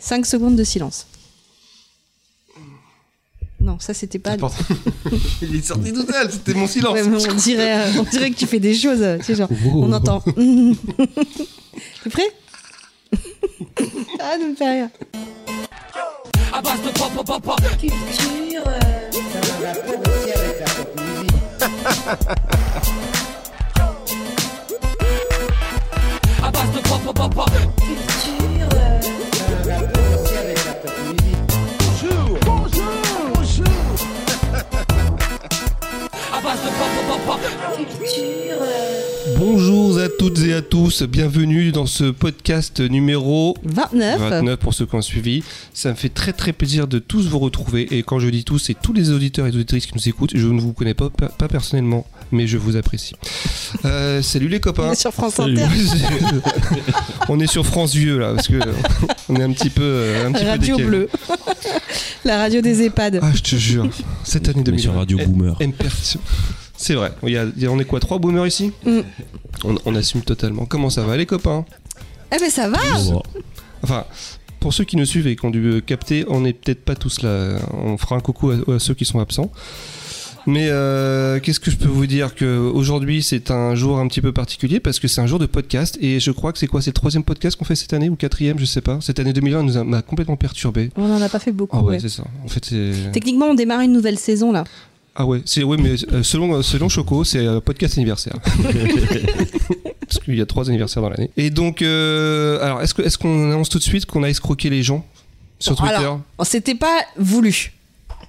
5 secondes de silence. Non, ça c'était pas. T'apportes- Il est sorti tout seul, c'était mon silence. Ouais, mais on dirait, euh, on dirait que tu fais des choses. euh, Tu sais, genre, Oh. on entend. T'es prêt Ah, ne me fais rire. euh. euh. euh. Bonjour à toutes et à tous, bienvenue dans ce podcast numéro 29. 29 pour ceux qui ont suivi. Ça me fait très très plaisir de tous vous retrouver et quand je dis tous, c'est tous les auditeurs et les auditrices qui nous écoutent. Je ne vous connais pas, pas, pas personnellement, mais je vous apprécie. Euh, salut les On copains est sur France Salut. Inter. On est sur France Vieux là, parce que on est un petit peu, euh, un petit peu Radio décalé. Bleue. La radio des EHPAD. Ah je te jure, cette année On est 2020. sur Radio Eh, Boomer. Impert- C'est vrai. Il y a- il y a- on est quoi Trois boomers ici Mm. on, on assume totalement. Comment ça va les copains Ah. Eh ben ça va Bon, Enfin, pour ceux qui nous suivent et qui ont dû euh, capter, on n'est peut-être pas tous là. On fera un coucou à, à ceux qui sont absents. Mais euh, qu'est-ce que je peux vous dire que aujourd'hui c'est un jour un petit peu particulier parce que c'est un jour de podcast et je crois que c'est quoi c'est le troisième podcast qu'on fait cette année ou quatrième je sais pas cette année 2020 nous a, m'a complètement perturbé On en a pas fait beaucoup. ah ouais, ouais. c'est ça en fait c'est Techniquement, on démarre une nouvelle saison là. ah ouais, c'est ouais, mais euh, selon selon Choco, c'est un podcast anniversaire. Parce qu'il y a trois anniversaires dans l'année. Et donc, euh, alors est-ce que est-ce qu'on annonce tout de suite qu'on a escroqué les gens sur Bon, Twitter alors, Oh, C'était pas voulu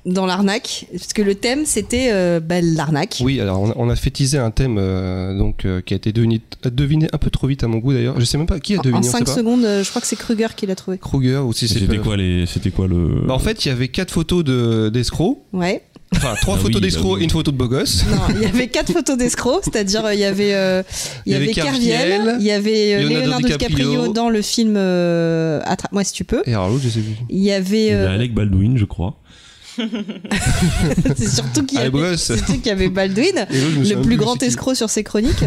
dans l'arnaque, parce que le thème c'était euh, bah, l'arnaque. Oui, alors on a, on a fétisé un thème euh, donc euh, qui a été deviné, deviné un peu trop vite à mon goût d'ailleurs. Je sais même pas qui a En- deviné. en on sait 5 pas. secondes, euh, je crois que c'est Kruger qui l'a trouvé. Kruger ou si c'est C'était pas- quoi, les... c'était quoi le. Bah, en fait, il y avait quatre photos de d'escrocs, Ouais. enfin trois Ah photos oui, bah d'escrocs oui. et une photo de beau gosse. Non, il y avait quatre photos d'escrocs, c'est-à-dire euh, il y avait euh, il y avait Carviel, il y avait euh, Leonardo Leonardo DiCaprio, DiCaprio dans le film euh, Attrape-moi si tu peux. Et alors l'autre, je sais plus. Il y Il y avait avait euh, Alec Baldwin, je crois. c'est surtout qu'il y Ah, les beaux avait gosses. c'est surtout qu'il y avait Baldwin, Et l'autre, je me le souviens plus plus, grand c'est qui. escroc sur ses chroniques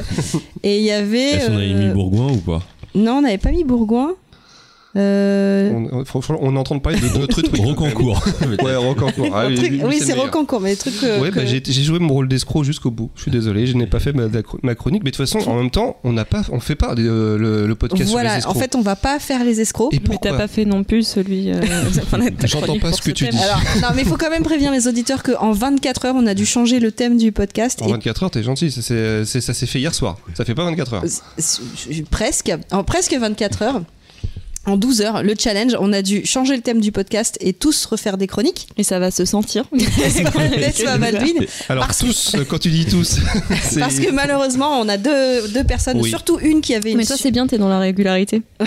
et il y avait Est-ce qu'on avait euh, mis Bourgoin ou pas Non, on n'avait pas mis Bourgoin. Euh, On, on, franchement, on est en train de parler de notre truc. Rocancourt. Ouais, Rocancourt. Ah, un oui, truc- lui, oui, le c'est meilleur. Rocancourt, mais les trucs euh, Ouais, que- bah, j'ai j'ai joué mon rôle d'escroc jusqu'au bout. Je suis désolé, je n'ai pas fait ma, ma chronique, mais de toute façon, en même temps, on n'a pas, on fait pas euh, le, le podcast sur les voilà, en escrocs. fait, on va pas faire les escrocs. et Mais t'as pourquoi pas fait non plus celui. euh, enfin, la- ta J'entends chronique pas pour ce que tu thème. dis. Alors, Alors, non, mais il faut quand même prévenir les auditeurs qu'en 24 heures, on a dû changer le thème du podcast. En 24 heures, t'es gentil. Ça s'est c'est- ça s'est fait hier soir. Ça fait pas 24 heures. Et, euh, s- s- presque, en presque 24 heures, en 12 heures, le challenge, on a dû changer le thème du podcast et tous refaire des chroniques. Et ça va se sentir. Laisse ma Baldwin. Alors parce- tous, euh, quand tu dis tous, c'est- Parce que malheureusement, on a deux, deux personnes, Oui. surtout une qui avait une. Mais ça, c'est bien, t'es dans la régularité. Ah,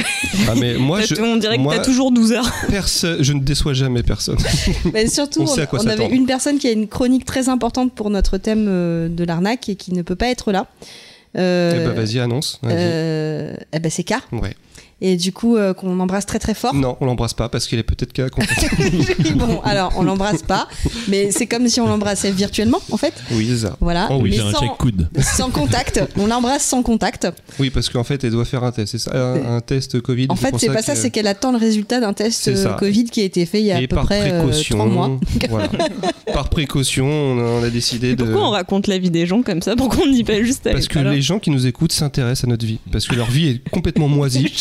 mais moi, je, On dirait moi- que t'as toujours 12 heures. perso- je ne déçois jamais personne. Mais surtout, On on, sait à quoi on avait s'attendre. une personne qui a une chronique très importante pour notre thème euh, de l'arnaque et qui ne peut pas être là. Euh, Eh bah vas-y, annonce. vas-y. euh, eh ben, c'est K. Ouais. Et du coup, euh, qu'on embrasse très très fort. Non, on l'embrasse pas parce qu'il est peut-être qu'à Oui, bon, alors on l'embrasse pas, mais c'est comme si on l'embrassait virtuellement en fait. Oui, c'est ça. Voilà, Oh oui, mais j'ai un sans, check coude. sans contact. On l'embrasse sans contact. Oui, parce qu'en fait, elle doit faire un test. C'est ça, un, un test Covid. Euh, En fait, pour c'est pas que- ça, c'est qu'elle attend le résultat d'un test C'est ça. euh, Covid qui a été fait il y a à et peu par près euh, précaution, trois mois. voilà. par précaution, on a, on a décidé Mais de. pourquoi on raconte la vie des gens comme ça Pourquoi on dit pas juste à Parce que les gens qui nous écoutent s'intéressent à notre vie, parce que leur vie est complètement moisie.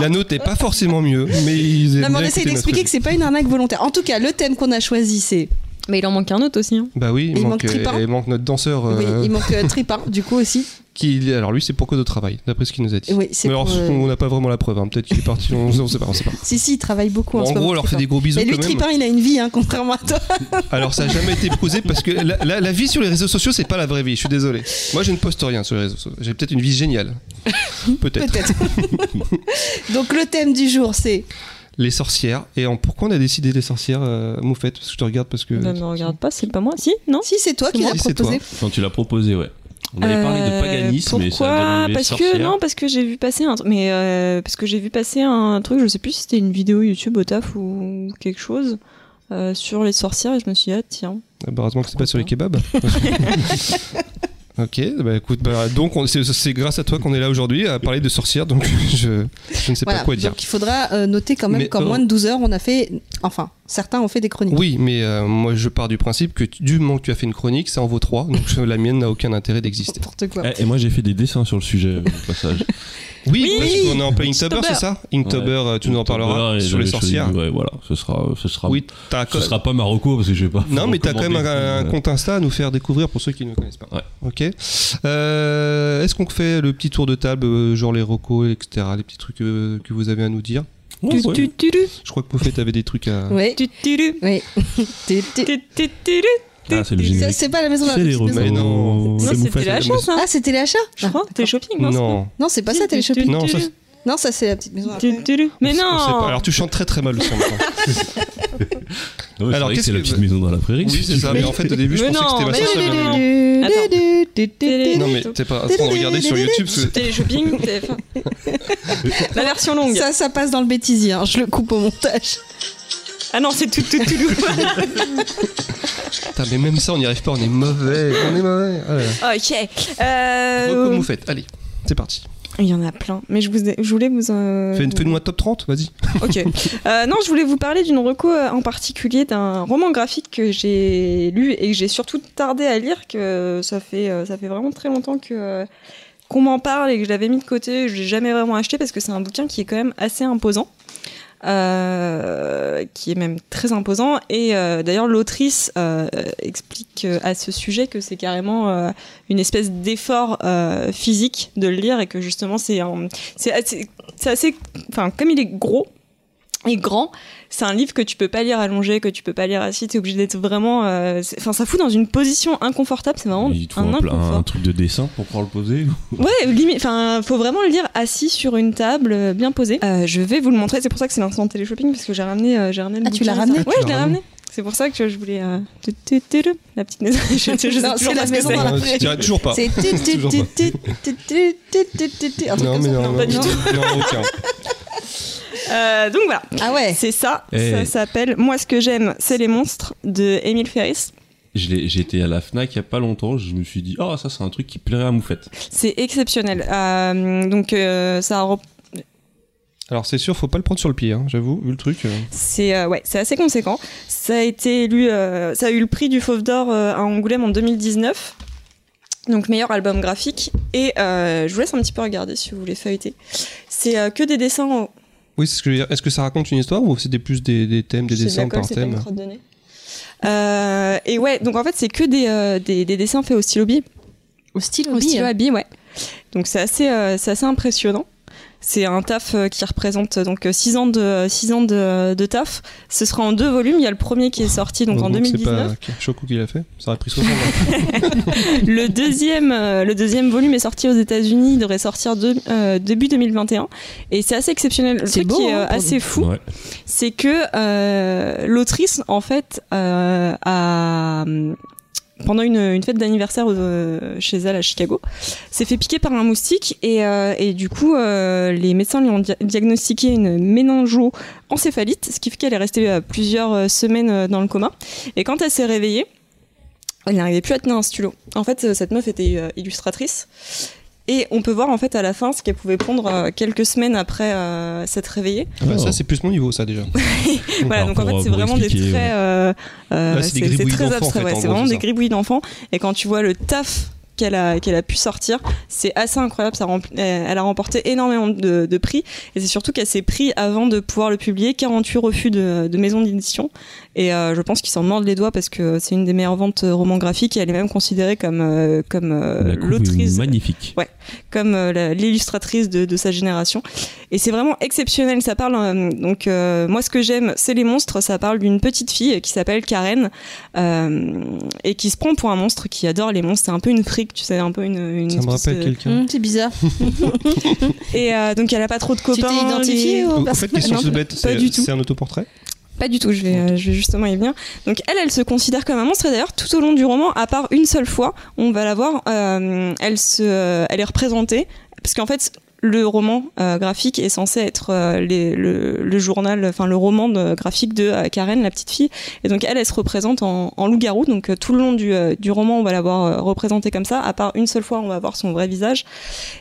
La nôtre est pas forcément mieux, mais ils Non, mais on aiment essaye bien écouter d'expliquer que notre c'est pas une arnaque volontaire. En tout cas, le thème qu'on a choisi, c'est. Mais il en manque un autre aussi. hein. vie. Bah oui, il, Il manque, manque Tripin. euh, il manque notre danseur. Oui, euh, il manque euh, Tripin, du coup aussi. qui, alors lui, c'est pour cause de travail, d'après ce qu'il nous a dit. Oui, c'est mais alors, pour, euh, on n'a pas vraiment la preuve. hein. Peut-être qu'il est parti. On, on sait pas. On sait pas. Si, si, il travaille beaucoup en, Bon, en ce gros, moment. on leur fait Tripin. des gros bisous Mais lui, quand même. Tripin, il a une vie, hein, contrairement à toi. Alors, ça a jamais été posé parce que la, la- la vie sur les réseaux sociaux, c'est pas la vraie vie. Je suis désolé. Moi, je ne poste rien sur les réseaux sociaux. J'ai peut-être une vie géniale. Peut-être. Peut-être. Donc, le thème du jour, c'est. Les sorcières. Et en, pourquoi on a décidé les sorcières, euh, Moufette Parce que je te regarde parce que. Bah, me regarde pas, c'est pas moi. Si, non Si, c'est toi C'est qui moi. l'as Si, c'est toi. proposé. Quand tu l'as proposé, ouais. On avait parlé de Euh, paganisme et ça a pourquoi donné les Parce que sorcières. non, parce que j'ai vu passer un truc. Mais euh, parce que j'ai vu passer un truc. Je sais plus si c'était une vidéo YouTube au taf ou quelque chose euh, sur les sorcières. Et je me suis dit ah tiens. Ah bah, heureusement que c'est pas sur les kebabs. Ok, bah écoute, bah, donc on- c'est- c'est grâce à toi qu'on est là aujourd'hui à parler de sorcières, donc je, je ne sais Voilà, pas quoi dire. donc il faudra euh, noter quand même Mais, qu'en euh, moins de 12 heures, on a fait. Enfin, certains ont fait des chroniques. Oui, mais euh, moi je pars du principe que tu- du moment que tu as fait une chronique, ça en vaut trois, donc euh, la mienne n'a aucun intérêt d'exister. N'importe quoi. Eh, Et moi j'ai fait des dessins sur le sujet euh, au passage. Ah, Oui, Oui parce qu'on est en plein Inktober, Inktober. c'est ça Inktober, Ouais. euh, tu nous en Voilà, parleras et sur les j'avais choisi- sorcières. Ouais, voilà, ce sera, ce sera, Oui, t'as ce sera pas Marocco parce que je vais pas. Non, mais t'as quand même recommander un, un le film, compte Insta à nous faire découvrir pour ceux qui ne connaissent pas. Ouais. Ok. Euh, Est-ce qu'on fait le petit tour de table, euh, genre les recos, etc., les petits trucs euh, que vous avez à nous dire euh. Tu- Ouais, tu- tu- tu- Je crois que Poufet, t'avais des trucs à. Oui. tu- tu- tu- Oui. T'es- t'es- tu- tu- tu- Ah, c'est le Ça, générique. c'est pas la maison de la C'est les petite maison. Mais remèdes. non. Non, C'est c'était Moufette, la c'est chance, hein. Ah, c'était l'achat Je crois, t'es shopping, non Non. Non, c'est pas ça, t'es les shopping. Non, ça, Non, ça, c'est la petite maison. à- Tu- tu- tu- Mais On sait- on sait pas. non Alors tu chantes très très mal le son. maintenant. Non, mais c'est Alors, vrai que qu'est-ce c'est la que- petite maison dans la prairie. oui, c'est ça. Mais en fait, au début, je Mais pensais non, que mais c'était ma sœur. non, mais- Attends. Non, mais t'es pas en train de regarder sur YouTube. parce que- Téléshopping, TF1. La version longue. Ça, ça passe dans le bêtisier. hein. Je le coupe au montage. Ah non, c'est tout, tout, tout, tout. Putain, mais même ça, on n'y arrive pas. On est mauvais. On est mauvais. Ah là là. Ok. Euh, Recommande, vous faites. Allez, c'est parti. Il y en a plein, mais je, vous ai- je voulais vous. euh, Fais- Fais-nous un top 30, vas-y. Ok. Euh, non, je voulais vous parler d'une reco euh, en particulier d'un roman graphique que j'ai lu et que j'ai surtout tardé à lire, que ça fait, euh, ça fait vraiment très longtemps que euh, qu'on m'en parle et que je l'avais mis de côté. Je l'ai jamais vraiment acheté parce que c'est un bouquin qui est quand même assez imposant. euh, qui est même très imposant et euh, d'ailleurs l'autrice euh, explique euh, à ce sujet que c'est carrément euh, une espèce d'effort euh, physique de le lire et que justement c'est un- c'est assez, c'est assez enfin comme il est gros et grand, c'est un livre que tu peux pas lire allongé, que tu peux pas lire assis, t'es obligé d'être vraiment, euh, c'est- enfin ça fout dans une position inconfortable, c'est vraiment Il te faut un un, pla- inconfort. un truc de dessin pour pouvoir le poser. Ouais, limite, enfin, faut vraiment le lire assis sur une table, euh, bien posé. Euh, je vais vous le montrer, c'est pour ça que c'est l'instant télé-shopping, parce que j'ai ramené, euh, j'ai ramené le Ah, tu bouquin. l'as ramené Ouais, Tu je l'ai l'as ramené. C'est pour ça que je voulais. euh, tu- tu- tu- tu- La petite maison. Je, je sais Non, toujours c'est pas la ce que maison c'est. dans la- Euh, Je dirais toujours pas. C'est. Toujours pas. Un truc Non, comme mais ça. non, non, pas du non, non, aucun. Euh, donc voilà, Ah ouais. c'est ça. Eh. Ça s'appelle Moi, ce que j'aime, c'est les monstres de Émile Ferris. Je l'ai- J'étais à la Fnac il y a pas longtemps, je me suis dit, ah ça c'est un truc qui plairait à Moufette. C'est exceptionnel. Euh, donc euh, ça rep- Alors c'est sûr, faut pas le prendre sur le pied, hein, j'avoue, vu le truc. euh. C'est euh, ouais, c'est assez conséquent. Ça a été élu, euh, ça a eu le prix du Fauve d'Or euh, à Angoulême en 2019. Donc meilleur album graphique. Et euh, je vous laisse un petit peu regarder si vous voulez feuilleter. C'est euh, que des dessins. en- Oui, c'est ce que je veux dire. Est-ce que ça raconte une histoire ou c'est des plus des, des thèmes, des c'est de la dessins colle, par c'est pas une thème crotte de nez. Euh, et ouais, donc en fait c'est que des, euh, des, des dessins faits au stylo bille. Au hein. style Au stylo à bille, ouais. Donc c'est assez, euh, c'est assez impressionnant. C'est un taf euh, qui représente euh, donc 6 ans, de, six ans de, de taf. Ce sera en deux volumes. Il y a le premier qui est sorti donc en Heureusement que 2019. Euh, Oh, C'est pas Choco qui l'a fait. Ça aurait pris 60 ans. Le deuxième, euh, le deuxième volume est sorti aux États-Unis. Il devrait sortir de- euh, début 2021. Et c'est assez exceptionnel. Le C'est truc beau, qui est hein, euh, pour- assez fou, Ouais. c'est que euh, l'autrice, en fait, euh, a pendant une, une fête d'anniversaire euh, chez elle à Chicago, s'est fait piquer par un moustique et, euh, et du coup euh, les médecins lui ont dia- diagnostiqué une méningo-encéphalite, ce qui fait qu'elle est restée euh, plusieurs euh, semaines euh, dans le coma. Et quand elle s'est réveillée, elle n'arrivait plus à tenir un stylo. En fait, euh, cette meuf était euh, illustratrice. Et on peut voir en fait à la fin ce qu'elle pouvait pondre euh, quelques semaines après euh, s'être réveillée. Ah bah, Oh. ça, c'est plus mon niveau, ça déjà. Voilà, Alors, donc en pour- fait, c'est pour vraiment des expliquer, traits. ouais. euh, euh, Là, c'est des c'est c'est gribouilles très d'enfants, en abstrait, fait, ouais, en c'est gros, vraiment c'est des ça. gribouilles d'enfants. Et quand tu vois le taf qu'elle a, qu'elle a pu sortir, c'est assez incroyable. Ça rempli- euh, elle a remporté énormément de, de prix. Et c'est surtout qu'elle s'est pris avant de pouvoir le publier 48 refus de, de maisons d'édition. Et euh, je pense qu'ils s'en mordent les doigts parce que c'est une des meilleures ventes euh, romans graphiques et elle est même considérée comme, euh, comme euh, Bah, La coupe est l'autrice magnifique. comme euh, la- l'illustratrice de, de sa génération. Et c'est vraiment exceptionnel. Ça parle euh, donc euh, moi ce que j'aime, c'est les monstres. Ça parle d'une petite fille qui s'appelle Karen euh, et qui se prend pour un monstre qui adore les monstres. C'est un peu une fric, tu sais, un peu une. une Ça me espèce rappelle de- quelqu'un. Hum, C'est bizarre. Et euh, donc elle a pas trop de Tu copains. t'es les- identifié au En fait, personnage question Non, toute bête, c'est- du tout. c'est un autoportrait Pas du tout, je vais, euh, je vais justement y venir. Donc elle, elle se considère comme un monstre et d'ailleurs tout au long du roman, à part une seule fois, on va la voir, euh, elle, se, euh, elle est représentée. Parce qu'en fait, le roman euh, graphique est censé être euh, les- le, le journal, enfin le roman de- graphique de euh, Karen, la petite fille. Et donc elle, elle se représente en, en loup-garou. Donc euh, tout le long du, euh, du roman, on va la voir euh, représentée comme ça. À part une seule fois, on va voir son vrai visage.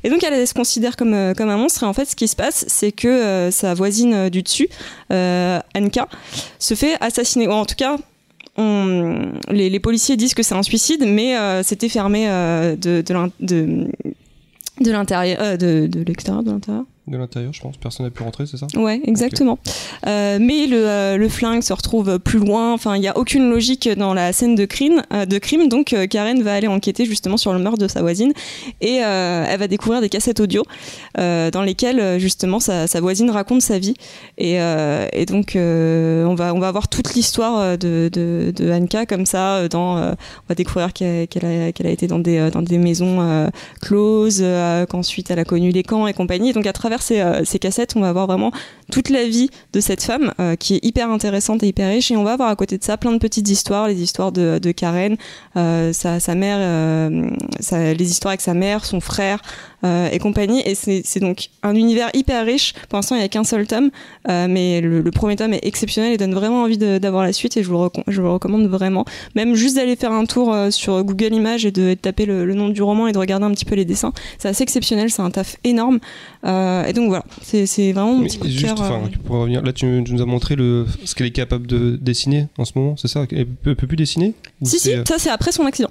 Et donc elle, elle se considère comme, euh, comme un monstre. Et en fait, ce qui se passe, c'est que euh, sa voisine euh, du dessus, euh, Anka, se fait assassiner. Ou en tout cas, on- les, les policiers disent que c'est un suicide, mais euh, c'était fermé euh, de, de l'in- de- de l'intérieur, euh, de, de l'extérieur, de l'intérieur. De l'intérieur, je pense. Personne n'a pu rentrer, c'est ça Ouais, exactement. Euh, mais le, euh, le flingue se retrouve plus loin. Enfin, il n'y a aucune logique dans la scène de crime. euh, de crime donc, euh, Karen va aller enquêter justement sur le meurtre de sa voisine et euh, elle va découvrir des cassettes audio euh, dans lesquelles euh, justement sa, sa voisine raconte sa vie. Et, euh, et donc, euh, on va on va avoir toute l'histoire euh, de, de, de Anka comme ça. euh, Dans, euh, on va découvrir qu'elle qu'elle a, qu'elle a été dans des euh, dans des maisons euh, closes, euh, qu'ensuite elle a connu les camps et compagnie. Donc, à travers ces, euh, ces cassettes, on va avoir vraiment toute la vie de cette femme euh, qui est hyper intéressante et hyper riche et on va avoir à côté de ça plein de petites histoires les histoires de, de Karen euh, sa, sa mère euh, sa- les histoires avec sa mère son frère euh, et compagnie et c'est c'est donc un univers hyper riche pour l'instant il n'y a qu'un seul tome euh, mais le, le premier tome est exceptionnel et donne vraiment envie de- d'avoir la suite et je vous, le recom- je vous le recommande vraiment même juste d'aller faire un tour euh, sur Google Images et de, et de taper le, le nom du roman et de regarder un petit peu les dessins c'est assez exceptionnel c'est un taf énorme euh, et donc voilà c'est c'est vraiment mon Mais petit coup de juste, cœur, enfin, euh, pour revenir, là tu, tu nous as montré le, ce qu'elle est capable de dessiner en ce moment, c'est ça Elle peut, peut plus dessiner Ou Si, si, c'est- euh, ça c'est après son accident.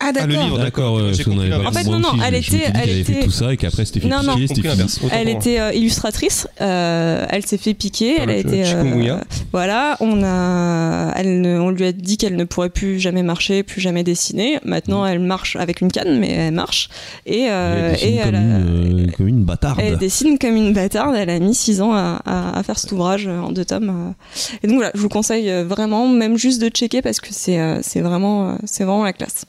Ah, Ah, le d'accord. livre, d'accord. D'accord, ouais, parce J'ai qu'on compris avait pas l'inverse. En fait, moi non, non, aussi, je- elle je m'étais était- dit elle qu'elle avait fait était- tout ça et qu'après c'était fait Non, non. piquer, J'ai compris c'était fini. l'inverse, autant Elle pour moi. était euh, illustratrice, euh, elle s'est fait piquer, Par elle a le été. euh, chikungunya. voilà, on, a, elle ne- on lui a dit qu'elle ne pourrait plus jamais marcher, plus jamais dessiner. Maintenant, elle marche avec une canne, mais elle marche. Et, euh, Elle et dessine elle, a- comme une, euh, comme une bâtarde. elle dessine comme une bâtarde, elle a mis 6 ans à, à- à faire cet ouvrage euh, en deux tomes. euh. Et donc voilà, je vous conseille euh, vraiment, même juste de checker parce que c'est euh, c'est vraiment, euh, c'est vraiment la classe.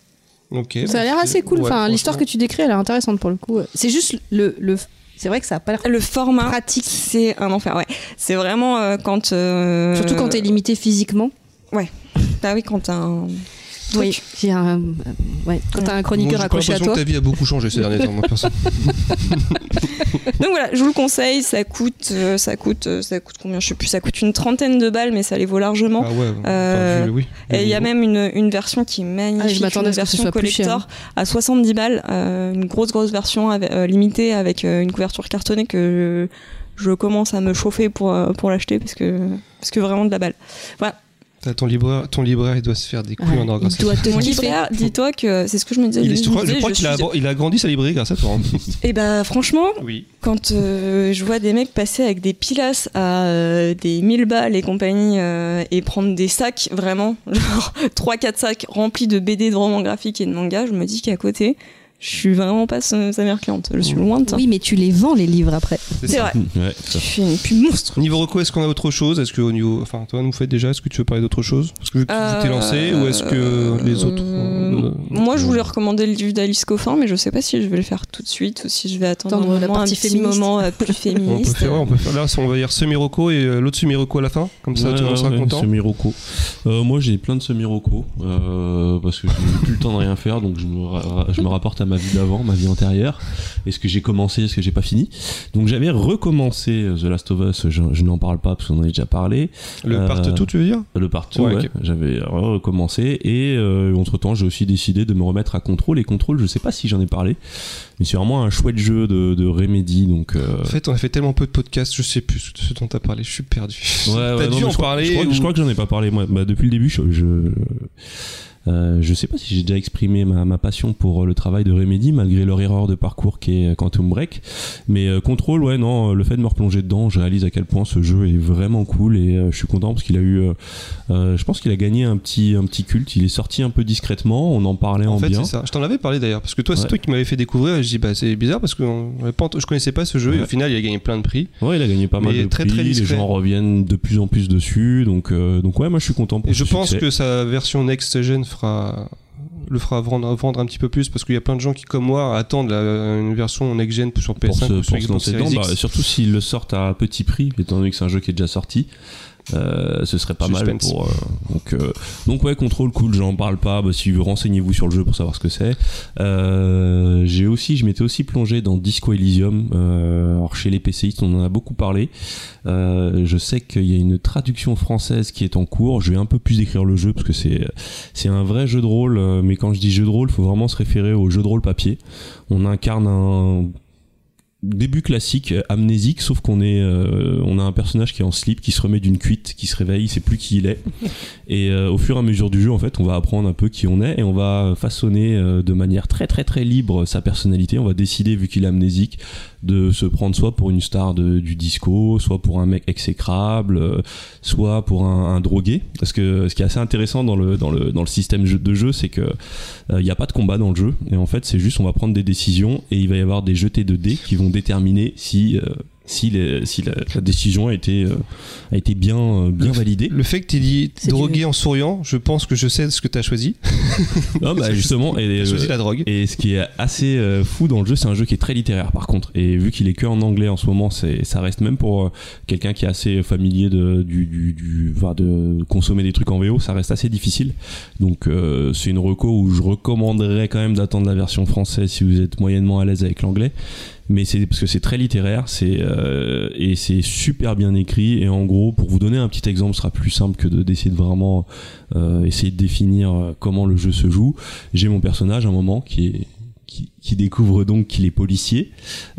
Ok, Ça a bah, l'air c'est- assez cool. ouais, enfin, l'histoire que franchement. tu décris, elle est intéressante pour le coup. C'est juste le, le... c'est vrai que ça a pas l'air. Le format Pratique. c'est un enfer. Ouais, c'est vraiment euh, quand euh, Surtout quand t'es limité physiquement. Ah oui, quand t'as un Oui. J'ai un, euh, ouais. Quand t'as un Moi, chroniqueur j'ai pas accroché à l'impression toi. que ta vie a beaucoup changé ces derniers temps, moi, perso. Donc voilà, je vous le conseille. Ça coûte, euh, ça coûte, euh, ça coûte combien Je sais plus. Ça coûte une trentaine de balles, mais ça les vaut largement. Ah ouais, enfin, Euh, vu le- Ah, oui. Et il y a Le- même une, une version qui est magnifique, Ah, je m'attendais une à ce que ce version soit plus cher, hein. collector à 70 balles, euh, une grosse grosse version avec- euh, limitée avec euh, une couverture cartonnée que je, je commence à me chauffer pour euh, pour l'acheter parce que parce que vraiment de la balle. T'as ton libraire, ton libraire, il doit se faire des couilles Ouais, en or grâce il à doit te Mon kiffer. libraire, dis-toi que c'est ce que je me disais. Il je est- me je crois, je disais, crois je qu'il a, suis- il a grandi sa librairie grâce à toi. hein. Eh ben franchement, Oui. quand euh, je vois des mecs passer avec des pilasses à euh, des 1000 balles et compagnie euh, et prendre des sacs vraiment, genre 3-4 sacs remplis de BD, de romans graphiques et de mangas, je me dis qu'à côté, je suis vraiment pas sa sa meilleure cliente. Je suis loin de ça. Oui, mais tu les vends les livres après. c'est vrai. Ouais, Tu ça. fais une pub monstre. Niveau reco, est-ce qu'on a autre chose Est-ce que au niveau, enfin toi, nous fait déjà, est-ce que tu veux parler d'autre chose Parce que vu que tu t'es lancé, Euh, ou est-ce que les autres euh, euh, Moi, je euh, voulais recommander le livre d'Alice Coffin, mais je sais pas si je vais le faire tout de suite ou si je vais attendre, Attendre un, la moment, un partie petit féministe. moment euh, On plus peut féministe. faire, ouais, on peut faire là, on va dire semi-roco et euh, l'autre semi-roco à la fin, comme ça Ouais, tout le monde ouais, sera ouais, content. semi-roco. Euh, moi j'ai plein de semi-roco euh, parce que j'ai plus le temps de rien faire donc je me, ra- je me rapporte à ma vie d'avant, ma vie antérieure et ce que j'ai commencé et ce que j'ai pas fini. Donc j'avais recommencé euh, The Last of Us, je, je n'en parle pas parce qu'on en a déjà parlé. Le Euh, part tout, tu veux dire Le partout, Ouais, ouais, ok. j'avais recommencé et euh, entre temps j'ai aussi décidé de me remettre à Control et Control je sais pas si j'en ai parlé mais c'est vraiment un chouette jeu de, de Remedy donc euh, En fait, on a fait tellement peu de podcasts, je sais plus ce dont t'as parlé, je suis perdu. Ouais, ouais, t'as non, dû mais en je crois- parler. Je crois, que- ou- je crois que j'en ai pas parlé moi. Bah, depuis le début, je je, euh, je sais pas si j'ai déjà exprimé ma, ma passion pour euh, le travail de Remedy malgré leur erreur de parcours qui est euh, Quantum Break. Mais euh, Control, ouais, non, euh, le fait de me replonger dedans, je réalise à quel point ce jeu est vraiment cool et euh, je suis content parce qu'il a eu, euh, euh, je pense qu'il a gagné un petit un petit culte. Il est sorti un peu discrètement, on en parlait en, En fait, bien. c'est ça. Je t'en avais parlé d'ailleurs, parce que toi, c'est Ouais. toi qui m'avais fait découvrir. Et je dis, bah, c'est bizarre parce que on- on avait pas ent- je connaissais pas ce jeu. Et au Ouais. final, il a gagné plein de prix. Ouais, il a gagné pas mal Mais de très, prix. très les discret. gens reviennent de plus en plus dessus, donc euh, donc ouais, moi je suis content pour. Et ce je pense succès. que sa version next gen fera le fera vendre, vendre un petit peu plus parce qu'il y a plein de gens qui, comme moi, attendent la- une version next gen sur PS5 pour se, ou sur pour se Xbox lancer Series dedans, X. bah, surtout s'ils le sortent à petit prix, étant donné que c'est un jeu qui est déjà sorti. Euh, ce serait pas mal Suspense. pour. euh, donc, euh, donc ouais, contrôle cool. J'en parle pas. Bah, si vous renseignez-vous sur le jeu pour savoir ce que c'est. Euh, J'ai aussi, je m'étais aussi plongé dans Disco Elysium. Euh, alors chez les PCistes, on en a beaucoup parlé. Euh, je sais qu'il y a une traduction française qui est en cours. Je vais un peu plus décrire le jeu parce que c'est c'est un vrai jeu de rôle. euh, Mais quand je dis jeu de rôle, faut vraiment se référer au jeu de rôle papier. On incarne un début classique euh, amnésique sauf qu'on est euh, on a un personnage qui est en slip qui se remet d'une cuite qui se réveille il sait plus qui il est et euh, au fur et à mesure du jeu en fait on va apprendre un peu qui on est et on va façonner euh, de manière très très très libre euh, sa personnalité on va décider vu qu'il est amnésique de se prendre soit pour une star de- du disco soit pour un mec exécrable euh, soit pour un, un drogué parce que ce qui est assez intéressant dans le dans le dans le système jeu- de jeu c'est que euh, il n'y a pas de combat dans le jeu. Et en fait, c'est juste on va prendre des décisions et il va y avoir des jetés de dés qui vont déterminer si, euh, si, les- si la, la décision a été, euh, a été bien, euh, bien validée. Le fait que tu dit C'est drogué en souriant, je pense que je sais ce que t'as choisi. Non, bah, justement, et, T'as choisi euh, la drogue. Et ce qui est assez euh, fou dans le jeu, c'est un jeu qui est très littéraire par contre. Et vu qu'il est que en anglais en ce moment, c'est, ça reste même pour euh, quelqu'un qui est assez familier de, du, du, du- enfin, de consommer des trucs en VO, ça reste assez difficile. Donc euh, c'est une reco où je recommanderais quand même d'attendre la version française si vous êtes moyennement à l'aise avec l'anglais. Mais c'est parce que c'est très littéraire, c'est euh, et c'est super bien écrit. Et en gros, pour vous donner un petit exemple, ce sera plus simple que de d'essayer de vraiment euh, essayer de définir euh, comment le jeu se joue j'ai mon personnage à un moment qui est qui, qui découvre donc qu'il est policier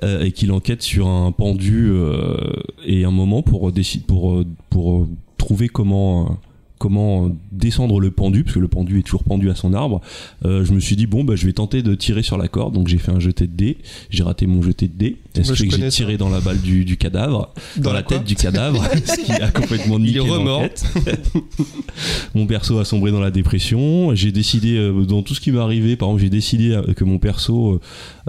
euh, et qu'il enquête sur un pendu euh, et un moment pour décide pour euh, pour euh, trouver comment euh, comment euh, descendre le pendu parce que le pendu est toujours pendu à son arbre euh, je me suis dit bon bah je vais tenter de tirer sur la corde donc j'ai fait un jeté de dés j'ai raté mon jeté de dés Moi, est-ce je que j'ai connais ça. tiré dans la balle du, du cadavre dans, la quoi tête du cadavre ce qui a complètement Il est niqué remords. l'enquête mon perso a sombré dans la dépression. J'ai décidé, euh, dans tout ce qui m'est arrivé, par exemple, j'ai décidé euh, que mon perso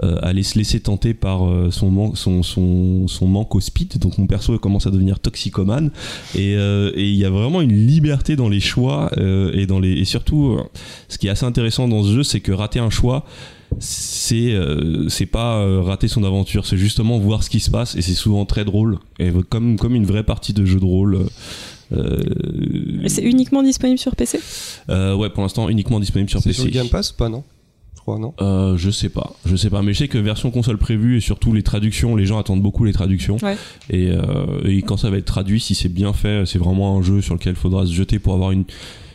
euh, euh, allait se laisser tenter par euh, son, man- son, son, son manque au speed. Donc mon perso commence à devenir toxicomane. Et euh, et il y a vraiment une liberté dans les choix euh, et dans les et surtout, euh, ce qui est assez intéressant dans ce jeu, c'est que rater un choix c'est euh, c'est pas euh, rater son aventure c'est justement voir ce qui se passe et c'est souvent très drôle et comme comme une vraie partie de jeu de rôle euh, Mais C'est uniquement disponible sur PC euh, ouais, pour l'instant uniquement disponible sur C'est PC. sur le Game Pass ou pas, non Je crois, non Euh, je sais pas, je sais pas, mais je sais que version console prévue et surtout les traductions, les gens attendent beaucoup les traductions. Ouais. Et, euh, et quand ça va être traduit, si c'est bien fait, c'est vraiment un jeu sur lequel il faudra se jeter pour avoir une,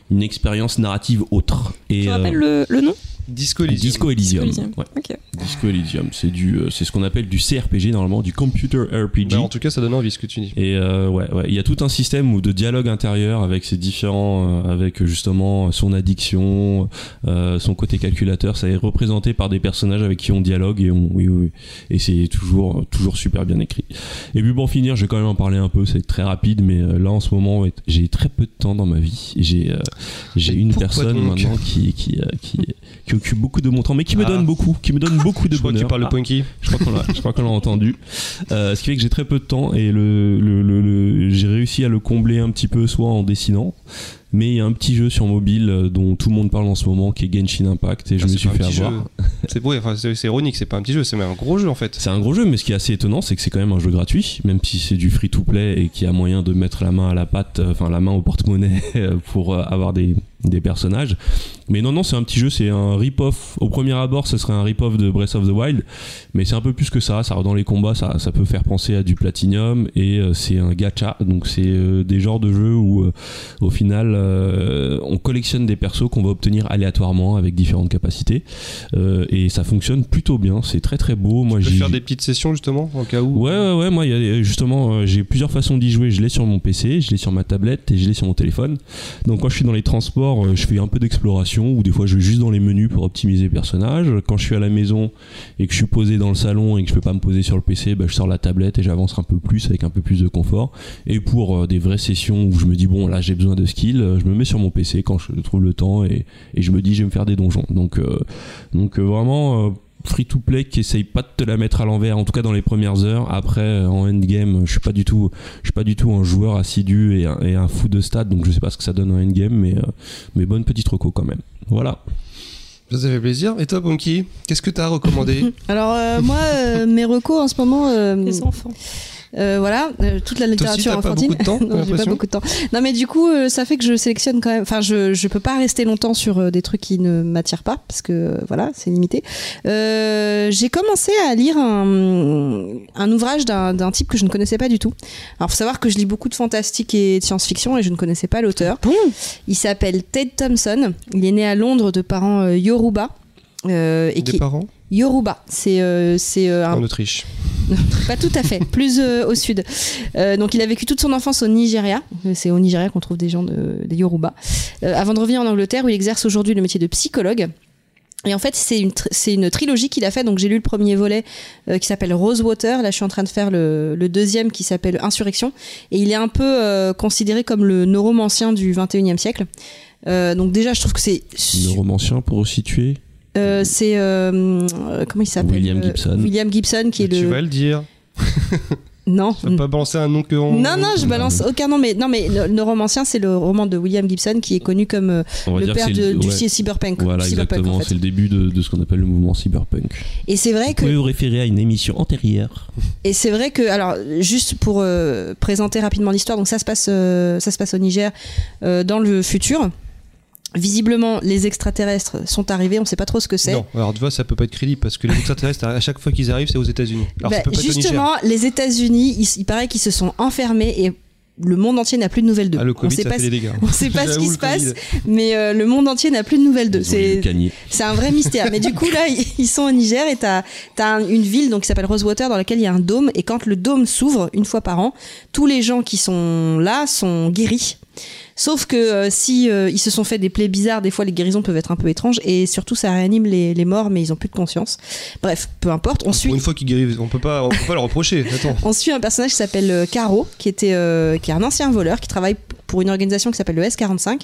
une expérience narrative autre. Et Tu euh, rappelles le, le nom Disco Elysium. Disco Elysium. Disco Elysium. Ouais, Ok. Disco Elysium, c'est du, euh, c'est ce qu'on appelle du CRPG normalement, du computer RPG. Bah, en tout cas, ça donne envie ce que tu dis. Et euh, ouais, ouais, il y a tout un système où de dialogue intérieur avec ses différents, euh, avec justement son addiction, euh, son côté calculateur, ça est représenté par des personnages avec qui on dialogue et on, oui, oui, et c'est toujours, toujours super bien écrit. Et puis pour finir, je vais quand même en parler un peu, c'est très rapide, mais euh, là en ce moment, ouais, j'ai très peu de temps dans ma vie. Et J'ai, euh, j'ai Mais une pourquoi personne donc maintenant qui, qui, euh, qui, qui occupe beaucoup de mon temps, mais qui me Ah. donne beaucoup, qui me donne beaucoup de Je crois que tu bonheur. parles de Ah. Punky. Je crois qu'on l'a, je crois qu'on l'a entendu. Euh, ce qui fait que j'ai très peu de temps et le, le- le- le- j'ai réussi à le combler un petit peu, soit en dessinant. Mais il y a un petit jeu sur mobile euh, dont tout le monde parle en ce moment qui est Genshin Impact et je Ah, me c'est suis pas un fait petit avoir. jeu. C'est ouais, enfin, c'est- c'est ironique, c'est pas un petit jeu, c'est un gros jeu en fait. C'est un gros jeu, mais ce qui est assez étonnant, c'est que c'est quand même un jeu gratuit, même si c'est du free-to-play et qu'il y a moyen de mettre la main à la patte, euh, enfin la main au porte-monnaie euh, pour euh, avoir des, des personnages. Mais non, non, c'est un petit jeu, c'est un rip-off. Au premier abord, ce serait un rip-off de Breath of the Wild, mais c'est un peu plus que ça. ça dans les combats, ça, ça peut faire penser à du Platinum et euh, c'est un gacha, donc c'est euh, des genres de jeux où euh, au final euh, on collectionne des persos qu'on va obtenir aléatoirement avec différentes capacités Euh, et ça fonctionne plutôt bien. C'est très très beau. Moi, Tu peux j'y- faire des petites sessions justement, en cas où. Ouais, ouais, ouais, moi, il y a, des- justement, euh, j'ai plusieurs façons d'y jouer. Je l'ai sur mon PC, je l'ai sur ma tablette et je l'ai sur mon téléphone. Donc, quand je suis dans les transports, euh, je fais un peu d'exploration ou des fois, je vais juste dans les menus pour optimiser les personnages. Quand je suis à la maison et que je suis posé dans le salon et que je peux pas me poser sur le PC, bah, je sors la tablette et j'avance un peu plus avec un peu plus de confort. Et pour euh, des vraies sessions où je me dis, bon, là, j'ai besoin de skills, euh, je me mets sur mon PC quand je trouve le temps et, et je me dis, je vais me faire des donjons. Donc, euh, donc euh, vraiment. euh, free to play qui essaye pas de te la mettre à l'envers en tout cas dans les premières heures après euh, en endgame je suis pas du tout je suis pas du tout un joueur assidu et un, et un fou de stade donc je sais pas ce que ça donne en endgame mais euh, mais bonne petite reco quand même voilà Ça, ça fait plaisir. Et toi, Punky, qu'est-ce que t'as recommandé Alors euh, moi, euh, mes recos en ce moment, euh, Les enfants. Euh, voilà, euh, toute la Toi aussi, littérature t'as pas enfantine. beaucoup de Non, temps, j'ai pas l'impression. beaucoup de temps. Non, mais du coup, euh, ça fait que je sélectionne quand même. Enfin, je, je peux pas rester longtemps sur euh, des trucs qui ne m'attirent pas, parce que euh, voilà, c'est limité. Euh, j'ai commencé à lire un, un ouvrage d'un d'un type que je ne connaissais pas du tout. Alors, faut savoir que je lis beaucoup de fantastique et de science-fiction et je ne connaissais pas l'auteur. Il s'appelle Ted Thompson. Il est né à Londres de parents euh, Yoruba. euh, et Des qui parents Yoruba, c'est euh, c'est euh, un en Autriche. pas tout à fait, plus euh, au sud. Euh, donc il a vécu toute son enfance au Nigeria. Euh, C'est au Nigeria qu'on trouve des gens de, des Yoruba. Euh, avant de revenir en Angleterre où il exerce aujourd'hui le métier de psychologue. Et en fait, c'est une, tr- c'est une trilogie qu'il a fait. Donc, j'ai lu le premier volet euh, qui s'appelle Rosewater. Là, je suis en train de faire le, le deuxième qui s'appelle Insurrection. Et il est un peu euh, considéré comme le neuromancien du 21e siècle. Euh, donc, déjà, je trouve que c'est. su- Le romancien pour situer. euh, c'est. euh, euh, comment il s'appelle William euh, Gibson. William Gibson, qui est Tu le. vas le dire. Non. Tu vas pas balancer un nom que on... Non, non, je balance aucun nom, mais non, mais le, le romancien, c'est le roman de William Gibson qui est connu comme euh, On va le dire que père c'est de- du ouais. cyberpunk. Voilà, cyberpunk, exactement. en fait. C'est le début de, de ce qu'on appelle le mouvement cyberpunk. Et c'est vrai que, vous référer à une émission antérieure. et c'est vrai que, alors, juste pour euh, présenter rapidement l'histoire, donc ça se passe, euh, ça se passe au Niger, euh, dans le futur. Visiblement, les extraterrestres sont arrivés. On ne sait pas trop ce que c'est. Non, alors tu vois, ça peut pas être crédible parce que les extraterrestres, à chaque fois qu'ils arrivent, c'est aux États-Unis. Alors ça Bah, peut pas être au Niger. justement, les États-Unis, il, il paraît qu'ils se sont enfermés et le monde entier n'a plus de nouvelles d'eux. Ah, le Covid, on ne sait ça pas, fait des ce- dégâts. on sait pas ce J'avoue, qui le se passe, Covid. mais euh, le monde entier n'a plus de nouvelles d'eux. C'est- Cagné. C'est un vrai mystère. Mais du coup, là, ils- ils sont au Niger et t'as as une ville donc, qui s'appelle Rosewater dans laquelle il y a un dôme. Et quand le dôme s'ouvre une fois par an, tous les gens qui sont là sont guéris. Sauf que euh, si euh, ils se sont fait des plaies bizarres, des fois les guérisons peuvent être un peu étranges et surtout ça réanime les, les morts, mais ils ont plus de conscience. Bref, peu importe. On suit Pour une fois qu'ils guérissent, on peut pas, on peut pas leur reprocher. Attends. on suit un personnage qui s'appelle euh, Caro, qui, était, euh, qui est un ancien voleur, qui travaille p- pour une organisation qui s'appelle le S45.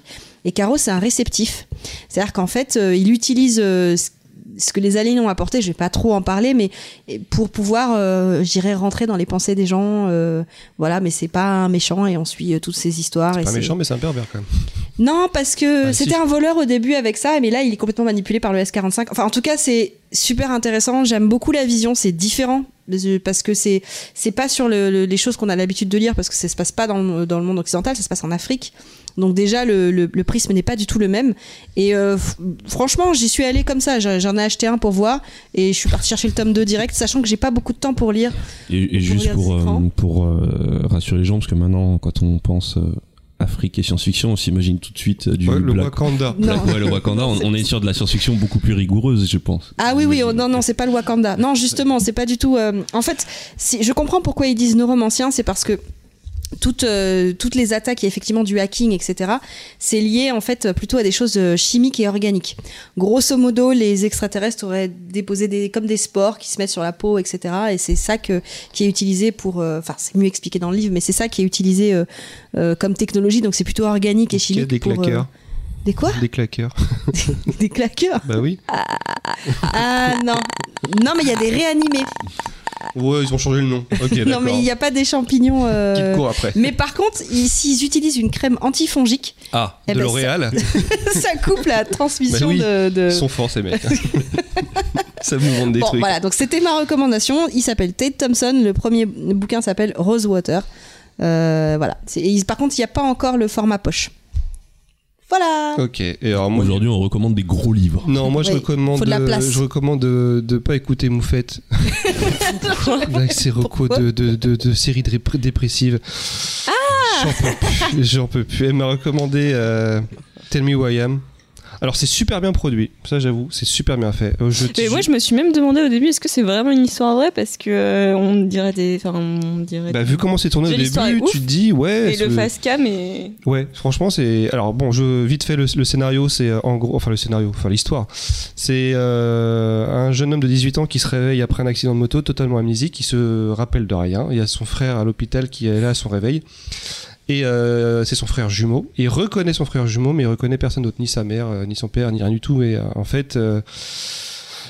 Et Caro, c'est un réceptif. C'est-à-dire qu'en fait, euh, il utilise euh, ce- ce que les aliens ont apporté, je vais pas trop en parler, mais et pour pouvoir, euh, j'irai rentrer dans les pensées des gens. euh, voilà, mais c'est pas un méchant et on suit euh, toutes ces histoires. et Pas c'est- méchant, mais c'est un pervers quand même. Non, parce que Ah, si. c'était un voleur au début avec ça, mais là, il est complètement manipulé par le S45. Enfin, en tout cas, c'est super intéressant. J'aime beaucoup la vision. C'est différent parce que c'est c'est pas sur le- le- les choses qu'on a l'habitude de lire parce que ça se passe pas dans le, dans le monde occidental, ça se passe en Afrique. Donc déjà le, le- le prisme n'est pas du tout le même. Et euh, f- franchement, j'y suis allée comme ça. J'en j'en ai acheté un pour voir et je suis partie chercher le tome 2 direct, sachant que j'ai pas beaucoup de temps pour lire. Et, et juste regarder pour, les euh, écrans. pour euh, rassurer les gens, parce que maintenant, quand on pense euh, Afrique et science-fiction, on s'imagine tout de suite euh, du Ouais, le Black, Wakanda. Non. Black- ouais, le Wakanda. on, on est sur de la science-fiction beaucoup plus rigoureuse, je pense. Ah oui, oui, oh, non, non, c'est pas le Wakanda. Non, justement, c'est pas du tout. euh, En fait, si, je comprends pourquoi ils disent neuromancien, c'est parce que. Toutes, euh, toutes les attaques et effectivement du hacking, etc., c'est lié en fait plutôt à des choses euh, chimiques et organiques. Grosso modo, les extraterrestres auraient déposé des, comme des spores qui se mettent sur la peau, etc. Et c'est ça que, qui est utilisé pour. euh, Enfin, c'est mieux expliqué dans le livre, mais c'est ça qui est utilisé euh, euh, comme technologie. Donc c'est plutôt organique et Il y a chimique. des pour, euh, claqueurs. des quoi Des claqueurs. Des claqueurs Bah oui. Ah non Non, mais il y a des réanimés. Ouais, ils ont changé le nom. Ok, Non, d'accord. mais il n'y a pas des champignons. euh, Qui te court après Mais par contre, ils- s'ils utilisent une crème antifongique, Ah, Eh de ben, L'Oréal. ça coupe la transmission Bah oui, de. de- Ils sont forts ces mecs. ça vous vend des Bon, trucs. voilà, donc c'était ma recommandation. Il s'appelle Ted Thompson. Le premier bouquin s'appelle Rosewater. Euh, voilà. C'est- et il- par contre, il n'y a pas encore le format poche. Voilà. Ok, et alors moi, Aujourd'hui, on recommande des gros livres. Non, moi je Oui, recommande, faut de la euh, place. je recommande de, de pas écouter Moufette. Avec ses recos de, de, de, de séries dépr- dépressives. Ah J'en peux plus, j'en peux plus. Elle m'a recommandé euh, Tell Me Who I Am. Alors c'est super bien produit, ça j'avoue, c'est super bien fait. Euh, Je, Mais moi, je me suis même demandé au début, est-ce que c'est vraiment une histoire vraie Parce que euh, on dirait des. Enfin, on dirait. Bah, vu comment c'est tourné au Déjà, l'histoire début, est ouf. tu te dis ouais. et ce- le face cam et. Ouais, franchement, c'est. Alors bon, je vite fait le, le scénario, c'est euh, en gros, enfin le scénario, enfin l'histoire, c'est euh, un jeune homme de 18 ans qui se réveille après un accident de moto, totalement amnésique, qui se rappelle de rien. Il y a son frère à l'hôpital qui est là à son réveil, et euh, c'est son frère jumeau. Il reconnaît son frère jumeau, mais il reconnaît personne d'autre, ni sa mère, euh, ni son père, ni rien du tout. Et euh, en fait. euh,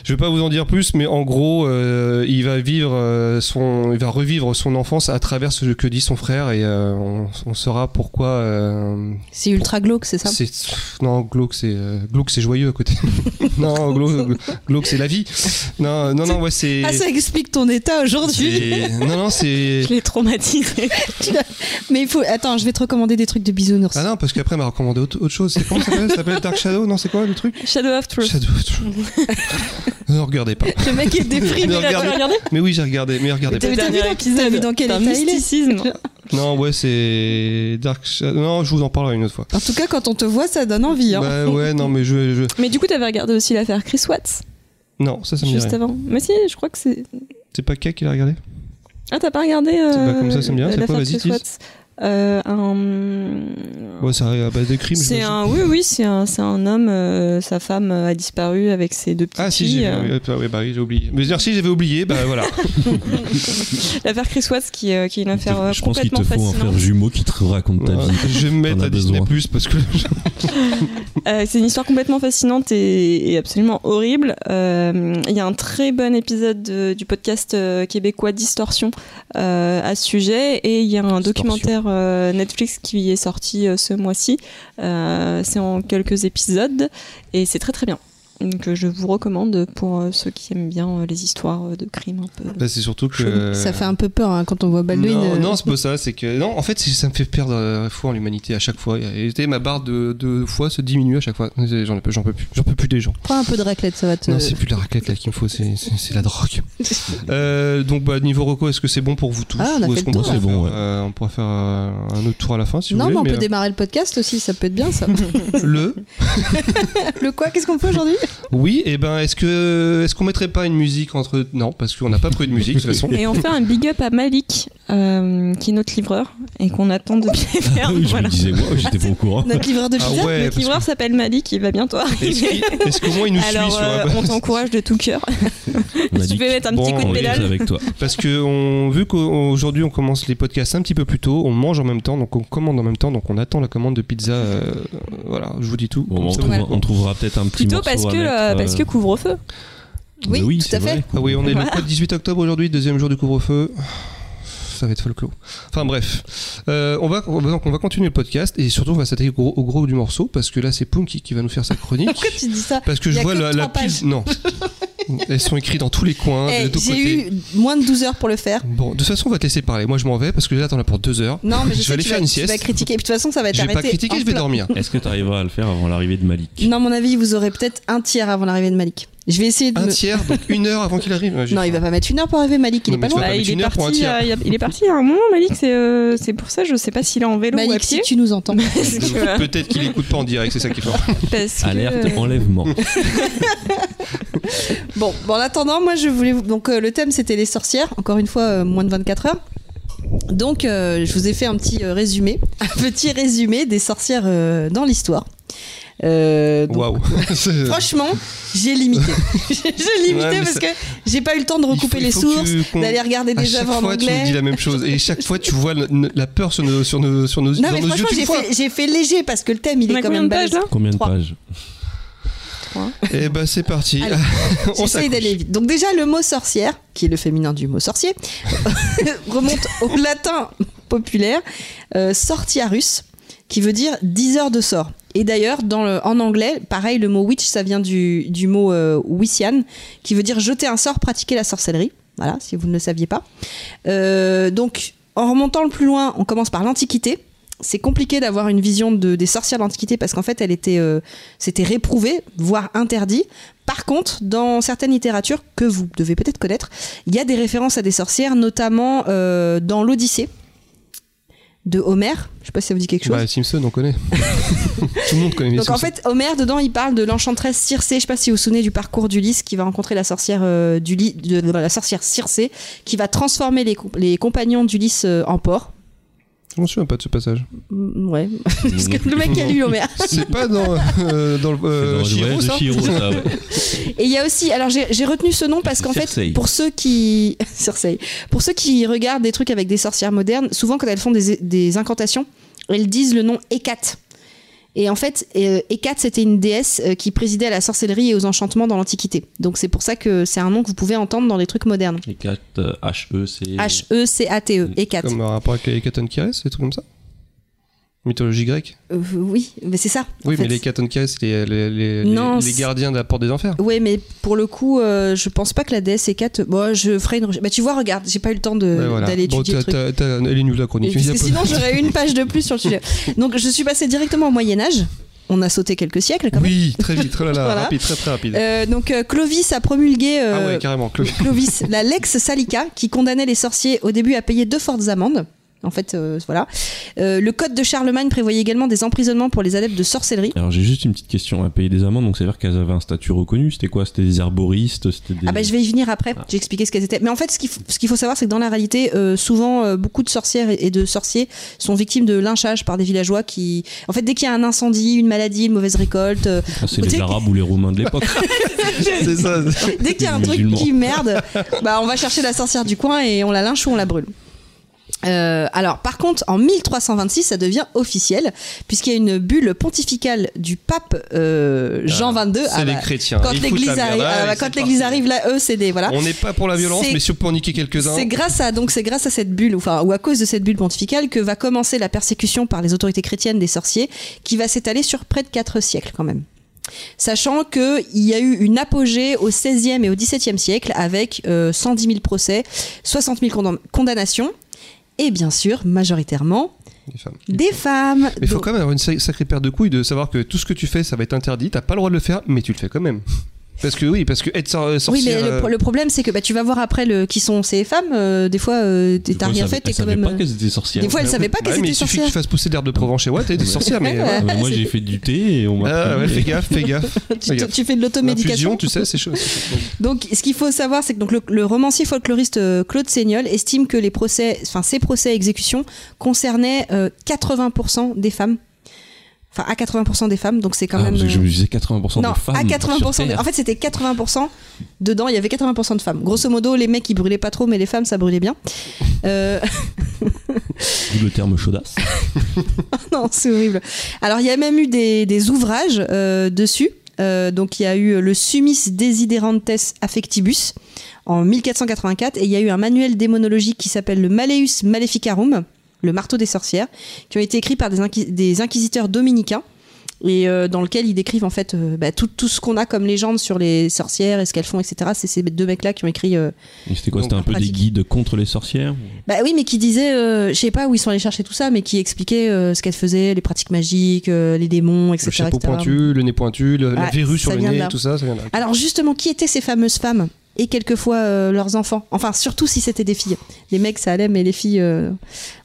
Je vais pas vous en dire plus, mais en gros, euh, il va vivre euh, son, il va revivre son enfance à travers ce que dit son frère et euh, on, on saura pourquoi. euh, C'est ultra glauque, c'est ça c'est pff, non glauque, c'est euh, glauque, c'est joyeux à côté. non glauque, glauque, c'est la vie. Non, non, non, ouais, c'est. Ah, ça explique ton état aujourd'hui. c'est- Non, non, c'est. Je l'ai traumatisé. Mais il faut. Attends, je vais te recommander des trucs de bisounours. Ah non, parce qu'après, elle m'a recommandé autre, autre chose. C'est comment ça s'appelle Ça s'appelle Dark Shadow Non, c'est quoi le truc Shadow of Truth. Shadow. ne regardez pas. Le mec est déprimé. Ne Tu l'as regardez- regardé Mais oui, j'ai regardé. Mais regardez pas. T'as vu dans- Dernier t'as épisode vu dans quel d'un état il est mysticisme. Non, ouais, c'est Dark Shadow. Non, je vous en parlerai une autre fois. En tout cas, quand on te voit, ça donne envie. Hein. Bah ouais, non, mais je. je- Mais du coup, t'avais regardé aussi l'affaire Chris Watts Non, ça, ça me dit juste rien. avant. Mais si, je crois que c'est. C'est pas K qui l'a regardé Ah, t'as pas regardé euh, C'est pas comme ça, ça me dit rien. C'est l'affaire quoi, vas-y, Chris dis. Watts Euh, un... Ouais, c'est à base de crime. C'est j'imagine. un, oui, oui, c'est un, c'est un homme. euh, sa femme euh, a disparu avec ses deux petites Ah si, filles. j'ai euh. oui, ah, ouais, bah, oui, j'ai oublié. Mais dire si j'avais oublié, bah voilà. L'affaire Chris Watts, qui, euh, qui est une affaire euh, je pense qu'il complètement te faut un fascinante. frère jumeau qui te raconte ta Ouais, vie. je vais me T'en mettre as à Disney besoin. Plus parce que Euh, c'est une histoire complètement fascinante et, et absolument horrible. Euh, Il y a un très bon épisode de- du podcast euh, québécois Distorsion euh, à ce sujet et il y a un Distorsion. documentaire euh, Netflix qui est sorti euh, ce mois-ci. Euh, c'est en quelques épisodes et c'est très très bien. Donc euh, je vous recommande pour euh, ceux qui aiment bien euh, les histoires euh, de crimes un peu. Bah, c'est surtout que Ça fait un peu peur hein, quand on voit Baldwin. Non, euh, non, c'est pas ça, c'est que non, en fait, c'est- ça me fait perdre euh, foi en l'humanité à chaque fois. Et tu sais, ma barre de, de foi se diminue à chaque fois. J'en ai peu- j'en peux plus, j'en peux plus des gens. Prends un peu de raclette, ça va te. Non, c'est plus la raclette là qu'il me faut, c'est- c'est c'est la drogue. Euh, donc, bah, niveau reco, est-ce que c'est bon pour vous tous Ah, on a Ou fait est-ce le qu'on tour, pourrait là. faire, C'est bon, ouais. euh, on pourra faire euh, un autre tour à la fin si Non, vous mais on voulez. peut démarrer le podcast aussi, ça peut être bien ça. mais, euh, le le quoi Qu'est-ce qu'on fait aujourd'hui oui, et ben est-ce que est-ce qu'on mettrait pas une musique entre non parce qu'on n'a pas prévu de musique de toute façon. Et on fait un big up à Malik, euh, qui est notre livreur et qu'on attend de pied Ah ferme. oui, je voilà. me disais, waouh, j'étais pas au courant. Notre livreur de Ah pizza ouais, Notre parce que- livreur s'appelle Malik, il va bientôt est-ce arriver. qu'il- est-ce qu'au moins il nous suit Alors, sur euh, la on t'encourage de tout cœur. On a Si tu dit peux mettre un petit Bon, coup de qu'on est pédale. avec toi. Parce que on, vu qu'aujourd'hui on commence les podcasts un petit peu plus tôt, on mange en même temps, donc on commande en même temps, donc on attend la commande de pizza. euh, voilà, je vous dis tout. Bon, Comme on, ça, trouvera- vous- on trouvera peut-être un petit Plutôt morceau parce à que, mettre, euh, euh, parce que couvre-feu. Oui, bah tout c'est à fait. vrai. Ah oui, on est Voilà. le 18 octobre aujourd'hui, deuxième jour du couvre-feu. Ça va être folklore. Enfin bref, Euh, on, va, on va- on va continuer le podcast et surtout on va s'attaquer au gros, au gros du morceau parce que là c'est Punky qui va nous faire sa chronique. Pourquoi tu dis ça parce que Il y je a vois que la, la trois pages. pile. Non, elles sont écrites dans tous les coins, Eh, de tous côtés. J'ai eu moins de 12 heures pour le faire. Bon, de toute façon on va te laisser parler. Moi je m'en vais parce que là t'en as pour deux heures. Non, mais je, Je sais que vais aller tu faire vas- une Tu vas sieste. critiquer, et puis de toute façon, ça va être Je vais arrêté. pas critiquer, en je vais plein. dormir. Est-ce que tu arriveras à le faire avant l'arrivée de Malik Non, à mon avis, vous aurez peut-être un tiers avant l'arrivée de Malik. Je vais essayer de. Un me- tiers, donc une heure avant qu'il arrive. Ouais, j'ai Non, il faim. va pas mettre une heure pour arriver, Malik, il Non, est pas mais tu loin. vas- Bah, mettre il, une est heure pour un parti, tiers. euh, il a- il est parti à un moment, Malik. C'est euh, c'est pour ça, je sais pas s'il est en vélo ou à Malik, si pied. tu nous entends. Parce que- euh, Peut-être qu'il écoute pas en direct, c'est ça qui est fort. parce que- euh, Alerte, enlèvement. Bon, bon, en attendant, moi je voulais vous... donc euh, le thème c'était les sorcières, encore une fois euh, moins de 24 heures. Donc euh, je vous ai fait un petit euh, résumé, un petit résumé des sorcières euh, dans l'histoire. Euh, donc, Waouh. C'est- Franchement, j'ai limité. j'ai limité Ouais, mais parce ça- que j'ai pas eu le temps de il faut- recouper il les faut que sources, tu- qu'on- d'aller regarder À des chaque œuvres en fois, tu nous dis anglais. la même chose. Et chaque fois, tu vois le- ne- la peur sur nos, sur nos, sur nos, Non dans mais nos yeux. franchement, tout j'ai le fois. fait, j'ai fait léger parce que le thème il On est a quand combien même de pages balèze. là Combien de Trois. pages Eh ben, c'est parti. Allez, On J'essaye s'accroche. d'aller vite. Donc déjà, le mot sorcière, qui est le féminin du mot sorcier, remonte au latin populaire euh, sortiarus, qui veut dire 10 heures de sort. Et d'ailleurs, dans le- en anglais, pareil, le mot witch, ça vient du, du mot euh, wician, qui veut dire jeter un sort, pratiquer la sorcellerie. Voilà, si vous ne le saviez pas. Euh, donc, en remontant le plus loin, on commence par l'Antiquité. C'est compliqué d'avoir une vision de- des sorcières de l'Antiquité parce qu'en fait, elle était, euh, c'était réprouvé, voire interdit. Par contre, dans certaines littératures que vous devez peut-être connaître, il y a des références à des sorcières, notamment euh, dans l'Odyssée de Homère. Je sais pas si ça vous dit quelque chose. Bah, Simpson, on connaît. Tout le monde connaît les Donc en Simpsons. fait, Homère, dedans, il parle de l'enchanteresse Circé. Je sais pas si vous vous souvenez du parcours d'Ulysse qui va rencontrer la sorcière euh, d'Uly- de, de- de la sorcière Circé, qui va transformer les, comp- les compagnons d'Ulysse euh, en porc. Je m'en souviens pas de ce passage. Mm, Ouais, parce que le mec qui a lu Homère. C'est pas dans, euh, dans le Mmh. C'est dans euh, le Chihiro, voyage de ça Chihiro, ça, ouais. Et il y a aussi, alors j'ai j'ai retenu ce nom parce qu'en fait, Cersei. pour ceux qui Cersei. pour ceux qui regardent des trucs avec des sorcières modernes, souvent quand elles font des, des incantations, elles disent le nom Hécate. Et en fait, euh, Hécate, c'était une déesse euh, qui présidait à la sorcellerie et aux enchantements dans l'Antiquité. Donc c'est pour ça que c'est un nom que vous pouvez entendre dans les trucs modernes. E Les euh, 4 H-E-C. E, H-E-C-A-T-E, Hécate. Comme un rapport avec l'hécatombe qui reste, des trucs comme ça Mythologie grecque Euh, oui, mais c'est ça. en Oui, fait. mais les hécatombe qui reste, les, les, les, Non, les- les c'est- gardiens de la porte des enfers. Ouais, mais pour le coup, euh, je pense pas que la déesse Hécate. Bon, je ferai une recherche. Bah, tu vois, regarde, j'ai pas eu le temps de- Euh, d'aller Ouais, voilà. Bon, étudier t'as- le truc. t'as- t'as- elle est nulle la Et chronique. parce que sinon, j'aurais eu une page de plus sur le sujet. Donc, je suis passée directement au Moyen-Âge. On a sauté quelques siècles quand même. Oui, très vite, très, Voilà. rapide, très très rapide. Euh, donc, euh, Clovis a promulgué euh, ah ouais, carrément. Claude. Clovis, la Lex Salica, qui condamnait les sorciers au début à payer deux fortes amendes. En fait, euh, voilà. Euh, le code de Charlemagne prévoyait également des emprisonnements pour les adeptes de sorcellerie. Alors j'ai juste une petite question à payer des amendes, donc c'est-à-dire qu'elles avaient un statut reconnu, c'était quoi C'était des herboristes c'était des... Ah bah je vais y venir après, Ah. j'ai expliqué ce qu'elles étaient. Mais en fait, ce qu'il faut, ce qu'il faut savoir, c'est que dans la réalité, euh, souvent, euh, beaucoup de sorcières et et de sorciers sont victimes de lynchage par des villageois qui... En fait, dès qu'il y a un incendie, une maladie, une mauvaise récolte, euh, Ah, c'est Tu sais les que- Arabes ou les Romains de l'époque. C'est ça. dès qu'il y a un Les truc musulmans. qui merde, bah on va chercher la sorcière du coin et on la lynche ou on la brûle. Euh, alors, par contre, en 1326, ça devient officiel, puisqu'il y a une bulle pontificale du pape euh, Jean Ah, XXII. C'est Ah les bah, chrétiens. quand Ils foutent l'église la merde, arrive, là, ah bah, et quand c'est l'église parti. arrive, là, eux, c'est des voilà. On n'est pas pour la violence, C'est- mais sur pour niquer quelques-uns. C'est grâce à donc c'est grâce à cette bulle ou enfin ou à cause de cette bulle pontificale que va commencer la persécution par les autorités chrétiennes des sorciers qui va s'étaler sur près de quatre siècles quand même. Sachant que il y a eu une apogée au XVIe et au XVIIe siècle avec euh, 110 000 procès, 60 000 condam- condamnations et bien sûr majoritairement Les femmes. des femmes. Mais il faut Donc- quand même avoir une sa- sacrée paire de couilles de savoir que tout ce que tu fais, ça va être interdit. T'as pas le droit de le faire, mais tu le fais quand même. Parce que oui, parce que être sor- oui, sorcière. mais le, pro- euh, le problème c'est que bah, tu vas voir après le, qui sont ces femmes. euh, des fois, euh, t'es- t'as Elles rien savaient- fait, t'es elles quand savaient même. euh, pas qu'elles étaient sorcières. Des fois, elles savaient pas ouais, qu'elles mais étaient il suffit que sorcières. tu fasses pousser de l'herbe de Provence chez moi, t'es des Ouais. sorcières, mais. Ouais, euh, Ah, mais moi j'ai fait du thé et on m'a Ah pris- ouais, fais gaffe, fais gaffe. Tu, Regarde. tu fais de l'automédication. L'infusion, tu sais, c'est chaud. c'est chaud. Donc, ce qu'il faut savoir, c'est que donc, le, le romancier folkloriste euh, Claude Seignol estime que les procès, enfin, ces procès à exécution concernaient euh, 80% des femmes. Enfin, à 80% des femmes, donc c'est quand Ah, même. parce que je euh, me disais 80% non, de femmes. à 80%. sur des- Terre. En fait, c'était 80%. Dedans, il y avait 80% de femmes. Grosso modo, les mecs, ils brûlaient pas trop, mais les femmes, ça brûlait bien. Euh, D'où le terme chaudasse. non, c'est horrible. Alors, il y a même eu des, des ouvrages euh, dessus. Euh, donc, il y a eu le Summis Desiderantes Affectibus en 1484 et il y a eu un manuel démonologique qui s'appelle le Maleus Maleficarum, le marteau des sorcières, qui ont été écrits par des, inqui- des inquisiteurs dominicains et euh, dans lequel ils décrivent en fait euh, bah, tout, tout ce qu'on a comme légende sur les sorcières et ce qu'elles font, etc. C'est ces deux mecs-là qui ont écrit euh, Et C'était quoi Donc, C'était un peu des pratique. guides contre les sorcières bah oui, mais qui disait, euh, je sais pas où ils sont allés chercher tout ça, mais qui expliquait euh, ce qu'elle faisait, les pratiques magiques, euh, les démons, etc. Le chapeau etc.. pointu, le nez pointu, le- la Ouais, verrue sur Ah, ça le vient de nez, là. Ah, tout ça, ça vient de là. Alors justement, qui étaient ces fameuses femmes et quelquefois euh, leurs enfants Enfin, surtout si c'était des filles. Les mecs, ça allait, mais les filles, euh,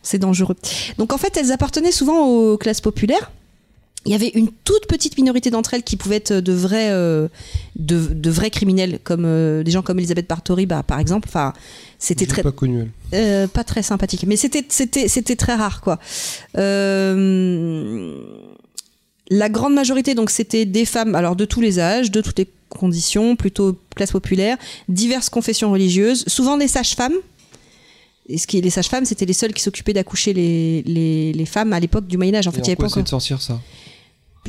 c'est dangereux. Donc en fait, elles appartenaient souvent aux classes populaires. Il y avait une toute petite minorité d'entre elles qui pouvaient être de vrais, euh, de, de vrais criminels, comme euh, des gens comme Elisabeth Bartori, bah, par exemple. Enfin, c'était Je l'ai très pas connu, elle. euh, pas très sympathique, mais c'était c'était c'était très rare quoi. Euh, la grande majorité donc c'était des femmes alors de tous les âges, de toutes les conditions, plutôt classe populaire, diverses confessions religieuses, souvent des sages-femmes. Et ce qui les sages-femmes c'était les seules qui s'occupaient d'accoucher les, les, les femmes à l'époque du Moyen Âge. En fait Et il y avait pas quoi c'est encore. de sorcière, ça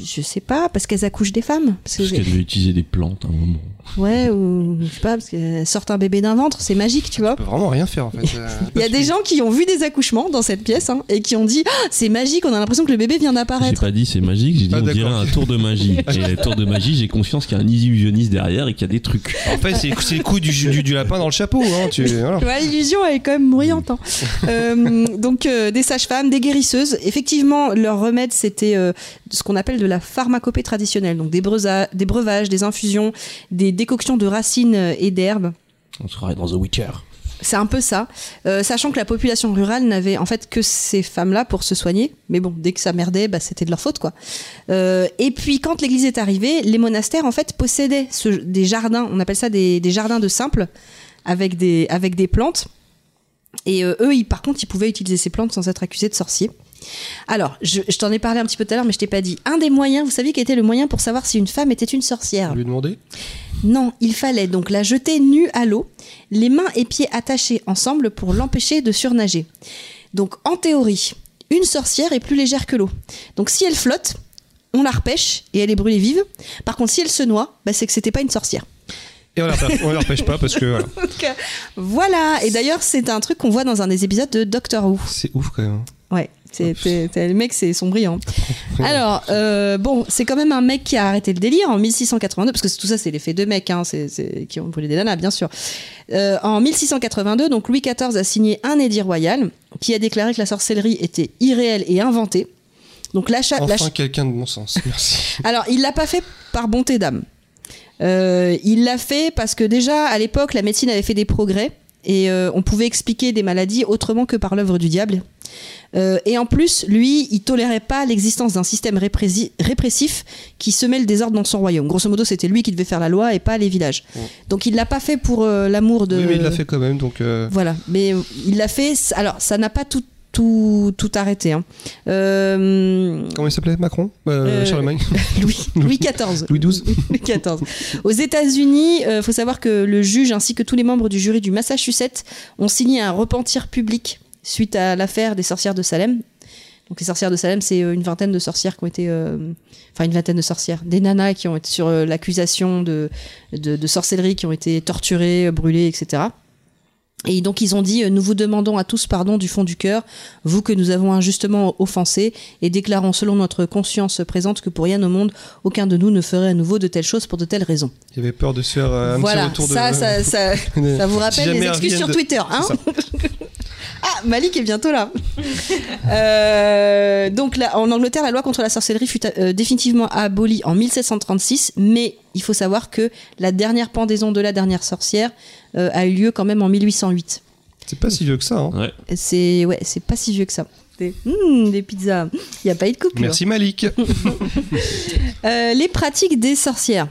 Je sais pas parce qu'elles accouchent des femmes. Parce que- Parce qu'elles devaient utiliser des plantes à un moment. ouais ou je sais pas parce qu'elles sortent un bébé d'un ventre, c'est magique tu vois. On peut vraiment rien faire, en fait. euh, Il y a des gens qui ont vu des accouchements dans cette pièce hein, et qui ont dit Ah, c'est magique, on a l'impression que le bébé vient J'ai d'apparaître. pas dit c'est magique, j'ai dit Ah, on dirait d'accord. un tour de magie. et le tour de magie, j'ai conscience qu'il y a un illusionniste derrière et qu'il y a des trucs. En fait, c'est c'est le coup du, du, du lapin dans le chapeau. Hein, tu, voilà. Ouais, L'illusion elle est quand même bruyante. hein. Euh, donc euh, des sages-femmes, des guérisseuses. Effectivement, leur remède c'était euh, ce qu'on appelle de la pharmacopée traditionnelle, donc des, breusa- des breuvages, des infusions, des décoctions de racines euh, et d'herbes. On serait dans The Witcher. C'est un peu ça, Euh, sachant que la population rurale n'avait en fait que ces femmes-là pour se soigner. Mais bon, dès que ça merdait, bah, c'était de leur faute, quoi. Euh, et puis, quand l'Église est arrivée, les monastères en fait possédaient ce- des jardins. On appelle ça des, des jardins de simples, avec des avec des plantes. Et euh, eux, ils, par contre, ils pouvaient utiliser ces plantes sans être accusés de sorciers. Alors, je, je t'en ai parlé un petit peu tout à l'heure, mais je t'ai pas dit. Un des moyens, vous savez, qui était le moyen pour savoir si une femme était une sorcière. Vous lui demander Non, il fallait donc la jeter nue à l'eau, les mains et pieds attachés ensemble pour l'empêcher de surnager. Donc en théorie, une sorcière est plus légère que l'eau. Donc si elle flotte, on la repêche et elle est brûlée vive. Par contre, si elle se noie, bah, c'est que c'était pas une sorcière. Et on la repêche- on la repêche pas parce que voilà. Donc, euh, voilà. Et d'ailleurs, c'est un truc qu'on voit dans un des épisodes de Doctor Who. C'est ouf quand même. Ouais. C'est- t'es- t'es- les mecs, c'est- ils sont brillants. Alors, euh, bon, c'est quand même un mec qui a arrêté le délire en 1682, parce que c'est- tout ça, c'est l'effet de mecs hein, c'est- c'est- qui ont brûlé des nanas, bien sûr. Euh, en 1682, donc Louis XIV a signé un édit royal qui a déclaré que la sorcellerie était irréelle et inventée. Donc, l'achat. l'achat- Enfin quelqu'un de bon sens. Merci. alors, il l'a pas fait par bonté d'âme. Euh, il l'a fait parce que déjà à l'époque, la médecine avait fait des progrès et euh, on pouvait expliquer des maladies autrement que par l'œuvre du diable. Euh, et en plus, lui, il tolérait pas l'existence d'un système répresi- répressif qui semait le désordre dans son royaume. Grosso modo, c'était lui qui devait faire la loi et pas les villages. Ouais. Donc, il l'a pas fait pour euh, l'amour de. Oui, mais il l'a fait quand même donc. euh, Voilà, mais euh, il l'a fait. Alors, ça n'a pas tout tout tout arrêté. hein. Euh, Comment il s'appelait Macron Euh, Euh, Charlemagne Louis, Louis XIV. Louis XII. Louis XIV. Aux États-Unis, il faut savoir que le juge ainsi que tous les membres du jury du Massachusetts ont signé un repentir public suite à l'affaire des sorcières de Salem. Donc les sorcières de Salem, c'est euh, une vingtaine de sorcières qui ont été, euh, enfin une vingtaine de sorcières, des nanas qui ont été sur euh, l'accusation de, de, de sorcellerie, qui ont été torturées, euh, brûlées, etc. Et donc ils ont dit, euh, nous vous demandons à tous pardon du fond du cœur, vous que nous avons injustement offensé, et déclarons selon notre conscience présente que pour rien au monde, aucun de nous ne ferait à nouveau de telles choses pour de telles raisons. Il avait peur de se faire euh, un voilà, petit retour ça, de. ça, ça, ça vous Si rappelle jamais les excuses Ariane sur de- Twitter, hein C'est ça. Ah, Malik est bientôt là. Euh, donc là, en Angleterre, la loi contre la sorcellerie fut euh, définitivement abolie en 1736, mais il faut savoir que la dernière pendaison de la dernière sorcière euh, a eu lieu quand même en 1808. C'est pas si vieux que ça. hein. Ouais. C'est ouais, c'est pas si vieux que ça. Des, Hmm, des pizzas. Il n'y a pas eu de coupure. Merci Malik. Euh, les pratiques des sorcières.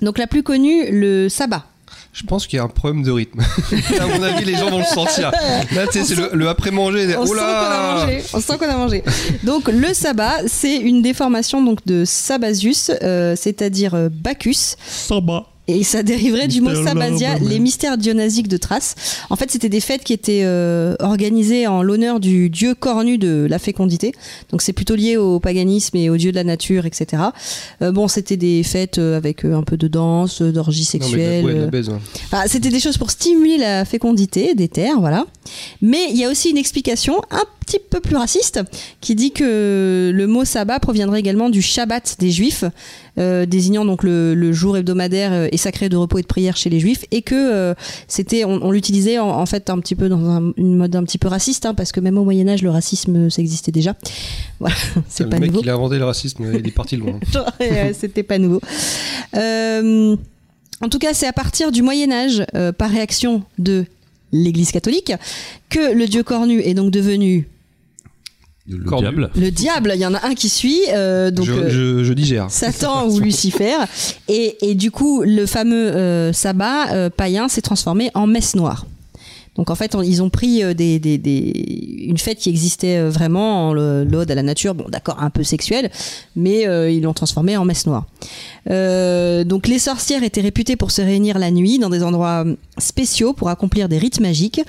Donc la plus connue, le sabbat. Je pense qu'il y a un problème de rythme. à mon avis, les gens vont le sentir. Là, tu sais, c'est le, le après-manger. On Oh sent qu'on a là mangé. On sent qu'on a mangé. Donc le sabbat, c'est une déformation donc de Sabbasius, euh, c'est-à-dire euh, Bacchus. Samba. Et ça dériverait du mot Mystère sabbasia, Lord, les man. mystères dionysiques de Thrace. En fait, c'était des fêtes qui étaient euh, organisées en l'honneur du dieu cornu de la fécondité. Donc, c'est plutôt lié au paganisme et au dieu de la nature, etc. Euh, bon, c'était des fêtes euh, avec euh, un peu de danse, euh, d'orgie Non, mais sexuelle. de- ouais, de la euh. baise, hein. ouais. Enfin, c'était des choses pour stimuler la fécondité des terres, voilà. Mais il y a aussi une explication un petit peu plus raciste qui dit que le mot sabbat proviendrait également du Shabbat des Juifs, euh, désignant donc le, le jour hebdomadaire euh, et sacré de repos et de prière chez les Juifs, et que euh, c'était, on, on l'utilisait en, en fait un petit peu dans un une mode un petit peu raciste, hein, parce que même au Moyen Âge le racisme euh, ça existait déjà. Voilà, c'est le pas mec, nouveau. il a inventé le racisme. Il est parti loin. Genre, euh, c'était pas nouveau. Euh, en tout cas, c'est à partir du Moyen Âge, euh, par réaction de l'Église catholique, que le dieu cornu est donc devenu Le Cornu. diable. le diable. Il y en a un qui suit, euh, donc je, euh, je- je digère. Satan ou Lucifer. Et, et du coup, le fameux euh, sabbat euh, païen s'est transformé en messe noire. Donc en fait, on- ils ont pris euh, des, des- des- une fête qui existait euh, vraiment, en le- l'ode à la nature, bon d'accord, un peu sexuelle, mais euh, ils l'ont transformée en messe noire. Euh, donc les sorcières étaient réputées pour se réunir la nuit dans des endroits euh, spéciaux pour accomplir des rites magiques.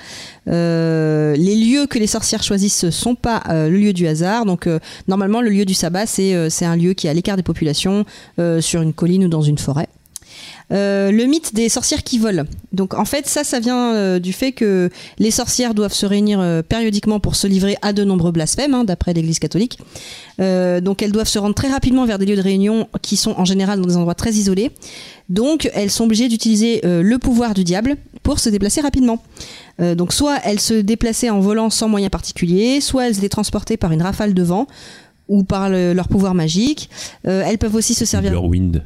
Euh, les lieux que les sorcières choisissent ne sont pas euh, le lieu du hasard. Donc euh, normalement, le lieu du sabbat, c'est euh, c'est un lieu qui est à l'écart des populations, euh, sur une colline ou dans une forêt. Euh, le mythe des sorcières qui volent. Donc en fait, ça, ça vient euh, du fait que les sorcières doivent se réunir euh, périodiquement pour se livrer à de nombreux blasphèmes, hein, d'après l'Église catholique. Euh, donc elles doivent se rendre très rapidement vers des lieux de réunion qui sont en général dans des endroits très isolés. Donc elles sont obligées d'utiliser euh, le pouvoir du diable pour se déplacer rapidement. Euh, donc soit elles se déplaçaient en volant sans moyen particulier, soit elles étaient transportées par une rafale de vent ou par le- leur pouvoir magique. Euh, elles peuvent aussi se servir Silverwind.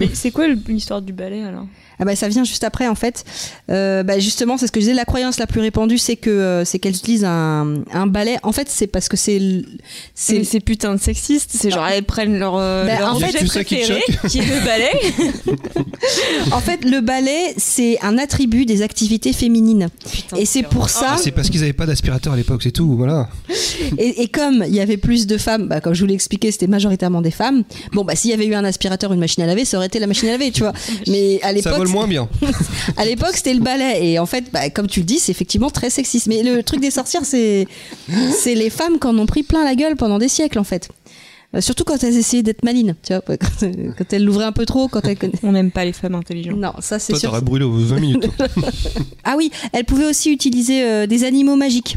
Mais c'est quoi le- l'histoire du ballet alors ah bah ça vient juste après en fait. Euh, bah justement, c'est ce que je disais. La croyance la plus répandue, c'est que euh, c'est qu'elles utilisent un, un balai. En fait, c'est parce que c'est l- C'est c'est c'est putain de sexiste. C'est genre elles prennent leur, euh, Bah, leur en fait, objet tout ça qui te préféré qui est le ballet. en fait le balai, c'est un attribut des activités féminines. Putain, Et c'est pour Ah, ça. c'est parce qu'ils n'avaient pas d'aspirateur à l'époque, c'est tout. Voilà. Et, et comme il y avait plus de femmes, bah, comme je vous l'ai expliqué, c'était majoritairement des femmes. Bon bah s'il y avait eu un aspirateur, ou une machine à laver, ça aurait été la machine à laver, tu vois. Mais à Ça vole l'époque, moins bien. À l'époque, c'était le ballet. Et en fait, bah, comme tu le dis, c'est effectivement très sexiste. Mais le truc des sorcières, c'est, c'est les femmes qui en ont pris plein la gueule pendant des siècles, en fait. Euh, surtout quand elles essayaient d'être malines, tu vois, quand, quand elles l'ouvraient un peu trop, quand elles connaissaient. On n'aime pas les femmes intelligentes. Non, ça c'est Toi, sûr. t'aurais brûlé au bout de 20 minutes. toi. Ah oui, elles pouvaient aussi utiliser euh, des animaux magiques.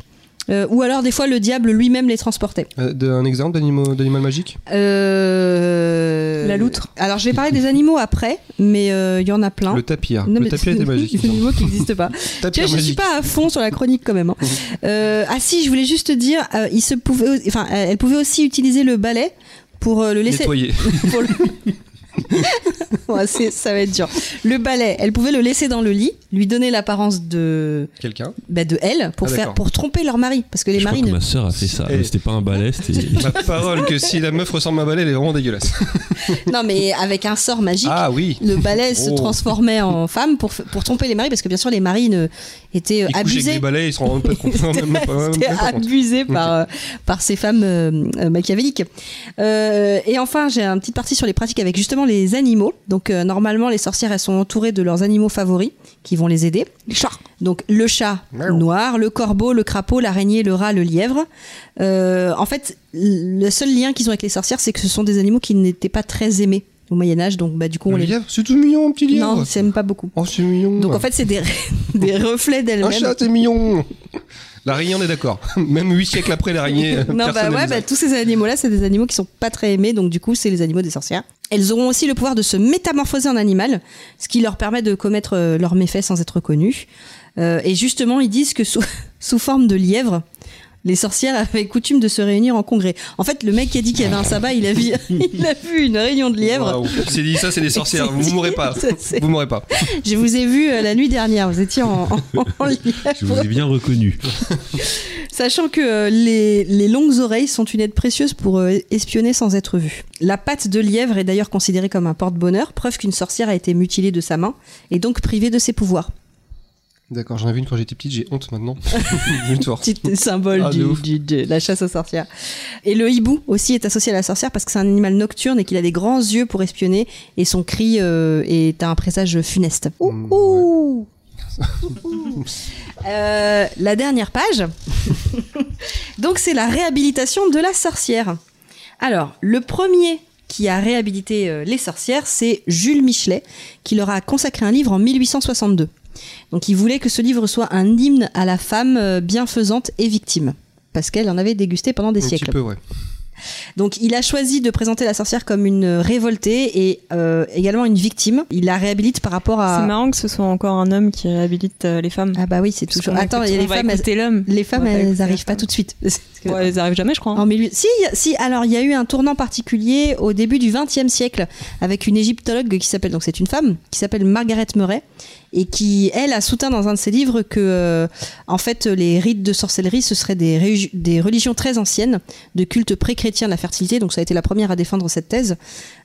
Euh, ou alors des fois le diable lui-même les transportait. Euh, de- un exemple d'animo- d'animal magique Euh, La loutre. Alors je vais parler des animaux après, mais euh, il y en a plein. Le tapir. Non, le mais- tapir était magique. C'est des mots qui n'existent pas. Tu tapir vois, je suis magique. pas à fond sur la chronique quand même. hein. Euh, ah si, je voulais juste te dire, euh, il se pouvait, au- enfin, euh, elle pouvait aussi utiliser le balai pour euh, le laisser. Nettoyé. pour le- Ouais, c'est- ça va être dur. Le balai, elle pouvait le laisser dans le lit, lui donner l'apparence de, Quelqu'un bah, de elle pour Ah, faire, d'accord. pour tromper leur mari, parce que les Je crois maris que ne- ma sœur a fait ça. Eh. mais C'était pas un balai, c'était. Ma parole, que si la meuf ressemble à un balai, elle est vraiment dégueulasse. non mais avec un sort magique. Ah oui Le balai se Oh. transformait en femme pour, f- pour tromper les maris, parce que bien sûr les maris ne- étaient euh, Ils couchent avec abusés. des balais, ils se rendent même pas compte. C'était même pas- même c'était pas compte. abusé par, euh, par ces femmes euh, euh, machiavéliques. Euh, et enfin, j'ai une petite partie sur les pratiques avec justement les animaux. Donc, euh, normalement, les sorcières, elles sont entourées de leurs animaux favoris qui vont les aider. Les chats. Donc, le chat Miaou. noir, le corbeau, le crapaud, l'araignée, le rat, le lièvre. Euh, en fait, le seul lien qu'ils ont avec les sorcières, c'est que ce sont des animaux qui n'étaient pas très aimés au Moyen-Âge. Donc, bah, du coup, on Le les. lièvre, c'est tout mignon, un petit lièvre. Non, ils s'aiment pas beaucoup. Oh, c'est mignon. Donc, en fait, c'est des, des reflets un d'elles-mêmes. chat, c'est mignon. L'araignée, on est d'accord. Même huit siècles après l'araignée. euh, Non, bah personne ouais, n'aime ça. bah, tous ces animaux-là, c'est des animaux qui sont pas très aimés, donc du coup, c'est les animaux des sorcières. Elles auront aussi le pouvoir de se métamorphoser en animal, ce qui leur permet de commettre euh, leurs méfaits sans être connus. Euh, et justement, ils disent que sous, sous forme de lièvre, les sorcières avaient coutume de se réunir en congrès. En fait, le mec qui a dit qu'il y avait un sabbat, il a vu, il a vu une réunion de lièvres. Waouh. C'est dit, ça, c'est des sorcières. C'est Vous dit, mourrez pas. ça, c'est- Vous mourrez pas. Je vous ai vu euh, la nuit dernière, vous étiez en, en- en Je vous lièvre. ai bien reconnu. Sachant que euh, les, les longues oreilles sont une aide précieuse pour euh, espionner sans être vu. La patte de lièvre est d'ailleurs considérée comme un porte-bonheur, preuve qu'une sorcière a été mutilée de sa main et donc privée de ses pouvoirs. D'accord, j'en avais une quand j'étais petite, j'ai honte maintenant. J'ai une force. Petit symbole Ah, de du- ouf. du- de la chasse aux sorcières. Et le hibou aussi est associé à la sorcière parce que c'est un animal nocturne et qu'il a des grands yeux pour espionner et son cri euh, est un présage funeste. Ouh, Mm, ouh. Ouh. Euh, la dernière page. Donc c'est la réhabilitation de la sorcière. Alors, le premier qui a réhabilité euh, les sorcières, c'est Jules Michelet, qui leur a consacré un livre en 1862. Donc il voulait que ce livre soit un hymne à la femme euh, bienfaisante et victime, parce qu'elle en avait dégusté pendant des Un petit siècles. peu, ouais. Donc il a choisi de présenter la sorcière comme une euh, révoltée et euh, également une victime. Il la réhabilite par rapport C'est à... marrant que ce soit encore un homme qui réhabilite euh, les femmes. Ah bah oui, c'est toujours... Parce qu'on Attends, écoute- et les on va femmes, elles, écouter l'homme. les femmes, On va elles écouter les arrivent pas femmes. tout de suite. Parce que- Ouais, elles arrivent jamais, je crois. hein. En 1800 si, il y a- si, alors il y a eu un tournant particulier au début du XXe siècle avec une égyptologue qui s'appelle, donc c'est une femme, qui s'appelle Margaret Murray et qui, elle, a soutenu dans un de ses livres que, euh, en fait, les rites de sorcellerie, ce seraient des, régi- des religions très anciennes, de culte pré-chrétien de la fertilité, donc ça a été la première à défendre cette thèse,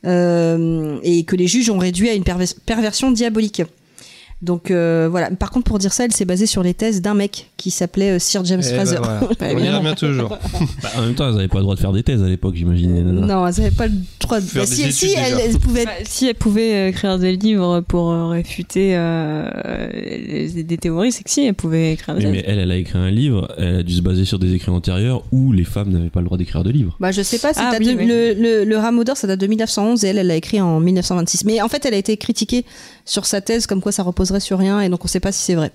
euh, et que les juges ont réduit à une perver- perversion diabolique. Donc euh, voilà. Par contre, pour dire ça, elle s'est basée sur les thèses d'un mec qui s'appelait euh, Sir James Eh ben, Fraser. voilà. On y évidemment. revient toujours. Bah, en même temps, elles n'avaient pas le droit de faire des thèses à l'époque, j'imagine. les nanas. Non, elles n'avaient pas le droit de. Bah, Faire si, des études, si, elles, déjà. elles pouvaient Bah, si elle pouvait écrire des livres pour euh, réfuter euh, les- des théories, c'est que si elle pouvait écrire des Mais, mais elle, elle a écrit un livre, elle a dû se baser sur des écrits antérieurs où les femmes n'avaient pas le droit d'écrire de livres. Bah, je sais pas, c'est Ah à oui, deux- oui. Le, le, le rameau d'or, ça date de 1911 et elle, elle l'a écrit en 1926. Mais en fait, elle a été critiquée sur sa thèse comme quoi ça reposerait sur rien et donc on sait pas si c'est vrai.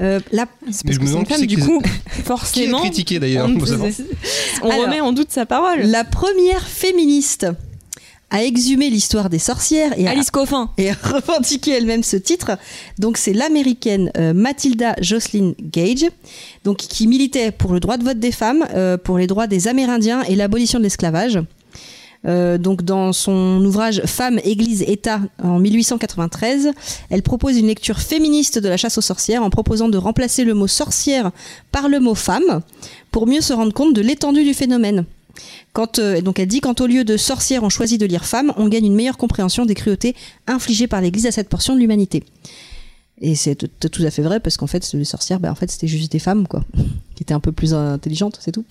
Euh, là, C'est Mais parce je que me c'est une demande qui femme, c'est du qui- coup, Qui est forcément, critiqué hein, d'ailleurs on, faut savoir. on Alors, remet en doute sa parole. la première féministe à exhumer l'histoire des sorcières et à, Alice Coffin. et à revendiquer elle-même ce titre, donc c'est l'américaine euh, Matilda Jocelyn Gage, donc qui militait pour le droit de vote des femmes, euh, pour les droits des Amérindiens et l'abolition de l'esclavage. Euh, donc dans son ouvrage Femmes, Église, État en 1893, elle propose une lecture féministe de la chasse aux sorcières en proposant de remplacer le mot sorcière par le mot femme pour mieux se rendre compte de l'étendue du phénomène. Quand, euh, donc elle dit quand au lieu de sorcière on choisit de lire femme, on gagne une meilleure compréhension des cruautés infligées par l'Église à cette portion de l'humanité. Et c'est tout, tout à fait vrai parce qu'en fait les sorcières, ben, en fait c'était juste des femmes quoi, qui étaient un peu plus intelligentes, c'est tout.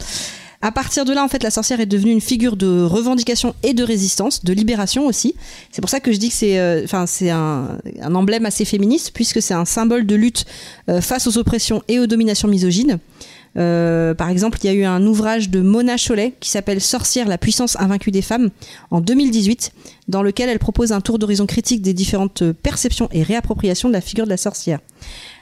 À partir de là, en fait, la sorcière est devenue une figure de revendication et de résistance, de libération aussi. C'est pour ça que je dis que c'est, euh, enfin, c'est un, un emblème assez féministe puisque c'est un symbole de lutte euh, face aux oppressions et aux dominations misogynes. Euh, par exemple, il y a eu un ouvrage de Mona Cholet qui s'appelle Sorcière, la puissance invaincue des femmes en 2018, dans lequel elle propose un tour d'horizon critique des différentes euh, perceptions et réappropriations de la figure de la sorcière.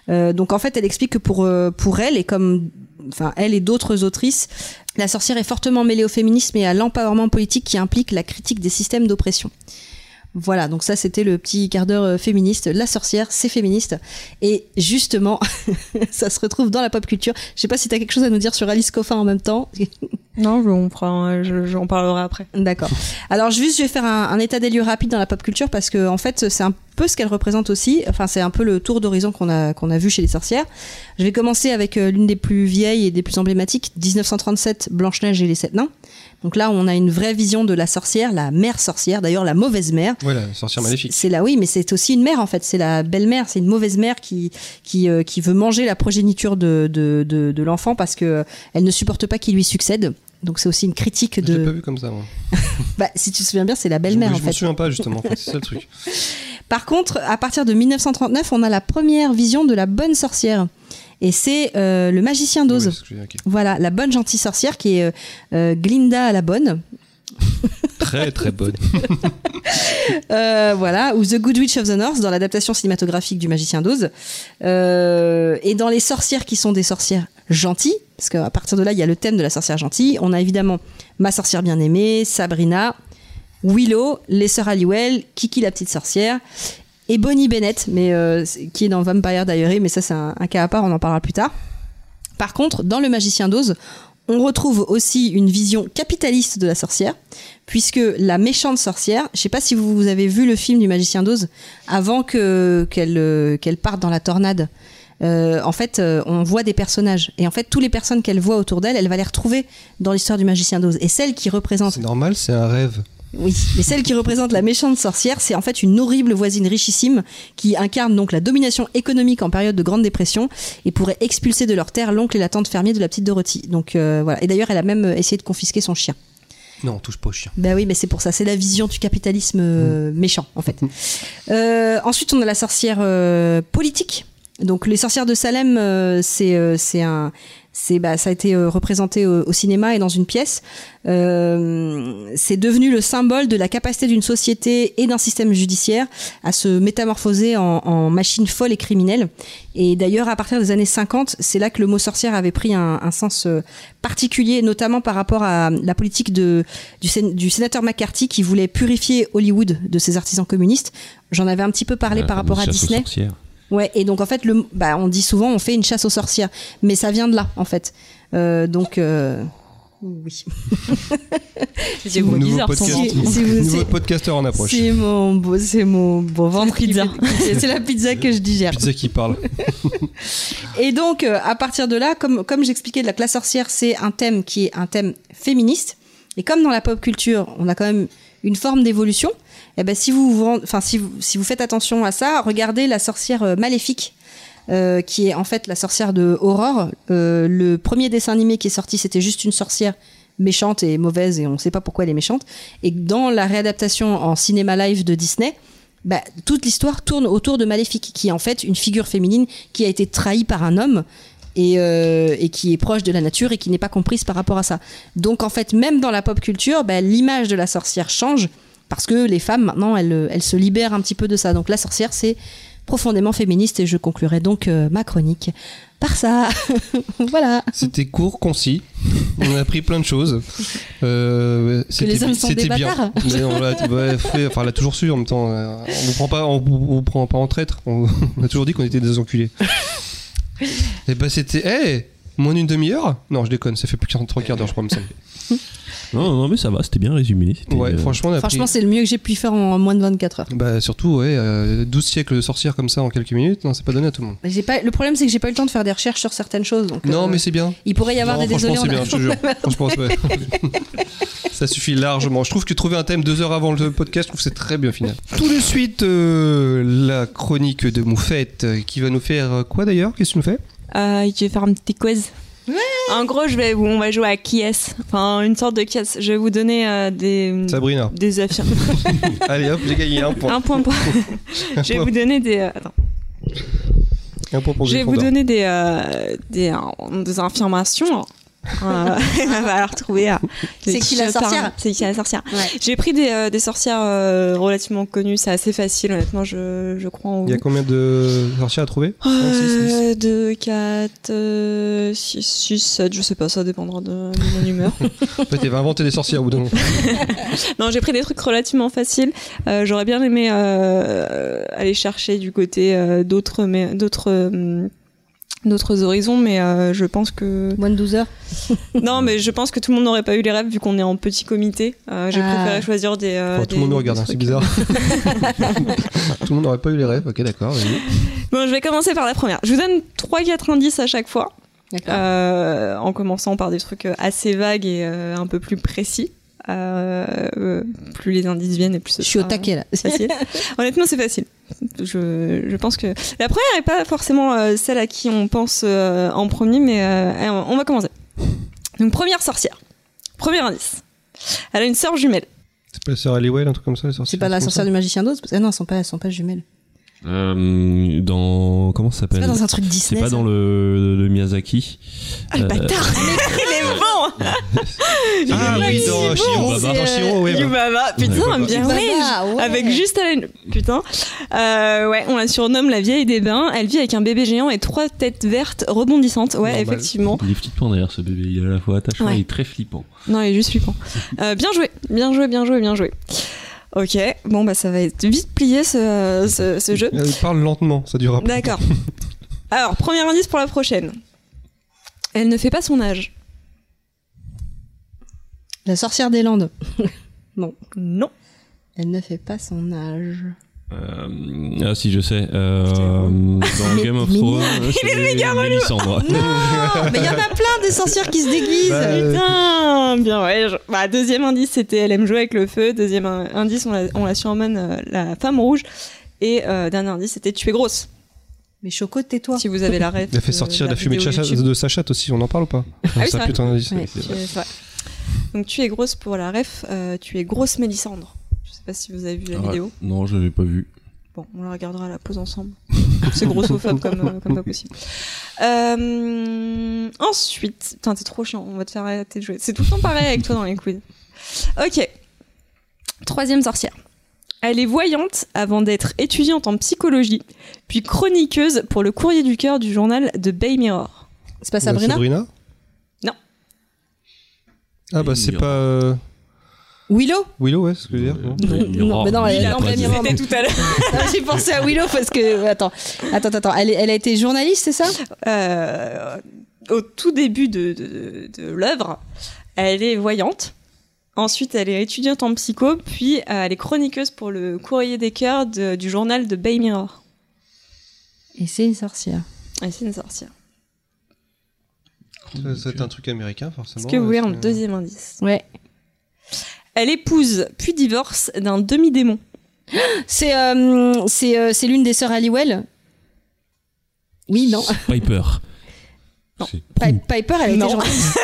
Euh, donc en fait, elle explique que pour, euh, pour elle, et comme enfin, elle et d'autres autrices, la sorcière est fortement mêlée au féminisme et à l'empowerment politique qui implique la critique des systèmes d'oppression. Voilà, donc ça c'était le petit quart d'heure euh, féministe. La sorcière, c'est féministe. Et justement, ça se retrouve dans la pop culture. Je sais pas si t'as quelque chose à nous dire sur Alice Coffin en même temps. Non, je- on fera- je- j'en parlerai après. D'accord. Alors juste, je vais faire un, un état des lieux rapide dans la pop culture parce que en fait, c'est un peu ce qu'elle représente aussi. Enfin, c'est un peu le tour d'horizon qu'on a qu'on a vu chez les sorcières. Je vais commencer avec euh, l'une des plus vieilles et des plus emblématiques, 1937, Blanche Neige et les sept nains. Donc là, on a une vraie vision de la sorcière, la mère sorcière, d'ailleurs la mauvaise mère, Voilà, sorcière maléfique. c'est là, oui, mais c'est aussi une mère en fait. C'est la belle-mère, c'est une mauvaise mère qui qui, euh, qui veut manger la progéniture de de, de, de l'enfant parce que euh, elle ne supporte pas qu'il lui succède. Donc c'est aussi une critique Je l'ai pas de. vu comme ça, moi. Bah, si tu te souviens bien, c'est la belle-mère en Je m'en fait. souviens pas, justement, en fait, c'est ça le truc. Par contre, à partir de 1939, on a la première vision de la bonne sorcière, et c'est euh, le magicien Oui, d'Oz. c'est ce que j'ai- ok. Voilà, la bonne gentille sorcière qui est euh, euh, Glinda à la bonne, Très très bonne. Euh, voilà, ou The Good Witch of the North dans l'adaptation cinématographique du Magicien d'Oz. Euh, et dans les sorcières qui sont des sorcières gentilles, parce qu'à partir de là, il y a le thème de la sorcière gentille. On a évidemment Ma sorcière bien-aimée, Sabrina, Willow, les sœurs Halliwell, Kiki la petite sorcière. Et Bonnie Bennett, mais euh, c'est- qui est dans Vampire Diary, mais ça c'est un, un cas à part, on en parlera plus tard. Par contre, dans Le Magicien d'Oz, on retrouve aussi une vision capitaliste de la sorcière, puisque la méchante sorcière, je sais pas si vous, vous avez vu le film du Magicien d'Oz avant que qu'elle euh, qu'elle parte dans la tornade. euh, en fait, euh, on voit des personnages, et en fait, toutes les personnes qu'elle voit autour d'elle, elle va les retrouver dans l'histoire du Magicien d'Oz. Et celle qui représente C'est normal, c'est un rêve. oui, mais celle qui représente la méchante sorcière, c'est en fait une horrible voisine richissime qui incarne donc la domination économique en période de Grande Dépression et pourrait expulser de leur terre l'oncle et la tante fermier de la petite Dorothy. Donc euh, voilà. Et d'ailleurs, elle a même euh, essayé de confisquer son chien. Non, on touche pas au chien. Ben oui, mais c'est pour ça. C'est la vision du capitalisme euh, méchant, en fait. Euh, ensuite, on a la sorcière euh, politique. Donc, les sorcières de Salem, euh, c'est euh, c'est un, c'est bah, ça a été euh, représenté au, au cinéma et dans une pièce. Euh, c'est devenu le symbole de la capacité d'une société et d'un système judiciaire à se métamorphoser en, en machine folle et criminelle. Et d'ailleurs, à partir des années 50, c'est là que le mot sorcière avait pris un, un sens euh, particulier, notamment par rapport à la politique de, du, sén- du sénateur McCarthy qui voulait purifier Hollywood de ses artisans communistes. J'en avais un petit peu Euh, parlé Ah, par rapport à Disney. Ouais, et donc en fait, le, bah, on dit souvent on fait une chasse aux sorcières, mais ça vient de là en fait. Euh, donc euh, oui. C'est Nouveau podcast. Si- Nouveau- si vous- Nouveau si- podcasteur en approche. C'est mon, beau- c'est mon bon ventre qui Pizza. fait- C'est la pizza que je digère. Pizza qui parle. Et donc, euh, à partir de là, comme, comme j'expliquais, de la classe sorcière, c'est un thème qui est un thème féministe. Et comme dans la pop culture, on a quand même une forme d'évolution, eh ben, si, vous vous rend- enfin, si, vous, si vous faites attention à ça, regardez la sorcière euh, maléfique. euh, qui est en fait la sorcière de Aurore. Euh, le premier dessin animé qui est sorti, c'était juste une sorcière méchante et mauvaise, et on ne sait pas pourquoi elle est méchante. Et dans la réadaptation en cinéma live de Disney, bah, toute l'histoire tourne autour de Maléfique, qui est en fait une figure féminine qui a été trahie par un homme et, euh, et qui est proche de la nature et qui n'est pas comprise par rapport à ça. Donc en fait, même dans la pop culture, bah, l'image de la sorcière change parce que les femmes, maintenant, elles, euh, elles se libèrent un petit peu de ça. Donc la sorcière, c'est profondément féministe et je conclurai donc euh, ma chronique par ça. voilà. C'était court, concis. On a appris plein de choses. Euh, c'était les hommes sont c'était des bien. bâtards. Mais on l'a ouais, fait- enfin, on l'a toujours su en même temps. euh, On ne prend pas, on, on vous prend pas en traître. On, on a toujours dit qu'on était des enculés. Et bah c'était, eh, moins d'une demi-heure. Non, je déconne. Ça fait plus que 43 quarts d'heure, je crois, me semble. Non, non, mais ça va, c'était bien résumé. c'était, Ouais, euh, franchement, on a Franchement, appris- c'est le mieux que j'ai pu faire en moins de 24 heures. Bah surtout, ouais, euh, 12 siècles de sorcières comme ça en quelques minutes, non, c'est pas donné à tout le monde. J'ai Pas, le problème, c'est que j'ai pas eu le temps de faire des recherches sur certaines choses. Donc, Non, euh, mais c'est bien. il pourrait y avoir Non, des franchement, désolés. c'est en bien, je te jure. Franchement, ouais. ça suffit largement. Je trouve que trouver un thème deux heures avant le podcast, je trouve que c'est très bien au final. Tout de suite, euh, la chronique de Moufette euh, qui va nous faire euh, quoi d'ailleurs Qu'est-ce que tu nous fais Euh, je vais faire un petit quiz. en gros, je vais, on va jouer à qui est-ce. Enfin, une sorte de qui est-ce. Je vais vous donner euh, des, Sabrina. des affirmations. Allez hop, j'ai gagné un point. Un point pour. je vais vous donner des. euh, attends. Un point pour Je vais vous Gryffondor. donner des, euh, des, euh, des informations. Euh, elle va la retrouver. ah. C'est qui la sorcière C'est qui la sorcière Ouais. J'ai pris des, euh, des sorcières euh, relativement connues, c'est assez facile, honnêtement, je, je crois en Il y a vous. combien de sorcières à trouver Un, six, dix. Euh, 2, 4, 6, 7, je sais pas, ça dépendra de, de mon humeur. En fait, il va inventer des sorcières au bout d'un moment. non, j'ai pris des trucs relativement faciles. Euh, J'aurais bien aimé euh, aller chercher du côté euh, d'autres mais- d'autres euh, d'autres horizons, mais euh, je pense que Moins de 12 heures. Non, mais je pense que tout le monde n'aurait pas eu les rêves vu qu'on est en petit comité. Euh, J'ai Ah. préféré choisir des. euh, Enfin, tout le des- monde nous des regarde, hein, c'est trucs. bizarre. tout le monde n'aurait pas eu les rêves, ok, d'accord. vas-y. Bon, je vais commencer par la première. Je vous donne 3-4 indices à chaque fois, D'accord. euh, en commençant par des trucs assez vagues et euh, un peu plus précis. Euh, euh, plus les indices viennent et plus ce Je suis au sera- taquet là. facile. Honnêtement, c'est facile. Je, je pense que la première n'est pas forcément euh, celle à qui on pense euh, en premier, mais euh, allez, on on va commencer. Donc première sorcière, premier indice. Elle a une sœur jumelle. C'est pas la sœur Halliwell, un truc comme ça, les sorcières C'est pas la comme sorcière ça du magicien d'Oz parce- Ah non, elles sont pas, elles sont pas jumelles. Euh, dans. Comment ça C'est s'appelle pas dans un truc C'est Disney. pas ça. dans le, le Miyazaki. Ah, le Euh, bâtard Il est bon Ah oui, dans Chiro, Yubaba. dans Chiro, ouais. bah. Yubaba, putain, Yubaba. bien Yubaba, oui ouais. Avec juste à la... Putain. Euh, ouais, on la surnomme la vieille des bains. Elle vit avec un bébé géant et trois têtes vertes rebondissantes. Ouais, Normal. Oh. effectivement. Il est flippant d'ailleurs ce bébé, il est à la fois attachant Ouais. et très flippant. Non, il est juste flippant. Euh, bien joué, bien joué, bien joué, bien joué. Ok, bon bah ça va être vite plié ce, ce- ce jeu. Elle parle lentement, ça durera pas. D'accord. Alors, premier indice pour la prochaine. Elle ne fait pas son âge. La sorcière des Landes. Non. Elle ne fait pas son âge. Euh, ah si je sais, euh, dans Game of mais Thrones, il est méga Non, Ah, mais il y en a plein des sorcières qui se déguisent. Bah, euh, Putain, bien ouais. je- Bah, deuxième indice, c'était elle aime jouer avec le feu. Deuxième in- indice, on la, on la surnomme euh, la femme rouge. Et euh, dernier indice, c'était tu es grosse. Mais Choco, tais-toi. Si vous avez Euh, la rêve. Il a fait sortir la, fumée de, vidéo sa- YouTube. de sa chatte aussi, on en parle ou pas Ah oui, c'est Ça, vrai. putain, c'est- Ouais. c'est- Tu es- ouais. Donc tu es grosse pour la ref, euh, tu es grosse Mélissandre. Je sais pas si vous avez vu Ah la vidéo. Non, je l'avais pas vu. Bon, on la regardera à la pause ensemble. C'est grossophobe comme, euh, comme pas possible. Euh, ensuite, putain, t'es trop chiant, on va te faire arrêter de jouer. C'est tout le temps pareil avec toi dans les quiz. Ok. Troisième sorcière. Elle est voyante avant d'être étudiante en psychologie, puis chroniqueuse pour le courrier du cœur du journal de Bay Mirror. C'est pas Bah, Sabrina Non. Ah bah c'est pas euh, Willow Willow, ouais, c'est ce que je veux dire. Euh, non Non, mais non, elle est en plein Mirror. Mirror. C'était tout à l'heure. Ah, J'ai pensé à Willow parce que. Attends, attends, attends. Elle, est- elle a été journaliste, c'est ça Euh, au tout début de, de- de l'œuvre, elle est voyante. Ensuite, elle est étudiante en psycho, puis euh, elle est chroniqueuse pour le Courrier des cœurs de- du journal de Bay Mirror. Et c'est une sorcière. Et c'est une sorcière. Ça, ça va être un truc américain, forcément. Est-ce que vous voulez un parce que- deuxième indice Ouais. Elle épouse, puis divorce d'un demi-démon. C'est euh, c'est euh, c'est l'une des sœurs Halliwell Oui, non. Piper. Non. C'est- Pi- Piper, elle a été Non. journaliste.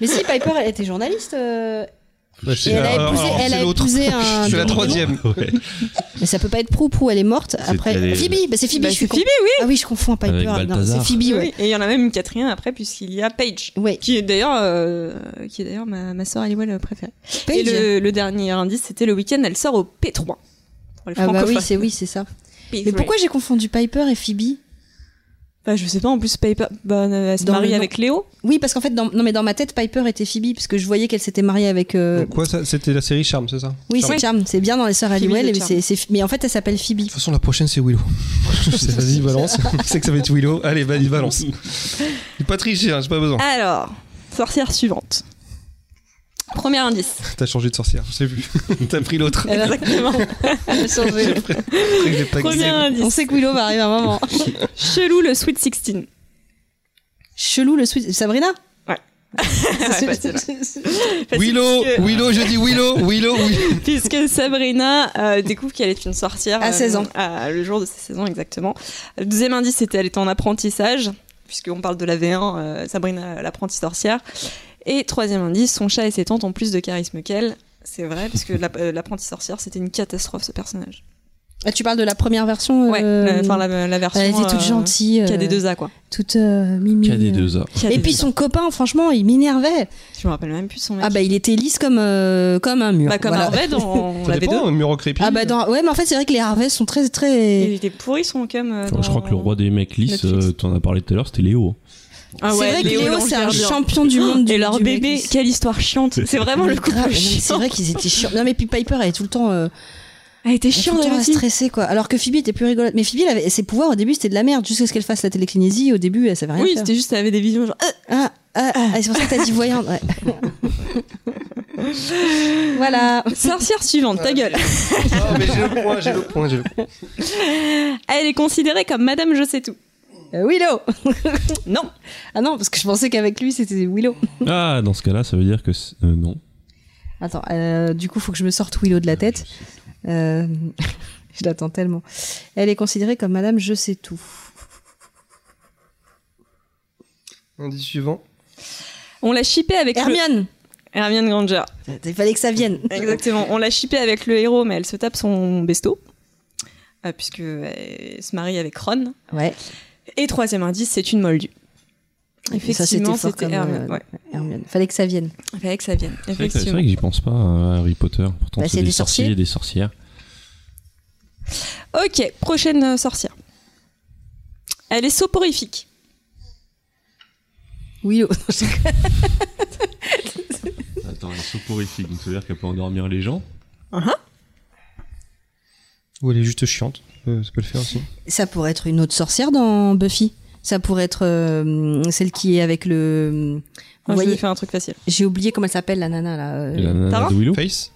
Mais si, Piper, elle a été journaliste. euh, Bah, Et c'est- elle a alors, épousé, alors, elle a c'est l'autre. épousé un. Je suis la troisième. Ouais. Mais ça peut pas être Proupou, elle est morte. Après. elle est- Phoebe, bah c'est Phoebe, Bah, je suis c'est con. Phoebe, oui. Ah oui, je confonds Piper. Avec Non, Balthazar. c'est Phoebe, ouais. Oui, Et il y en a même une quatrième après, puisqu'il y a Paige. Ouais. Qui est d'ailleurs, euh, qui est d'ailleurs ma, ma soeur Halliwell préférée. Et Paige. le, le dernier indice, c'était le week-end, elle sort au P3. Pour les Ah bah oui, francophones. c'est oui, c'est ça. P3. Mais pourquoi j'ai confondu Piper et Phoebe Bah, je sais pas, en plus, Piper, bah, elle se Dans le marie nom. avec Léo. Oui, parce qu'en fait, dans... non mais dans ma tête, Piper était Phoebe parce que je voyais qu'elle s'était mariée avec. euh, Donc, quoi, ça- c'était la série Charme, c'est ça De Oui, c'est Charm. C'est bien dans les sœurs Halliwell, de et Charm. c'est- c'est- mais en fait, elle s'appelle Phoebe. toute façon, la prochaine, c'est Willow. Vas-y, balance. Je sais que ça va être Willow. Allez, vas-y, balance. J'ai pas triché, hein, j'ai pas besoin. Alors, sorcière suivante. Premier indice. T'as changé de sorcière, je sais plus. T'as pris l'autre. Exactement. Après, j'ai pas Premier gagné. On indice. sait que Willow va arriver à un moment. Chelou le Sweet 16. Chelou le sweet. Sabrina Ouais. Willow, puisque, Willow, je dis Willow, Willow, Willow. puisque Sabrina euh, découvre qu'elle est une sorcière. À euh, 16 ans. à- le jour de ses 16 ans, exactement. Le deuxième indice, c'était elle est en apprentissage. Puisqu'on parle de la V1, euh, Sabrina, l'apprentie sorcière. Et troisième indice, son chat et ses tantes ont plus de charisme qu'elle. C'est vrai, parce que l'app- euh, l'apprentie sorcière, c'était une catastrophe, ce personnage. Ah, tu parles de la première version Ouais, euh, la- enfin la, la version. Elle était toute euh, gentille. euh, KD2A quoi. Toute euh, mimi. KD2A. Et puis son copain, franchement, il m'énervait. Je me rappelle même plus son mec. Ah bah il était lisse comme, euh, comme un mur. Bah, comme voilà. Harvey dans on Ça l'avait deux. dépend, un mur creepy. Ah bah dans... ouais, mais en fait c'est vrai que les Harvey sont très Il très. était pourri son cum. euh, Enfin, je crois dans- que le roi des mecs lisses, Netflix. euh, t'en as parlé tout à l'heure, c'était Léo. Ah c'est ouais, vrai que Léo l'ange c'est un gardien. champion du monde du Et leur du mec bébé, lisse. quelle histoire chiante. C'est vraiment le Grave, non, couple mais C'est chiant. vrai qu'ils étaient chiants. Non mais puis Piper elle est tout le temps. euh, Elle Elle est était tout le chiante temps elle à aussi. stresser quoi. Alors que Phoebe était plus rigolote. Mais Phoebe, elle avait- ses pouvoirs au début c'était de la merde. Jusqu'à ce qu'elle fasse la télékinésie, au début elle savait rien Oui, faire. c'était juste elle avait des visions genre Ah, Ah, ah, ah, c'est pour ça que t'as dit voyante. ouais. voilà. sorcière suivante, ta gueule. Ah, mais j'ai le point, j'ai le point, j'ai le point. Elle est considérée comme Madame Je sais tout. Euh, Willow. Non. Ah non, parce que je pensais qu'avec lui c'était Willow. Ah, dans ce cas-là, ça veut dire que. c'est- euh, non. Attends, euh, du coup faut que je me sorte Willow de la tête. Euh, je l'attends tellement. Elle est considérée comme Madame Je sais tout. Indice suivant. On l'a chippée avec le- Hermione. Hermione Granger. Il fallait que ça vienne. Exactement. On l'a chippée avec le héros, mais elle se tape son besto. euh, puisque elle se marie avec Ron. Ouais. Et troisième indice, c'est une moldue. Et ça, c'était Effectivement, fort c'était comme, Hermione. euh, Ouais. Hermione. Fallait que ça vienne. Il fallait que ça vienne. C'est vrai que- C'est vrai Effectivement. que j'y pense pas à Harry Potter. Pourtant, Bah, c'est des, sorciers et des sorcières. Ok, prochaine euh, sorcière. Elle est soporifique. Willow. Attends, elle est soporifique, donc ça veut dire qu'elle peut endormir les gens. Ou elle est juste chiante. Euh, ça peut le faire aussi. Ça pourrait être une autre sorcière dans Buffy. Ça pourrait être euh, celle qui est avec le. Vous Moi, je vais voyez, faire un truc facile. j'ai oublié comment elle s'appelle la nana là. euh, Et la nana Tara de Willow Face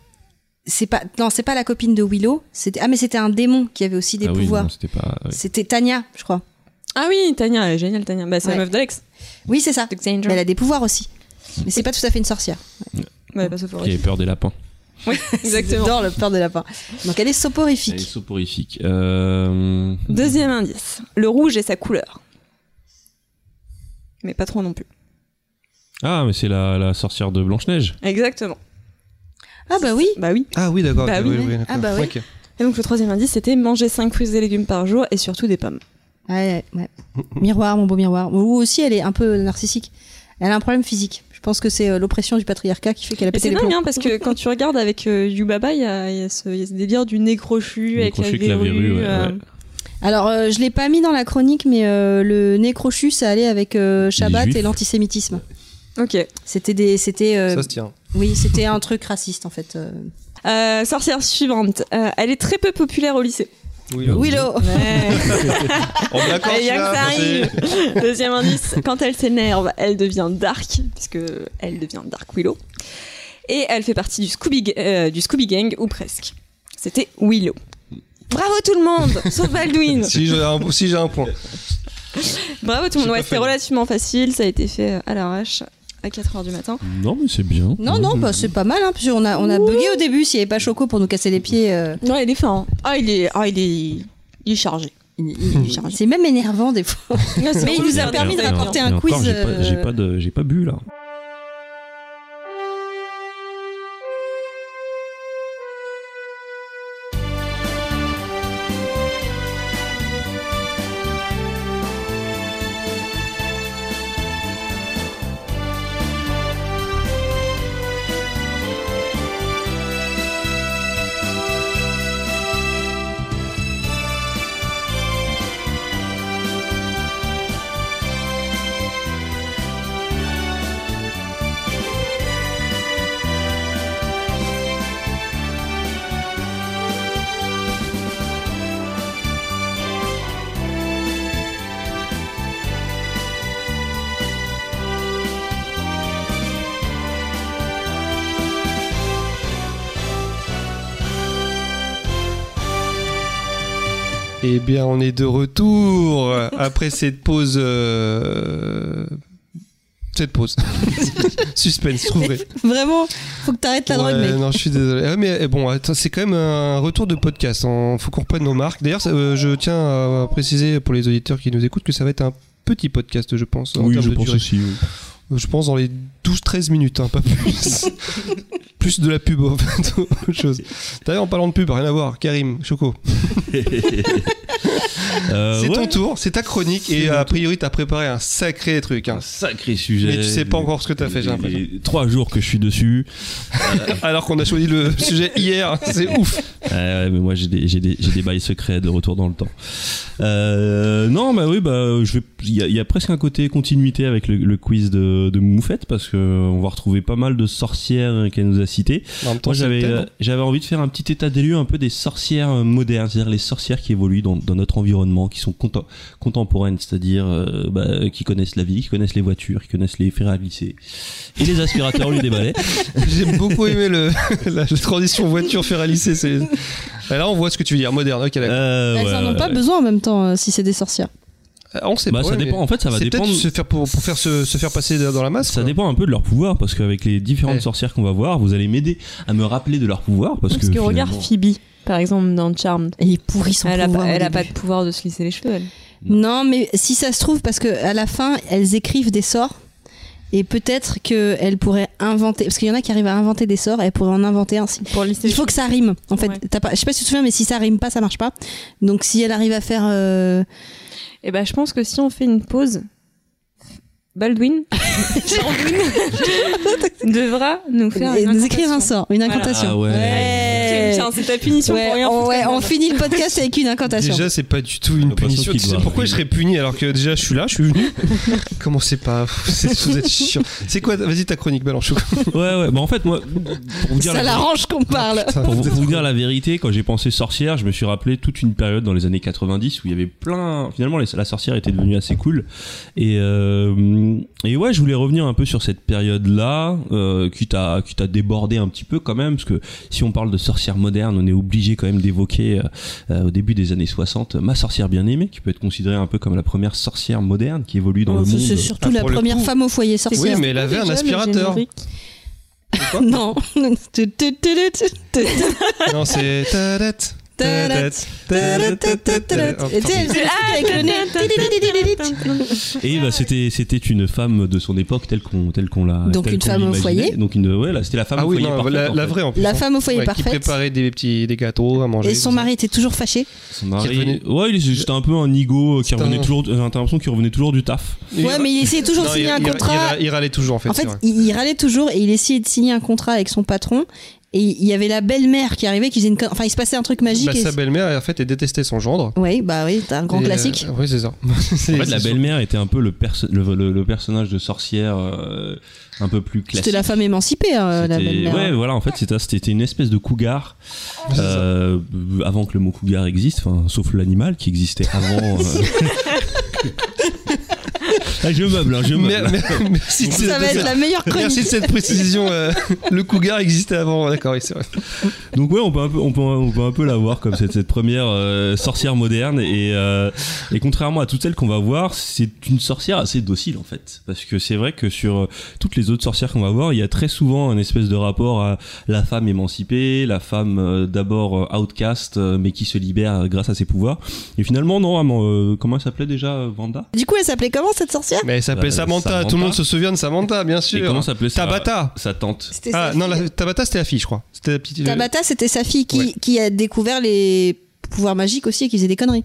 C'est pas non, c'est pas la copine de Willow. C'était ah mais c'était un démon qui avait aussi des Ah oui, pouvoirs. non, c'était pas. oui. C'était Tania, je crois. Ah oui, Tania, elle est géniale, Tania. Bah, c'est Ouais. la meuf d'Alex. Oui, c'est ça. Dr. Danger. Mais elle a des pouvoirs aussi. Mais c'est pas tout à fait une sorcière. Ouais, bah, Qui soporifique. avait peur des lapins. Exactement. Dans le peur de lapin. Donc elle est Elle est soporifique. soporifique. Euh... Deuxième indice. Le rouge est sa couleur. Mais pas trop non plus. Ah, mais c'est la, la sorcière de Blanche-Neige. Exactement. Ah bah oui. Bah oui. Ah oui, d'accord. Bah ok, oui. d'accord. Ah bah oui. Ok. Et donc le troisième indice, c'était manger 5 fruits et légumes par jour et surtout des pommes. Ouais, ouais, ouais. Miroir, mon beau miroir. Ou aussi elle est un peu narcissique. Elle a un problème physique. Je pense que c'est euh, l'oppression du patriarcat qui fait qu'elle a Et pété c'est les dingue, plombs. hein, parce que quand tu regardes avec euh, Yubaba, il y a, il y a ce il y a ce délire du nez crochu Nez avec crochu avec la la verrue. verrue, ouais, euh, ouais. Alors, euh, je l'ai pas mis dans la chronique, mais euh, le nez crochu, ça allait avec euh, Shabbat Les Juifs. et l'antisémitisme. Ok. C'était des, c'était, euh, Ça se tient. oui, c'était un truc raciste en fait. euh. Euh, sorcière suivante. Euh, elle est très peu populaire au lycée. Oui, Ah oui. Willow. On est Oh, d'accord, Et bien que ça celui-là, arrive. Deuxième indice. Quand elle s'énerve, elle devient dark, puisque elle devient Dark Willow. Et elle fait partie du Scooby, euh, du Scooby Gang, ou presque. C'était Willow. Bravo tout le monde, sauf Baldwin. c'est- Si j'ai un, si j'ai un point. Bravo tout le J'ai monde. pas Ouais, fait c'était de- relativement facile. Ça a été fait euh, à l'arrache à 4h du matin. Non, mais c'est bien. Non, non, bah, c'est pas mal, hein, parce qu'on a, on a bugué au début. S'il n'y avait pas Choco pour nous casser les pieds, euh, Non, il est fin. hein. Ah, il est, ah, il est, il est chargé. il- il- il- c'est même énervant des fois. Mais il nous a permis de Et encore- rapporter et un encore, quiz, J'ai pas, euh, j'ai pas de- j'ai pas bu là. Eh bien, on est de retour après cette pause. euh, Cette pause. Suspense, trouvé. Vraiment, faut que t'arrêtes la drogue, Ouais, mec. non, je suis désolé. Ah, mais eh, bon, attends, c'est quand même un retour de podcast. Il faut qu'on reprenne nos marques. D'ailleurs, ça, euh, je tiens à préciser pour les auditeurs qui nous écoutent que ça va être un petit podcast, je pense. en termes de durée. aussi. Je pense dans les 12-13 minutes, hein, pas plus. plus de la pub, en fait, autre chose. D'ailleurs, en parlant de pub, rien à voir, Karim, Choco, Euh, c'est ouais. ton tour, c'est ta chronique, C'est et mon a tour. priori, t'as préparé un sacré truc. hein. Un sacré sujet. Mais tu sais pas encore ce que t'as fait, j'ai Les- l'impression. les Trois jours que je suis dessus. Alors qu'on a choisi le sujet hier, c'est ouf. Euh, ouais, mais moi, j'ai des, j'ai des, j'ai des bails secrets de retour dans le temps. Euh, non, bah oui, bah, je vais- il y, a- il y a presque un côté continuité avec le, le quiz de, de Moufette parce que euh, on va retrouver pas mal de sorcières qu'elle nous a citées. En même temps, Moi, c'est j'avais, tellement- euh, j'avais envie de faire un petit état des lieux un peu des sorcières euh, modernes, c'est-à-dire les sorcières qui évoluent dans, dans notre environnement, qui sont contem- contemporaines, c'est-à-dire euh, bah, qui connaissent la vie, qui connaissent les voitures, qui connaissent les fers à glisser et les aspirateurs, lui, des balais. euh, J'ai beaucoup aimé le, la transition voiture fer à lycée. c'est- Là, on voit ce que tu veux dire, moderne. ok, d'accord. Euh, Elles ouais, en ont ouais, pas ouais. besoin en même temps euh, si c'est des sorcières. Euh, on sait Bah, pas. ça ouais, dépend. mais En fait, ça va C'est peut-être dépendre. se faire pour, pour faire se, se faire passer dans la masse. Ça quoi. dépend un peu de leur pouvoir, parce qu'avec les différentes Eh. sorcières qu'on va voir, vous allez m'aider à me rappeler de leur pouvoir, parce, Parce que, regarde finalement- Phoebe, par exemple, dans Charmed. Et il pourrit son Elle a, pouvoir pas, au elle a début. pas de pouvoir de se lisser les cheveux, elle. Non, mais si ça se trouve, parce que à la fin, elles écrivent des sorts. Et peut-être qu'elles pourraient inventer. Parce qu'il y en a qui arrivent à inventer des sorts, elles pourraient en inventer un. si- Pour lisser Il faut que ça rime. En fait, Ouais. T'as pas, je sais pas si tu te souviens, mais si ça rime pas, ça marche pas. Donc si elle arrive à faire. euh, Et ben, je pense que si on fait une pause, Baldwin, Baldwin devra nous faire et une euh, nous écrire un incantation. sort, une incantation. Ah ouais. Ouais. Tiens, C'est ta punition Ouais, pour rien. on, foutre. ouais, on finit le podcast avec une incantation. Déjà, c'est pas du tout une J'ai l'impression punition. qu'il Tu sais doit- pourquoi il- je serais puni alors que déjà je suis là, je suis venu Comment c'est pas C'est- Vous êtes chiant. C'est quoi Vas-y, ta chronique, balance. Choco. Ouais, ouais. Bah, en fait, moi, pour vous dire ça la l'arrange qu'on parle. Putain, Pour vous, vous êtes- pour vous dire la vérité, quand j'ai pensé sorcière, je me suis rappelé toute une période dans les années 90 où il y avait plein. Finalement, les- la sorcière était devenue assez cool. Et, euh, et ouais, je voulais revenir un peu sur cette période-là, euh, quitte, à, quitte à déborder un petit peu quand même, parce que si on parle de sorcière moderne, on est obligé quand même d'évoquer euh, euh, au début des années 60 ma sorcière bien-aimée, qui peut être considérée un peu comme la première sorcière moderne qui évolue dans le monde. Oh, C'est surtout Ah, la pour le première coup. femme au foyer sorcière. Oui, mais elle avait un Déjà, le aspirateur. générique. Non. Tu- tu- tu- tu- tu- tu- Non, c'est. Tadette, Tadette, tadette, tadette, tadette, tadette, tadette. tadette. Oh, Et tu sais, elle pardon. faisait le truc avec le nez. Et bah, c'était c'était une femme de son époque telle qu'on telle qu'on l'a Donc telle une qu'on femme au l'imaginait. foyer. Donc une ouais là c'était la femme Ah au oui, foyer non, parfaite, la, en la fait. vraie en plus. La hein. femme au foyer Ouais, qui parfaite. préparait des petits des gâteaux à manger. Et son tout ça. mari était toujours fâché. Son mari- Qui revenait- Ouais, il- c'était un peu un ego qui C'était revenait un- toujours. J'ai l'impression qu'il revenait toujours du taf. Il- Ouais, mais il essayait toujours de Non, signer il- un il- contrat. Il, il râlait toujours en fait. En fait, c'est vrai. il, il râlait toujours et il essayait de signer un contrat avec son patron. Et il y avait la belle-mère qui arrivait, qui faisait une. con- Enfin, il se passait un truc magique. Bah, et- sa belle-mère en fait elle détestait son gendre. Oui, bah oui, t'as un grand Et, euh, classique. oui, c'est ça. C'est- En fait, la c'est- belle-mère était un peu le, perso- le, le- le personnage de sorcière euh, un peu plus classique. C'était la femme émancipée, hein, la C'était- belle-mère. ouais, voilà, en fait, c'était c'était une espèce de cougar c'est ça. euh, avant que le mot cougar existe, enfin, sauf l'animal qui existait avant. euh. Ah, je meuble, hein, je meuble. Mer- mer- merci, de Ça va cette- être la meilleure merci chronique. de cette précision. euh, le cougar existait avant, d'accord, oui, c'est vrai. Donc ouais, on peut un peu, on peut, on peut un peu la voir comme cette, cette première euh, sorcière moderne et, euh, et contrairement à toutes celles qu'on va voir, c'est une sorcière assez docile en fait, parce que c'est vrai que sur euh, toutes les autres sorcières qu'on va voir, il y a très souvent un espèce de rapport à la femme émancipée, la femme euh, d'abord euh, outcast euh, mais qui se libère euh, grâce à ses pouvoirs. Et finalement non, vraiment, euh, comment elle s'appelait déjà euh, Vanda Du coup, elle s'appelait comment cette sorcière Mais elle s'appelait Euh, Samantha. Samantha. tout le monde se souvient de Samantha, bien Et sûr. comment s'appelait sa, Tabata. sa tante C'était Ah sa non, fille. la- Tabata c'était la fille, je crois. C'était la petite. euh, Tabata, c'était sa fille qui, Ouais. qui a découvert les pouvoirs magiques aussi et qui faisait des conneries.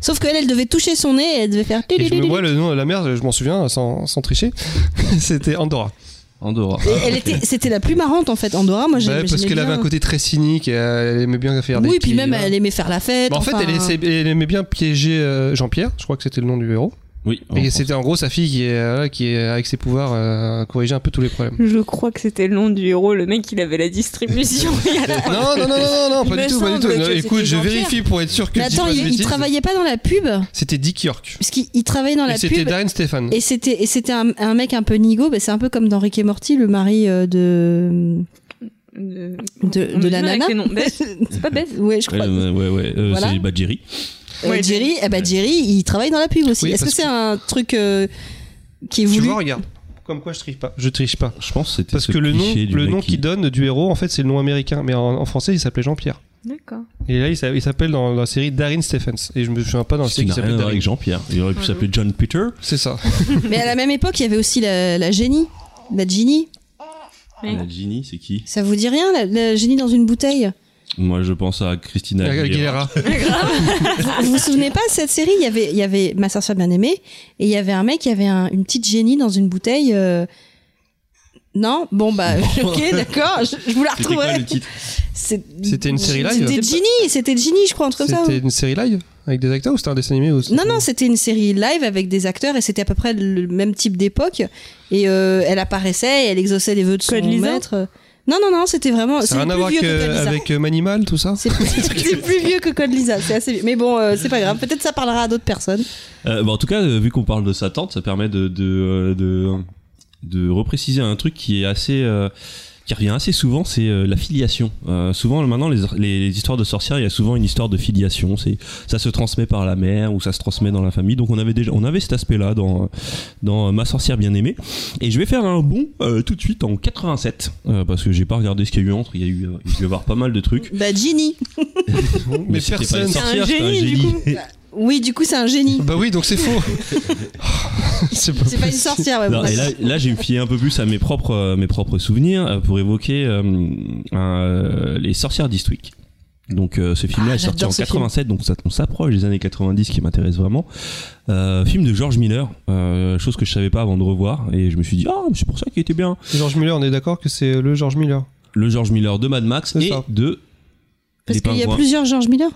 Sauf qu'elle, elle devait toucher son nez et elle devait faire. Et je me- moi, le nom de la mère, je m'en souviens sans, sans tricher. c'était Andorra. Andorra. Et elle était, c'était la plus marrante en fait, Andorra. Moi, j'ai Bah, parce qu'elle avait un côté très cynique et euh, elle aimait bien faire des. Oui, puis petits- même elle aimait faire la fête. Bah, en fait, enfin. elle, essayait- elle aimait bien piéger euh, Jean-Pierre, je crois que c'était le nom du héros. Oui. Et c'était en gros sa fille qui est, euh, qui est avec ses pouvoirs euh, corriger un peu tous les problèmes. Je crois que c'était le nom du héros, le mec il avait la distribution. Il y a- Non, non, non, non, non, non, Il pas me du tout, pas du semble tout. que Non, c'était écoute, je Jean-Pierre. vérifie pour être sûr que Mais je dis attends, pas de il, il bêtises. travaillait pas dans la pub C'était Dick York. parce qu'il il travaillait dans la Et c'était pub. Darren Stéphane. Et c'était et c'était un, un mec un peu nigo, bah, c'est un peu comme dans Rick et Morty, le mari euh, de De, de, de la nana. C'est pas bête. ouais, je crois. Ouais, ouais, ouais, euh, Voilà. c'est bah, Jerry. Euh, Ouais, Jerry, eh ben, Jerry, il travaille dans la pub aussi. Oui, Est-ce que parce c'est que- un truc euh, qui est Tu voulu vois, regarde. Comme quoi je triche pas. Je triche pas. Je pense que c'était Parce ce que le nom, cliché du le mec nom qui- qu'il donne du héros, en fait, c'est le nom américain. Mais en, en français, il s'appelait Jean-Pierre. D'accord. Et là, il s'a- il s'appelle dans la série Darren Stephens. Et je me souviens pas dans la Ce qui série n'a qui rien à s'appelle voir Darren. avec Jean-Pierre. Il aurait pu Ouais. s'appeler John Peter. C'est ça. Mais à la même époque, il y avait aussi la, la génie. La Ginny Ouais. La Ginny, c'est qui Ça vous dit rien, la, la Ginny dans une bouteille Moi, je pense à Christina Aguilera. Aguilera. Vous vous souvenez pas cette série Il y avait, il y avait ma sorcière bien aimée et il y avait un mec qui avait un- une petite génie dans une bouteille. euh, Non, bon bah ok d'accord, je, je vous la C'était quoi retrouverai. le titre C'est- C'était une série live C'était Ginny, c'était Ginny, je crois, un truc comme ça. C'était une série live avec des acteurs ou c'était un dessin animé aussi Non non, c'était une série live avec des acteurs et c'était à peu près le même type d'époque et euh, elle apparaissait et elle exauçait les vœux de son Code Lisa maître. Non non non, c'était vraiment. Ça C'est n'a rien à plus voir vieux que- que Code Lisa. avec euh, Manimal, tout ça C'est plus, c'est plus vieux que Code Lisa, c'est assez vieux. Mais bon, euh, c'est pas grave. Peut-être ça parlera à d'autres personnes. Euh, bah, En tout cas, euh, vu qu'on parle de sa tante, ça permet de, de, euh, de, de repréciser un truc qui est assez. euh, qui revient assez souvent, c'est euh, la filiation. Euh, souvent, maintenant, les, les- les histoires de sorcières, il y a souvent une histoire de filiation. C'est ça se transmet par la mère ou ça se transmet dans la famille. Donc, on avait déjà, on avait cet aspect-là dans euh, dans euh, ma sorcière bien aimée. Et je vais faire un bond euh, tout de suite en 87 euh, parce que j'ai pas regardé ce qu'il y a eu entre. Il y a eu, euh, il devait y avoir pas mal de trucs. Bah, Ginny. Mais c'était pas les personne. sorcières, C'est un c'était génie, du coup. Oui, du coup, c'est un génie. Bah oui, donc c'est faux. c'est pas C'est pas une possible. sorcière, ouais. Non, bon, et là, bah, là, j'ai fié un peu plus à mes propres, euh, mes propres souvenirs euh, pour évoquer euh, un, euh, les sorcières d'Eastwick. Donc euh, ce film-là Ah, est sorti en j'adore ce 87, donc ça, on s'approche des années 90 qui m'intéresse vraiment. Euh, film de George Miller, euh, chose que je savais pas avant de revoir, et je me suis dit ah mais c'est pour ça qu'il était bien. George Miller, on est d'accord que c'est le George Miller. Le George Miller de Mad Max C'est et ça. de Parce Les qu'il y a Pingouins. plusieurs George Miller.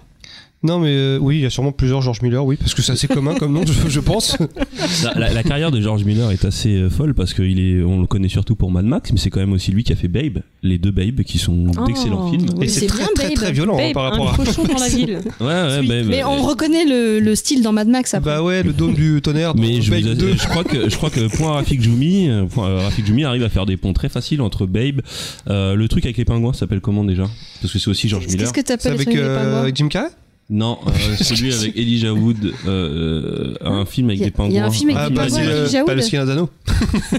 Non, mais euh, oui, il y a sûrement plusieurs George Miller, oui, parce que c'est assez commun comme nom, je, je pense. La, la- la carrière de George Miller est assez euh, folle parce qu'il est, on le connaît surtout pour Mad Max, mais c'est quand même aussi lui qui a fait Babe, les deux Babe qui sont Oh. d'excellents films. Et Oui, c'est c'est très, bien, très, Babe. très violent hein, Babe, par rapport un à. cochon dans la ville. Ouais, ouais, Sweet. Babe. euh, Mais Et- on reconnaît le, le style dans Mad Max après. Bah ouais, le dôme du tonnerre. Mais dans je, Babe vous- 2. je crois que je crois que point Rafik Djoumi, euh, point, euh, Rafik Djoumi arrive à faire des ponts très faciles entre Babe, euh, le truc avec les pingouins ça s'appelle comment déjà Parce que c'est aussi George Qu'est-ce Miller. que C'est t'appelles les avec, trucs avec les euh, pingouins avec Jim Carrey Non, euh, celui avec Elijah Wood, euh, un film avec Il y a- des pingouins. il y a un film avec Ah, des bah, c'est pingouins. euh, Elijah pas Wood. le Seigneur des Anneaux.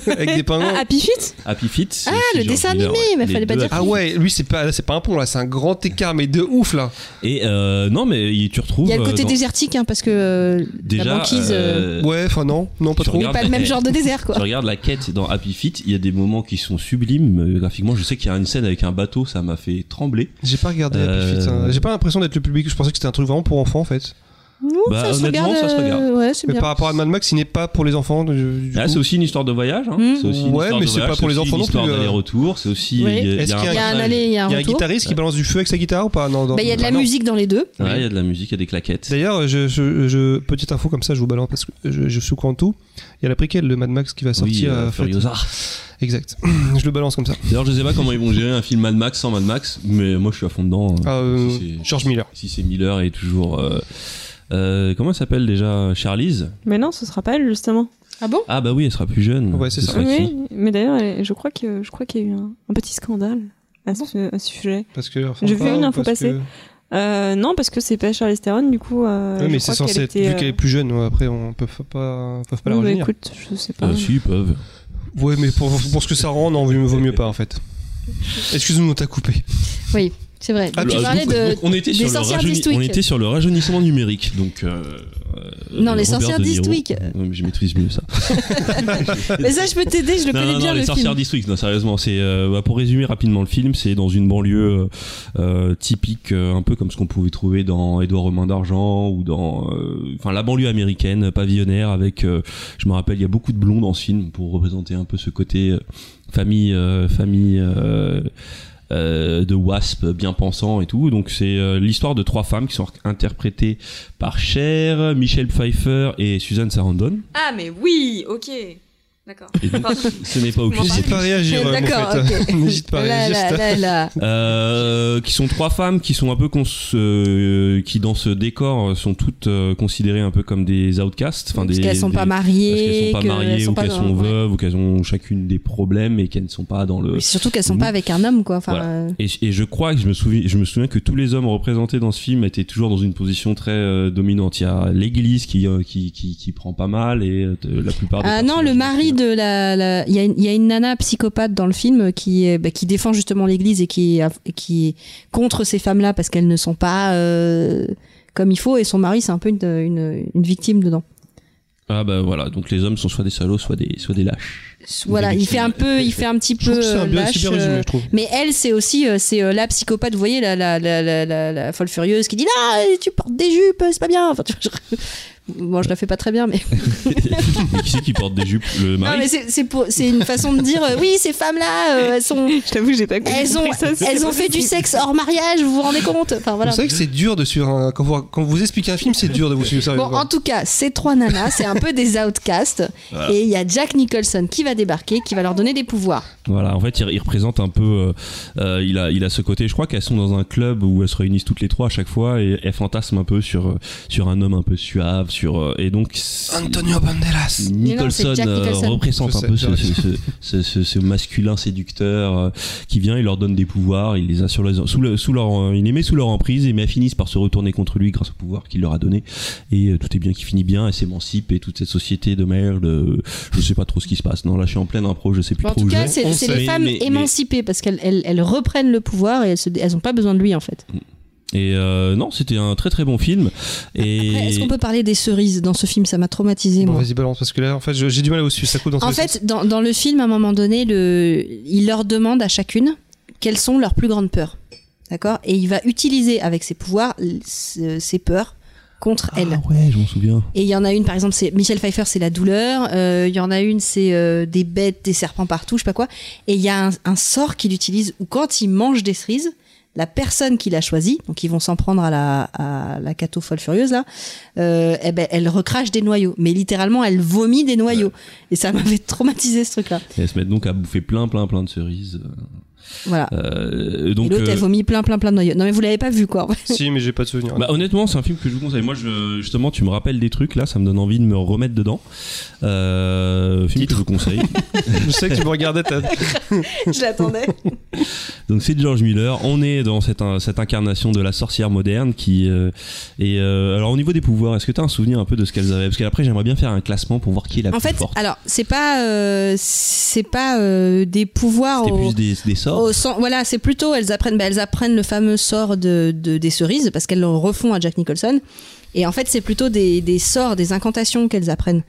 Avec des Ah, pingouins. Happy Feet Happy Feet. Ah, le dessin animé, mais fallait pas dire Ah ouais, lui, c'est pas, là, c'est pas un pont, là, c'est un grand écart, mais de ouf, là. Et euh, non, mais il- tu retrouves. Il y a le euh, côté dans- désertique, hein, parce que euh, déjà, la banquise, euh, euh, Ouais, enfin, non, non, pas tu trop. c'est pas le même eh, genre de désert, quoi. Tu regardes la quête dans Happy Feet, il y a des moments qui sont sublimes euh, graphiquement. Je sais qu'il y a une scène avec un bateau, ça m'a fait trembler. J'ai pas regardé Happy Euh, Feet, hein. J'ai pas l'impression d'être le public. Je pensais que c'était un truc vraiment pour enfants en fait. Non, Bah, ça se honnêtement, regarde. ça se regarde. euh, Ouais, c'est Mais bien. par rapport à Mad Max, il n'est pas pour les enfants. du- du Ah, coup. c'est aussi une histoire de voyage. Hein. Mm. C'est aussi une Ouais, histoire mais de c'est pas voyage, pour les c'est aussi enfants une non histoire plus, euh. d'aller-retour. C'est aussi. Oui. Il y a- Est-ce il y a, qu'il y Il y a un personnage- aller et un Il y a un retour. guitariste qui balance du feu avec sa guitare ou pas Non, non. Bah, il y a de la Ah, non. musique dans les deux. Ouais, il y a de la musique, il y a des claquettes. D'ailleurs, je, je, je- petite info comme ça, je vous balance parce que je, je suis au courant de tout. Il y a la préquelle de Mad Max qui va Oui, sortir. euh, euh, fait- Furiosa. Exact. je le balance comme ça. D'ailleurs, je sais pas comment ils vont gérer un film Mad Max sans Mad Max, mais moi je suis à fond dedans. hein. Ah, euh, Si c'est- George Miller. Si c'est Miller et toujours. euh, euh, comment elle s'appelle déjà Charlize Mais non, ce sera pas elle, justement. Ah bon Ah bah oui, elle sera plus jeune. Ouais, c'est Ce ça. sera qui Oui, mais d'ailleurs, elle- je crois que- je crois qu'il y a eu un, un petit scandale à ce, à ce sujet. Parce que. J'ai vu une ou info parce que- passer. Euh, non, parce que c'est pas Charlize Theron, du coup. Euh, Ouais, je mais crois c'est censé qu'elle être. était, Vu qu'elle est euh, plus jeune, ouais, après, on peut f- pas, peuvent pas la oui, bah, revenir. Euh, écoute, je sais pas. Ah si, ils peuvent. Ouais, mais pour, pour ce que ça rend, non, vaut mieux pas en fait. Excuse-nous, on t'a coupé. C'est vrai. Ah, tu Alors, parlais donc, de. on, était des sur le sorcières rajeuni- d'Eastwick. on était sur le rajeunissement numérique, donc. euh, euh, Non, les Robert sorcières De Niro. d'Eastwick. Ouais, mais Je maîtrise mieux ça. Mais ça, je peux t'aider, je le Non, connais non, bien non, les le film. sorcières d'Eastwick, non, sérieusement, c'est euh, bah, pour résumer rapidement le film, c'est dans une banlieue euh, euh, typique, euh, un peu comme ce qu'on pouvait trouver dans Édouard Romain d'Argent ou dans, euh, enfin la banlieue américaine pavillonnaire avec, euh, je me rappelle, il y a beaucoup de blondes dans ce film pour représenter un peu ce côté euh, famille, euh, famille. euh, euh, de Wasp bien pensant et tout. Donc c'est euh, l'histoire de trois femmes qui sont interprétées par Cher, Michelle Pfeiffer et Suzanne Sarandon. Ah, mais oui, ok. D'accord. Et donc, ce n'est pas au N'hésite N'hésite pas à réagir. euh, mon D'accord, fait. ok. N'hésite pas à Là, réagir. là, c'est- là, là. Euh, qui sont trois femmes qui sont un peu cons- euh, qui dans ce décor euh, sont toutes euh, considérées un peu comme des outcasts, enfin Parce des qu'elles sont pas des- parce mariées, qu'elles sont pas mariées ou qu'elles dans- sont ouais. veuves ou qu'elles ont chacune des problèmes et qu'elles ne sont pas dans le Mais surtout qu'elles sont pas avec un homme, quoi. Enfin, Voilà. euh, et, et je crois que je me souviens, je me souviens que tous les hommes représentés dans ce film étaient toujours dans une position très euh, dominante. Il y a l'Église qui, euh, qui qui qui prend pas mal et euh, la plupart. des Ah non, personnages le mari de la. la- Il y, a une- il y a une nana psychopathe dans le film qui, est- bah, qui défend justement l'église et qui, est à- et qui est contre ces femmes-là parce qu'elles ne sont pas euh, comme il faut et son mari, c'est un peu une, une, une victime dedans. Ah bah voilà, donc les hommes sont soit des salauds, soit des soit des lâches. voilà, il fait un peu, il fait un petit Je trouve peu que c'est euh, un bien- lâche. c'est bien résumé, euh, je trouve. Mais elle, c'est aussi, euh, c'est euh, la psychopathe, vous voyez, la, la, la, la, la, la folle furieuse qui dit là, tu portes des jupes, c'est pas bien. Enfin, tu vois, je- Moi, je la fais pas très bien, mais Et qui c'est qui porte des jupes non, Le Bah mari mais c'est c'est pour- c'est une façon de dire euh, oui, ces femmes-là, euh, elles sont, Je t'avoue, j'ai pas compris. elles ont, ça, c'est elles ont pas fait du possible. sexe hors mariage. Vous vous rendez compte Enfin voilà. Vous savez que c'est dur de suivre un... quand, vous... quand vous expliquez un film, c'est dur de vous suivre Bon, sérieusement. en tout cas, ces trois nanas, c'est un peu des outcasts. Et il y a Jack Nicholson qui va débarquer, qui va leur donner des pouvoirs. Voilà, en fait, il, il représente un peu. euh, euh, il, a, il a ce côté. Je crois qu'elles sont dans un club où elles se réunissent toutes les trois à chaque fois et elles fantasment un peu sur, euh, sur un homme un peu suave. Sur, euh, et donc. c'est- Antonio Banderas. Mais non, Nicholson, c'est Jack euh, Nicholson. représente Je un sais, peu ce, j'ai ce- ce- ce- ce masculin séducteur euh, qui vient, il leur donne des pouvoirs, il les a sur les- sous, le- sous leur, euh, il les met sous leur emprise, et, mais elles finissent par se retourner contre lui grâce au pouvoir qu'il leur a donné. Et euh, tout est bien qui finit bien, elle s'émancipe et toute cette société de merde, euh, je sais pas trop ce qui se passe. Non, là je suis en pleine impro, je sais plus Bon, Bah, en trop tout où je cas, vais. c'est on c'est sait, les femmes mais- mais- émancipées parce qu'elles elles, elles reprennent le pouvoir et elles se- elles n'ont pas besoin de lui en fait. Et euh, non, c'était un très très bon film. Et Ah, Après, est-ce qu'on peut parler des cerises dans ce film Ça m'a traumatisé, Bon, moi. vas-y, balance, parce que là, en fait, je- j'ai du mal à vous suivre. Ça coupe dans tous En les fait, dans, dans le film, à un moment donné, le, il leur demande à chacune quelles sont leurs plus grandes peurs. D'accord Et il va utiliser avec ses pouvoirs l- ce- ces peurs contre Ah elles. ouais, je m'en souviens. Et il y en a une, par exemple, c'est Michelle Pfeiffer, c'est la douleur. Euh, Il y en a une, c'est euh, des bêtes, des serpents partout, je sais pas quoi. Et il y a un, un sort qu'il utilise où quand il mange des cerises, la personne qu'il a choisie, donc ils vont s'en prendre à la, à la cato folle furieuse là, euh, eh ben, elle recrache des noyaux. Mais littéralement, elle vomit des noyaux. Et ça m'avait traumatisé ce truc-là. Et elles se mettent donc à bouffer plein plein plein de cerises. Voilà. Euh, Et donc L'autre, euh, elle vomit plein, plein, plein de noyaux. Non mais vous l'avez pas vu quoi. en fait. autres. Si, mais j'ai pas de souvenir. Bah, honnêtement, c'est un film que je vous conseille. Moi, je, justement, tu me rappelles des trucs là, ça me donne envie de me remettre dedans. Euh, film que je vous conseille. je sais que tu me regardais, t'as- je l'attendais. Donc, c'est de George Miller. On est dans cette, in- cette incarnation de la sorcière moderne qui. euh, et euh, alors, au niveau des pouvoirs, est-ce que tu as un souvenir un peu de ce qu'elles avaient Parce qu'après, j'aimerais bien faire un classement pour voir qui est la En plus fait, forte. alors c'est pas euh, c'est pas euh, des pouvoirs C'était au- plus des, des sorts. Au sens- voilà, c'est plutôt elles apprennent, bah, elles apprennent le fameux sort de, de- des cerises parce qu'elles le refont à Jack Nicholson. Et en fait, c'est plutôt des, des sorts, des incantations qu'elles apprennent.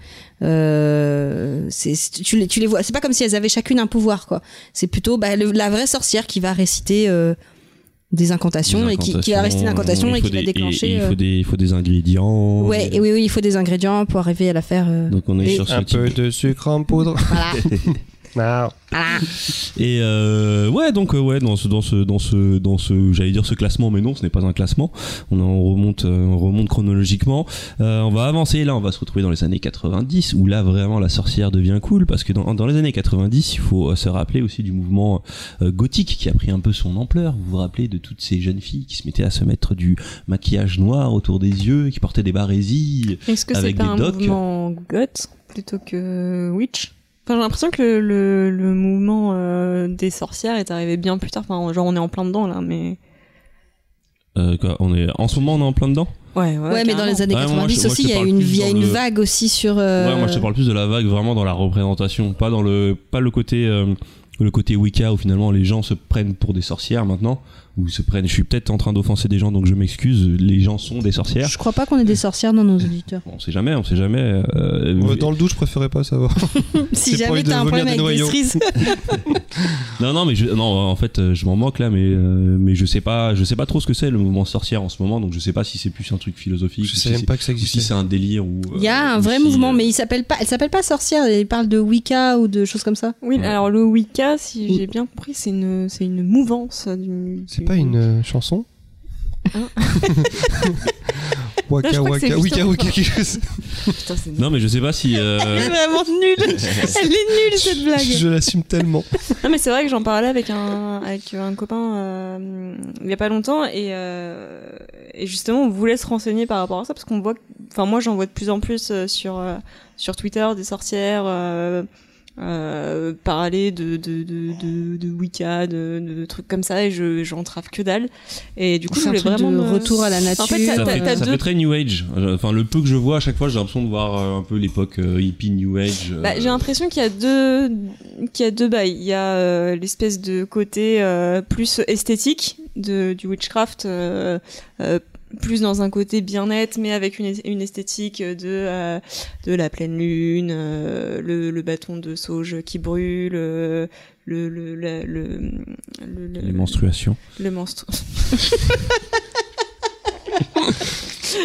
Euh, c'est- c'est- tu, les, tu les vois. C'est pas comme si elles avaient chacune un pouvoir, quoi. C'est plutôt bah, le- la vraie sorcière qui va réciter euh, des incantations, Des et qui, qui va réciter une incantation il et faut qui va des- déclencher. et- et il, euh, faut des, il faut des ingrédients. ouais, et oui, oui, il faut des ingrédients pour arriver à la faire. euh, Donc, on est Et- sur ce un type peu de- Ah. de sucre en poudre. Euh, voilà. Non. voilà. Et euh, ouais, donc euh, ouais, dans ce, dans ce, dans ce, dans ce, j'allais dire ce classement, mais non, ce n'est pas un classement. On, en remonte, euh, on remonte chronologiquement. Euh, on va avancer. Là, on va se retrouver dans les années 90, où là vraiment la sorcière devient cool, parce que dans, dans les années 90, il faut euh, se rappeler aussi du mouvement euh, gothique qui a pris un peu son ampleur. Vous vous rappelez de toutes ces jeunes filles qui se mettaient à se mettre du maquillage noir autour des yeux, qui portaient des barésies. Est-ce que c'est Avec pas des un docs. mouvement goth plutôt que witch Enfin, j'ai l'impression que le, le, le mouvement euh, des sorcières est arrivé bien plus tard. Enfin, genre, on est en plein dedans là, mais. Euh, quoi, on est, en ce moment, on est en plein dedans. Ouais, ouais. Ouais, mais dans carrément. les années Ouais, moi, 90 je- moi, je aussi, il te y a parle une, plus il y a dans une le- vague aussi sur. euh, Ouais, moi je te parle plus de la vague vraiment dans la représentation, pas dans le pas le côté euh, le côté Wicca où finalement les gens se prennent pour des sorcières maintenant ou se prennent. Je suis peut-être en train d'offenser des gens donc je m'excuse. Les gens sont des sorcières. Je crois pas qu'on ait des sorcières dans nos auditeurs. Bon, on sait jamais, on sait jamais. euh, Euh, Dans le doute, je préférais pas savoir. si C'est pas jamais de t'as un vomir problème des avec les noyaux. cerises. Non, non, mais je, non, en fait, euh, je m'en moque là, mais euh, mais je sais pas, je sais pas trop ce que c'est le mouvement sorcière en ce moment, donc je sais pas si c'est plus un truc philosophique, Je ou sais si même c'est- pas que ça ou si existait. c'est un délire ou. Il y a euh, un ou vrai si, mouvement, euh, mais il s'aelle pas, elle s'appelle pas sorcière, il parle de Wicca ou de choses comme ça. Oui, Ouais. alors le Wicca, si j'ai bien compris, c'est une, c'est une mouvance du. C'est du- pas une euh, chanson Hein Non, je Waka crois que c'est waka juste wika un wika quelque chose. Putain, c'est Non, mais je sais pas si. euh, vraiment nulle. Elle est nulle cette blague. Je l'assume tellement. Non mais c'est vrai que j'en parlais avec un avec un copain euh, il y a pas longtemps et euh, et justement on voulait se renseigner par rapport à ça parce qu'on voit que- enfin moi j'en vois de plus en plus euh, sur euh, sur Twitter des sorcières euh, euh, parler de de, de de de Wicca de, de trucs comme ça et je j'en trave que dalle et du coup C'est je un voulais truc vraiment de me- retour à la En fait, nature, t'as- ça, t'as- fait, t'as ça deux fait très New Age. Enfin, le peu que je vois à chaque fois, j'ai l'impression de voir euh, un peu l'époque euh, hippie New Age. euh, Bah, j'ai l'impression qu'il y a deux qu'il y a deux bails. Il y a euh, l'espèce de côté euh, plus esthétique de du witchcraft euh, euh, plus dans un côté bien-être, mais avec une, une esthétique de, euh, de la pleine lune, euh, le, le bâton de sauge qui brûle, euh, le, le, la- le, le- le- Les menstruations. le menstru-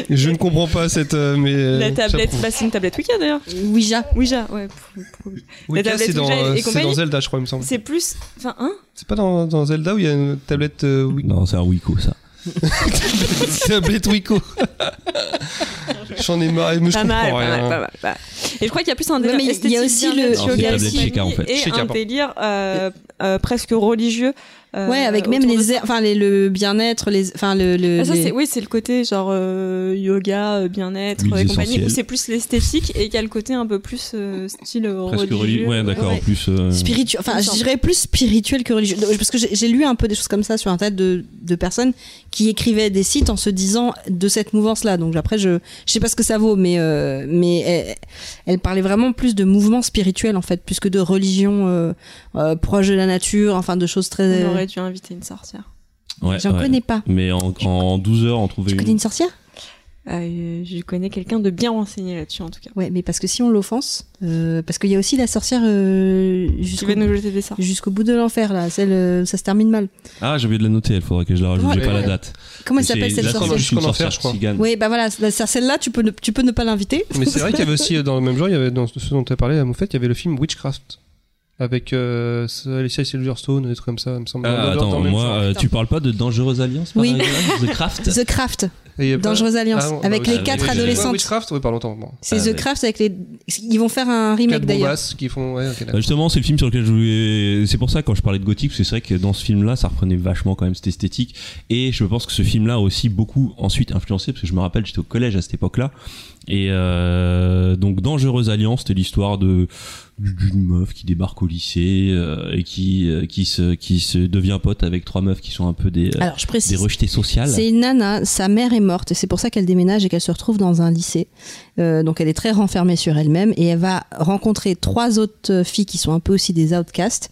Je ne comprends pas cette. euh, mais, euh, la tablette, j'approuve. bah, c'est une tablette Wicca d'ailleurs. Ouija. Ouija, ouais. pour- pour- Wicca, tablette c'est dans, Ouija et euh, c'est compagnie. dans Zelda, je crois, il me semble. C'est plus, enfin, hein C'est pas dans, dans Zelda où il y a une tablette, euh, Wi- Non, c'est un Wiko, ça. tablette Wico. J'en ai marre, mais je pas mal, comprends pas mal, rien. pas mal, pas mal. Et je crois qu'il y a plus un délire mais il y a esthétique, aussi le- bien-être, Non, c'est yoga, tablette compagnie, Sheka, en fait. et Sheka, un pardon. délire euh, euh, presque religieux. euh, ouais, avec même autour de les airs, enfin les, le bien-être, les, enfin le. le- Ah, ça, les- c'est, oui, c'est le côté genre euh, yoga, euh, bien-être Huiles et compagnie, essentielles. où c'est plus l'esthétique et qu'il y a le côté un peu plus euh, style Presque religieux. religieux. Ouais, d'accord. Ouais. En plus. euh, spirituel enfin je dirais plus spirituel que religieux parce que j'ai j'ai lu un peu des choses comme ça sur un tas de, de personnes qui écrivaient des sites en se disant de cette mouvance là donc après je je sais pas ce que ça vaut mais euh, mais elle, elle parlait vraiment plus de mouvement spirituel en fait plus que de religion euh, euh, proche de la nature enfin de choses très On aurait dû inviter une sorcière. ouais, j'en ouais. connais pas Mais en, en 12 heures, on trouvait tu connais une. une sorcière Euh, je connais quelqu'un de bien renseigné là-dessus en tout cas. ouais mais parce que si on l'offense euh, parce qu'il y a aussi la sorcière euh, Tu jusqu'au vas nous jeter des sorts. jusqu'au bout de l'enfer là celle euh, ça se termine mal Ah, j'avais de la noter, il faudrait que je la rajoute, Ouais. j'ai pas la Ouais. date. comment elle s'appelle C'est cette la sorcière sorcière Jusqu'en Jusqu'en enfer, enfer, je crois. cigane. Oui, bah voilà, la- celle-là, tu peux ne, tu peux ne pas l'inviter. Mais c'est vrai qu'il y avait aussi, euh, dans le même genre, il y avait, dans ce dont tu as parlé, en fait, il y avait le film Witchcraft. Avec euh, Alicia Silverstone, des trucs comme ça, il me semble. Dans- Ah, dans- dans attends, le même moi, genre. euh, tu parles pas de Dangereuse Alliance par Oui. exemple, The Craft The Craft, Et il y a pas- Dangereuse Alliance, Ah non, avec bah oui, les oui, quatre oui, oui. adolescentes. Witchcraft, oui, pardon, attends. Bon. C'est Ah, The ouais. Craft avec les. Ils vont faire un remake Quatre d'ailleurs. bombasses qui font. Ouais, ok, d'accord. Bah, Justement, c'est le film sur lequel je voulais. C'est pour ça quand je parlais de gothique, parce que c'est vrai que dans ce film-là, ça reprenait vachement quand même cette esthétique. Et je pense que ce film-là a aussi beaucoup ensuite influencé, parce que je me rappelle, j'étais au collège à cette époque-là. Et euh, donc, Dangereuse Alliance, c'était l'histoire de d'une meuf qui débarque au lycée euh, et qui euh, qui se qui se devient pote avec trois meufs qui sont un peu des euh, Alors, je des précise. rejetées sociales. Ah, C'est une nana, sa mère est morte, et c'est pour ça qu'elle déménage et qu'elle se retrouve dans un lycée. Euh, donc elle est très renfermée sur elle-même, et elle va rencontrer trois autres euh, filles qui sont un peu aussi des outcasts.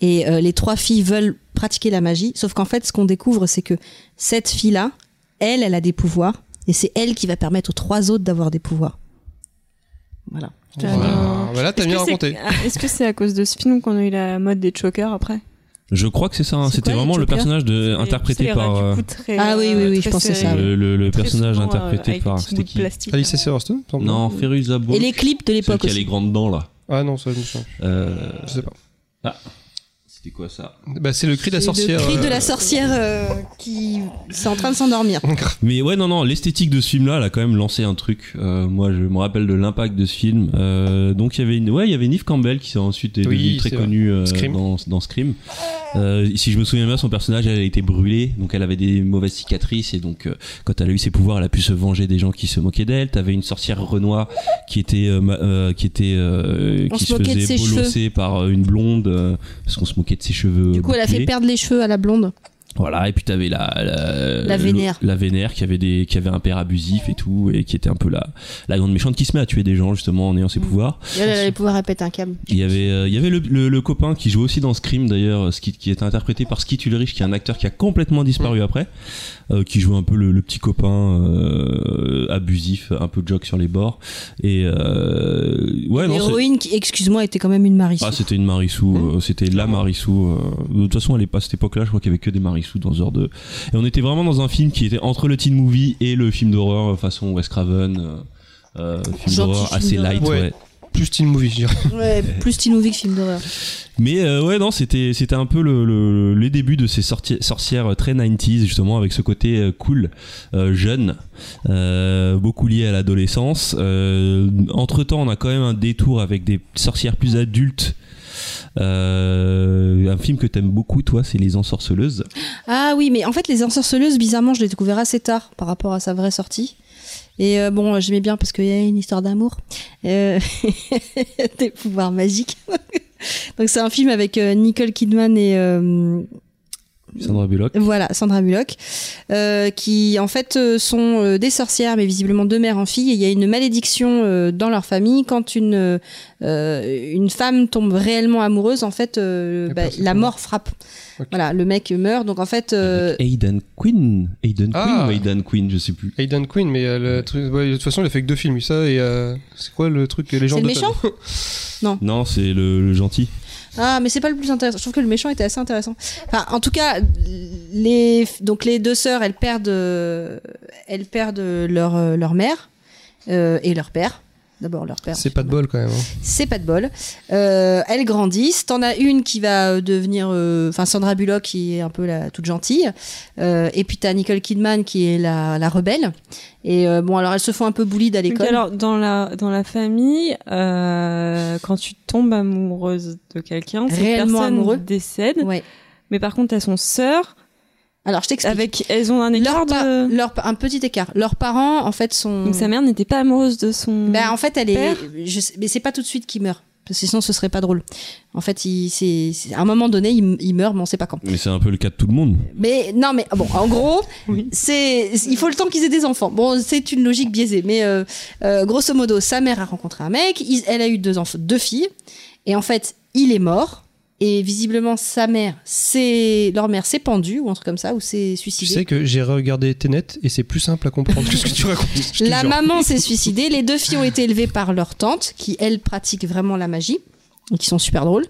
Et euh, les trois filles veulent pratiquer la magie, sauf qu'en fait, ce qu'on découvre, c'est que cette fille-là, elle, elle a des pouvoirs, et c'est elle qui va permettre aux trois autres d'avoir des pouvoirs. Voilà. Voilà. Bah là, t'as Est-ce bien que c'est- raconté. ah, Est-ce que c'est à cause de ce film qu'on a eu la mode des chokers après Je crois que c'est ça. hein. C'est C'était quoi, vraiment les le Jokers personnage de, Et interprété tu sais, les par rats euh, du coup, très, Ah oui, oui, oui, très je pense que c'est ça, serrés, oui. le, le- le très personnage souvent, euh, interprété avec par des petits c'était bouts de qui plastique. hein. Alicia Silverstone, il me semble. Non, Feruza Et Balk, les clips de celle l'époque qui a les aussi. grandes dents là. Ah non, ça, je me souviens. plus. Euh, Je sais pas. C'était quoi ça Bah, c'est le cri de la C'est sorcière. Le cri de euh, la sorcière euh, qui c'est en train de s'endormir. Mais ouais, non, non, l'esthétique de ce film-là, elle a quand même lancé un truc. Euh, moi, je me rappelle de l'impact de ce film. Euh, donc, il y avait une, ouais, il y avait Neve Campbell qui s'est ensuite est Oui, devenue très c'est vrai. connue euh, Scream. dans, dans Scream. Euh, si je me souviens bien, son personnage, elle a été brûlée, donc elle avait des mauvaises cicatrices, et donc euh, quand elle a eu ses pouvoirs, elle a pu se venger des gens qui se moquaient d'elle. T'avais une sorcière Renoir qui était, euh, ma- euh, qui était, euh, On qui se se, moquait de faisait ses cheveux. bolosser par euh, une blonde euh, parce qu'on se moquait de ses cheveux. Du coup, elle a fait bouclés. perdre les cheveux à la blonde. Voilà, et puis t'avais la, la, La Vénère. La Vénère qui avait, des, qui avait un père abusif et tout, et qui était un peu la, la grande méchante qui se met à tuer des gens justement en ayant ses Mm. pouvoirs. Et elle, elle allait pouvoir répéter un câble. Il y avait, euh, il y avait le, le- le copain qui joue aussi dans Scream d'ailleurs, Skit, qui était interprété par Skit Ulrich, qui est un acteur qui a complètement Mm. disparu après, euh, qui joue un peu le, le petit copain euh, abusif, un peu joke sur les bords. Et euh, ouais, non, c'est- L'héroïne qui, excuse-moi, était quand même une Marie. ah, c'était une Marissou, Mmh. euh, c'était la Marissou. euh, de toute façon, à l'époque- à cette époque-là, je crois qu'il y avait que des Marissou dans ce genre de. Et on était vraiment dans un film qui était entre le teen movie et le film d'horreur euh, façon Wes Craven. euh, euh, film Gentil d'horreur film assez d'horreur. light, Ouais. ouais. Plus teen movie, je dirais. ouais, plus teen movie que film d'horreur. Mais euh, ouais, non, c'était c'était un peu le, le- les débuts de ces sorti- sorcières très 90s justement avec ce côté euh, cool, euh, jeune, euh, beaucoup lié à l'adolescence. entre temps, on a quand même un détour avec des sorcières plus adultes. Euh, un film que t'aimes beaucoup, toi, c'est Les Ensorceleuses. Ah oui, mais en fait, les ensorceleuses, bizarrement, je l'ai découvert assez tard par rapport à sa vraie sortie. Et euh, bon, j'aimais bien parce qu'il y a une histoire d'amour, euh, des pouvoirs magiques. Donc c'est un film avec euh, Nicole Kidman et euh, Sandra Bullock. Voilà, Sandra Bullock, euh, qui en fait euh, sont euh, des sorcières, mais visiblement de mère en fille, et il y a une malédiction euh, dans leur famille. Quand une, euh, une femme tombe réellement amoureuse, en fait, euh, Et bah, personne la ne mort frappe. Ok. Voilà, le mec meurt, donc en fait... euh, Avec Aidan Quinn. Aidan Ah. Quinn ou Aidan Quinn, je sais plus. Aidan Quinn, mais euh, le truc- ouais, de toute façon, il a fait que deux films, lui, ça, et euh, c'est quoi le truc Les gens le de Todd. Non, c'est le, le gentil. Ah, mais c'est pas le plus intéressant. Je trouve que le méchant était assez intéressant. Enfin, en tout cas, les donc les deux sœurs, elles perdent, euh, elles perdent leur euh, leur mère euh, et leur père. D'abord leur père. C'est pas de bol quand même. hein. C'est pas de bol. Euh, elles grandissent. T'en as une qui va euh, devenir, euh, enfin Sandra Bullock qui est un peu la toute gentille, Euh, et puis t'as Nicole Kidman qui est la, la rebelle. Et euh, bon, alors elles se font un peu bully à Donc, l'école. alors, dans la, dans la famille, euh, quand tu tombes amoureuse de quelqu'un, cette Réellement personne amoureux. décède. Ouais. Mais par contre, elles sont sœurs. Alors je t'explique. Avec, elles ont un Leur écart pa- de... leur pa- un petit écart. Leurs parents, en fait, sont. Donc sa mère n'était pas amoureuse de son. Bah, en fait, elle Père. est. Je sais- mais c'est pas tout de suite qu'il meurt. Parce que sinon, ce serait pas drôle. En fait, il, c'est, c'est- à un moment donné, il, il meurt, mais on sait pas quand. Mais c'est un peu le cas de tout le monde. Mais non, mais bon, en gros, c'est, il faut le temps qu'ils aient des enfants. Bon, c'est une logique biaisée, mais euh, euh, grosso modo, sa mère a rencontré un mec, il- elle a eu deux enfants, deux filles, et en fait, il est mort. Et visiblement, sa mère, c'est leur mère s'est pendue ou un truc comme ça, ou s'est Tu suicidée. sais que j'ai regardé Tenet et c'est plus simple à comprendre que ce que tu racontes. je te La jure. maman s'est suicidée. Les deux filles ont été élevées par leur tante, qui elles pratiquent vraiment la magie, et qui sont super drôles.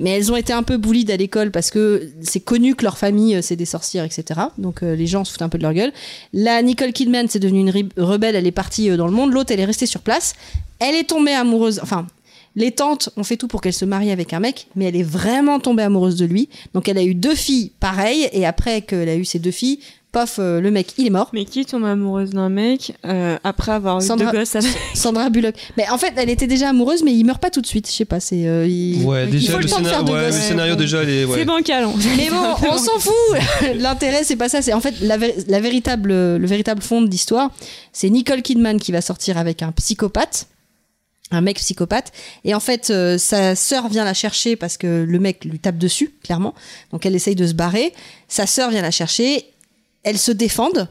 Mais elles ont été un peu bullies à l'école parce que c'est connu que leur famille euh, c'est des sorcières, etc. Donc euh, les gens se foutent un peu de leur gueule. La Nicole Kidman c'est devenue une ri- rebelle. Elle est partie euh, dans le monde. L'autre elle est restée sur place. Elle est tombée amoureuse. Enfin. Les tantes ont fait tout pour qu'elle se marie avec un mec, mais elle est vraiment tombée amoureuse de lui. Donc elle a eu deux filles pareilles, et après qu'elle a eu ces deux filles, pof, euh, le mec, il est mort. Mais qui tombe amoureuse d'un mec euh, après avoir eu Sandra- deux gosses avec- Sandra Bullock. Mais en fait, elle était déjà amoureuse, mais il meurt pas tout de suite. Je sais pas, c'est. euh, il- Ouais, il déjà, faut le le, temps de scénar- faire de ouais, le gosses. scénario, déjà, il est. ouais. C'est bancal. en fait. Mais bon, on s'en fout. L'intérêt, c'est pas ça. C'est en fait la, vé- la véritable, le véritable fond de l'histoire, c'est Nicole Kidman qui va sortir avec un psychopathe, un mec psychopathe. Et en fait, euh, sa sœur vient la chercher parce que le mec lui tape dessus, clairement. Donc elle essaye de se barrer. Sa sœur vient la chercher. Elles se défendent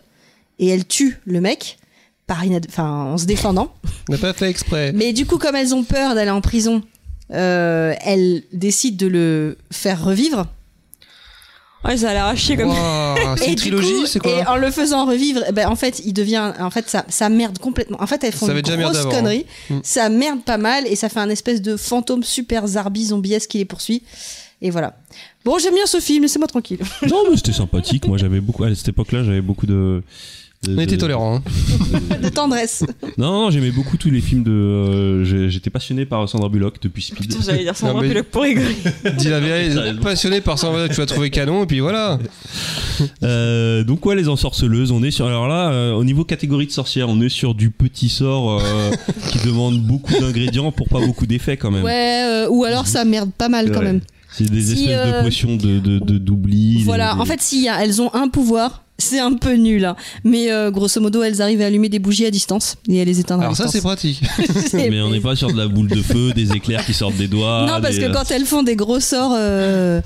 et elle tue le mec par inad- enfin, en se défendant. On n'a pas fait exprès. Mais du coup, comme elles ont peur d'aller en prison, euh, elles décident de le faire revivre. Ouais, ça a l'air à chier comme. Ouah, c'est Et une du trilogie, coup, c'est quoi Et en le faisant revivre, eh ben, en fait, il devient, en fait, ça, ça merde complètement. En fait, elles font Ça une avait déjà merdé grosse avant, hein. connerie. Mm. Ça merde pas mal et ça fait un espèce de fantôme super zarbi zombiesque qui les poursuit. Et voilà. Bon, j'aime bien ce film, laissez-moi tranquille. Non, mais c'était sympathique. Moi, j'avais beaucoup. À cette époque-là, j'avais beaucoup de. de- On était de- tolérants. hein. De tendresse. Non, non, j'aimais beaucoup tous les films de. euh, j'ai- J'étais passionné par Sandra Bullock depuis Speed. Putain, J'allais dire Sandra Non, mais- Bullock pour rigoler. Dis la T'as vérité, raison. passionné par ça, tu vas trouver canon, et puis voilà. Euh, donc ouais, les ensorceleuses, on est sur. Alors là, euh, au niveau catégorie de sorcières, on est sur du petit sort euh, qui demande beaucoup d'ingrédients pour pas beaucoup d'effets quand même. Ouais, euh, ou alors ça merde pas mal quand Ouais. même. C'est des Si, espèces euh, de potions de de- de- d'oubli. des- Voilà, des- en fait, si hein, elles ont un pouvoir, c'est un peu nul. hein. Mais euh, grosso modo, elles arrivent à allumer des bougies à distance et à les éteindre Alors à ça, distance. c'est pratique. Mais on n'est pas sur de la boule de feu, des éclairs qui sortent des doigts. non, parce des- euh, que quand elles font des gros sorts, euh,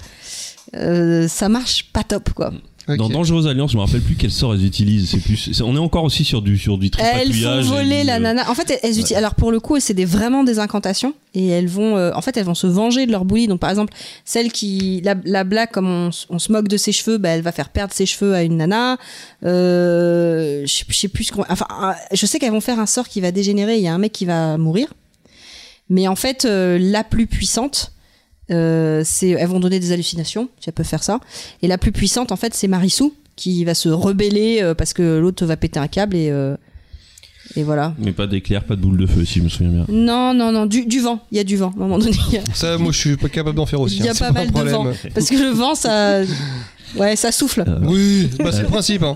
euh, ça marche pas top, quoi. Dans Ok. Dangereuse Alliance, je me rappelle plus quel sort elles utilisent. C'est plus, c'est- on est encore aussi sur du sur du Elles font tripatouillage et voler du- euh, la nana. En fait, elles, elles utilisent- alors pour le coup, c'est des, vraiment des incantations et elles vont, euh, en fait, elles vont se venger de leur bully. Donc, par exemple, celle qui la, la blague, comme on, s- on se moque de ses cheveux, bah, elle va faire perdre ses cheveux à une nana. Euh, je, sais- je sais plus ce qu'on. Enfin, un- je sais qu'elles vont faire un sort qui va dégénérer. Il y a un mec qui va mourir. Mais en fait, euh, la plus puissante, euh, c'est elles vont donner des hallucinations. Si elles peuvent faire ça. Et la plus puissante, en fait, c'est Marissou qui va se rebeller euh, parce que l'autre va péter un câble et euh, et voilà. Mais pas d'éclairs, pas de boule de feu, si je me souviens bien. Non, non, non, du, du vent. Il y a du vent, à un moment donné. il y a- Ça, moi, je suis pas capable d'en faire aussi. Il y a hein, c'est pas mal un de problème. vent. Parce que le vent, ça. Ouais, ça souffle. Oui, bah, c'est le principe. hein.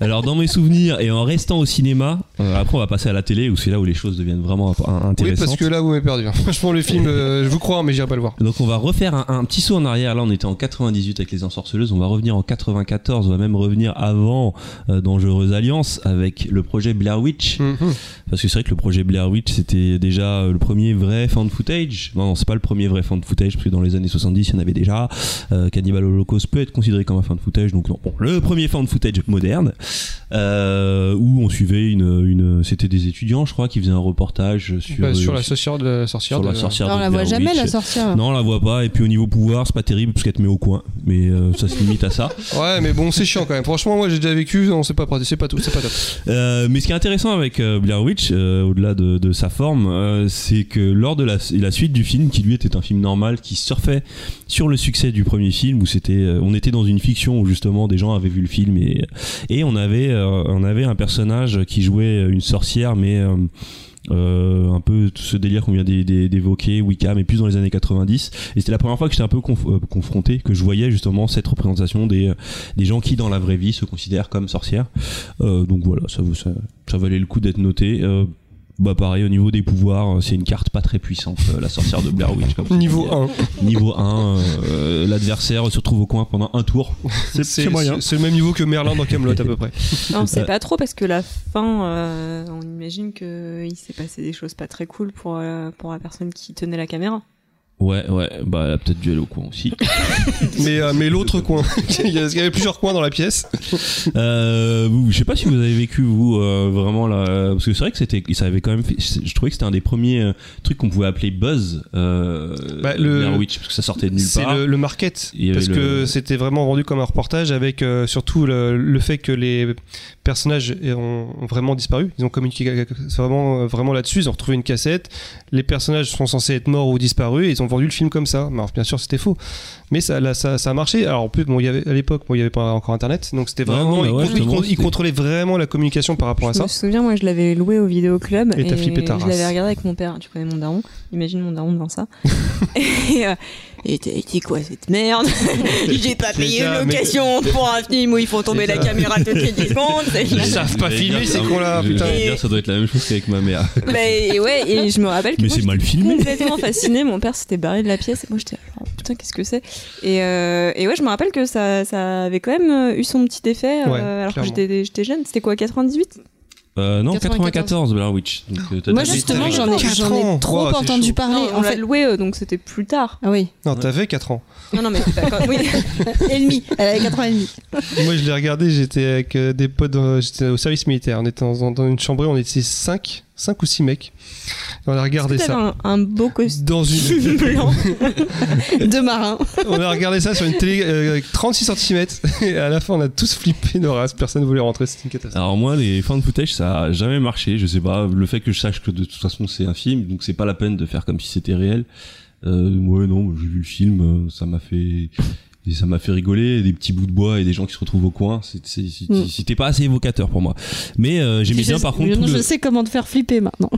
Alors dans mes souvenirs et en restant au cinéma, euh, après on va passer à la télé où c'est là où les choses deviennent vraiment imp- Oui, intéressantes. parce que là, vous m'avez perdu. hein. Franchement, le film, euh, je vous crois, mais j'irai pas le voir. Donc on va refaire un, un petit saut en arrière. Là on était en 98 avec les ensorceleuses, on va revenir en 94, on va même revenir avant euh, Dangereuse Alliance avec le projet Blair Witch. Mhm. Parce que c'est vrai que le projet Blair Witch c'était déjà euh, le premier vrai fan footage. Non, non c'est pas le premier vrai fan footage parce que dans les années 70 il y en avait déjà. Euh, Cannibal Holocaust peut être considéré comme un fan footage, donc non. Bon, le premier fan footage moderne, euh, où on suivait une, une c'était des étudiants, je crois, qui faisaient un reportage sur, Bah, sur euh, la sur- sorcière de la sur sorcière. la de- sorcière. Alors, on de la voit Blair jamais, Witch. la sorcière. Non, on la voit pas. Et puis au niveau pouvoir, c'est pas terrible parce qu'elle te met au coin, mais euh, ça se limite à ça. Ouais, mais bon, c'est chiant quand même. Franchement, moi j'ai déjà vécu, on sait pas, c'est pas tout, c'est pas top. Euh, mais ce qui est intéressant avec euh, Blair Witch, euh, au-delà de, de sa forme, euh, c'est que lors de la, la suite du film, qui lui était un film normal, qui surfait sur le succès du premier film, où c'était, euh, on était dans une fiction où justement des gens avaient vu le film et, et on avait, euh, on avait un personnage qui jouait une sorcière, mais euh, euh, un peu tout ce délire qu'on vient d'é- d'é- d'évoquer, Wicca, mais plus dans les années 90. Et c'était la première fois que j'étais un peu conf- euh, confronté, que je voyais justement cette représentation des, euh, des gens qui, dans la vraie vie, se considèrent comme sorcières. Euh, donc voilà, ça, vaut- ça, ça valait le coup d'être noté. Euh, bah pareil, au niveau des pouvoirs, euh, c'est une carte pas très puissante, euh, la sorcière de Blair Witch. Comme Niveau 1. un. Niveau 1, euh, l'adversaire se retrouve au coin pendant un tour. C'est c'est moyen. c'est- c'est le même niveau que Merlin dans Camelot à peu près. Non, on sait Ouais. pas trop parce que la fin, euh, on imagine que il s'est passé des choses pas très cool pour euh, pour la personne qui tenait la caméra. Ouais, ouais, bah elle a peut-être dû aller au coin aussi. Mais, euh, mais l'autre coin, il y a- il y avait plusieurs coins dans la pièce. Euh, vous- je sais pas si vous avez vécu vous euh, vraiment là, parce que c'est vrai que c'était, ça avait quand même, fait- je trouvais que c'était un des premiers euh, trucs qu'on pouvait appeler buzz. Euh, Bah, le- Blair Witch, parce que ça sortait de nulle C'est part. le, le market. Il y avait Parce le- que c'était vraiment rendu comme un reportage avec euh, surtout le, le fait que les personnages eh, ont, ont vraiment disparu. Ils ont communiqué c'est vraiment, euh, vraiment là-dessus. Ils ont retrouvé une cassette. Les personnages sont censés être morts ou disparus. Et ils ont vendu le film comme ça. Mais Alors, bien sûr, c'était faux. Mais ça, là, ça, ça a marché. Alors, en plus, bon, il y avait, à l'époque, bon, il n'y avait pas encore Internet. Donc, c'était Non, vraiment. non, mais ils ouais, con- ils, justement, con- ils c'était- contrôlaient vraiment la communication par rapport à je Ah, ça. me souviens, moi, je l'avais loué au vidéoclub Et t'as flippé ta je race. l'avais regardé avec mon père. Tu connais mon daron Imagine mon daron devant ça. et euh, il était- il était quoi cette merde J'ai pas Mais payé t'as- une location pour un film où il faut tomber Mais la caméra toutes les 10 secondes. c'est- Ils savent pas filmer, c'est qu'on l'a- putain. J'allais dire, ça doit être la même chose qu'avec ma mère. Mais et ouais, et je me rappelle que Mais moi, c'est mal filmé. complètement fasciné. Mon père s'était barré de la pièce et moi j'étais genre putain qu'est-ce que c'est et, euh, et ouais je me rappelle que ça, ça avait quand même euh, eu son petit effet euh, Ouais, alors que clairement. j'étais j'étais jeune. C'était quoi 98 Euh, non, 94. 94 Blair Witch. Donc, euh, t'as Moi, déjà- justement, t'avais j'en ai, quatre j'en ai ans. trop Wow, Ah, c'est entendu chaud. parler. Non, on en l'a fait, loué euh, donc c'était plus tard. ah oui, Non, t'avais 4 ans. Non non mais c'est pas quand- oui. et demi. Elle avait 4 ans et demi. Moi, je l'ai regardé, j'étais avec euh, des potes, euh, j'étais au service militaire. On était dans, dans une chambre, on était 5, 5 ou 6 mecs. On a regardé T'avais ça. un, un beau costume Dans une... blanc. De marin. on a regardé ça sur une télé euh, avec 36 cm. Et à la fin, on a tous flippé nos races. Personne ne voulait rentrer, c'était une catastrophe. Alors moi, les fins de footage, ça a jamais marché. Je sais pas. Le fait que je sache que de toute façon c'est un film, donc c'est pas la peine de faire comme si c'était réel. Euh, ouais, non, j'ai vu le film, euh, ça m'a fait, et ça m'a fait rigoler. Des petits bouts de bois et des gens qui se retrouvent au coin. c'est- c'est- c'est- Mm. C'était pas assez évocateur pour moi. Mais euh, j'aimais bien par contre. Je, tout je le- sais comment te faire flipper maintenant.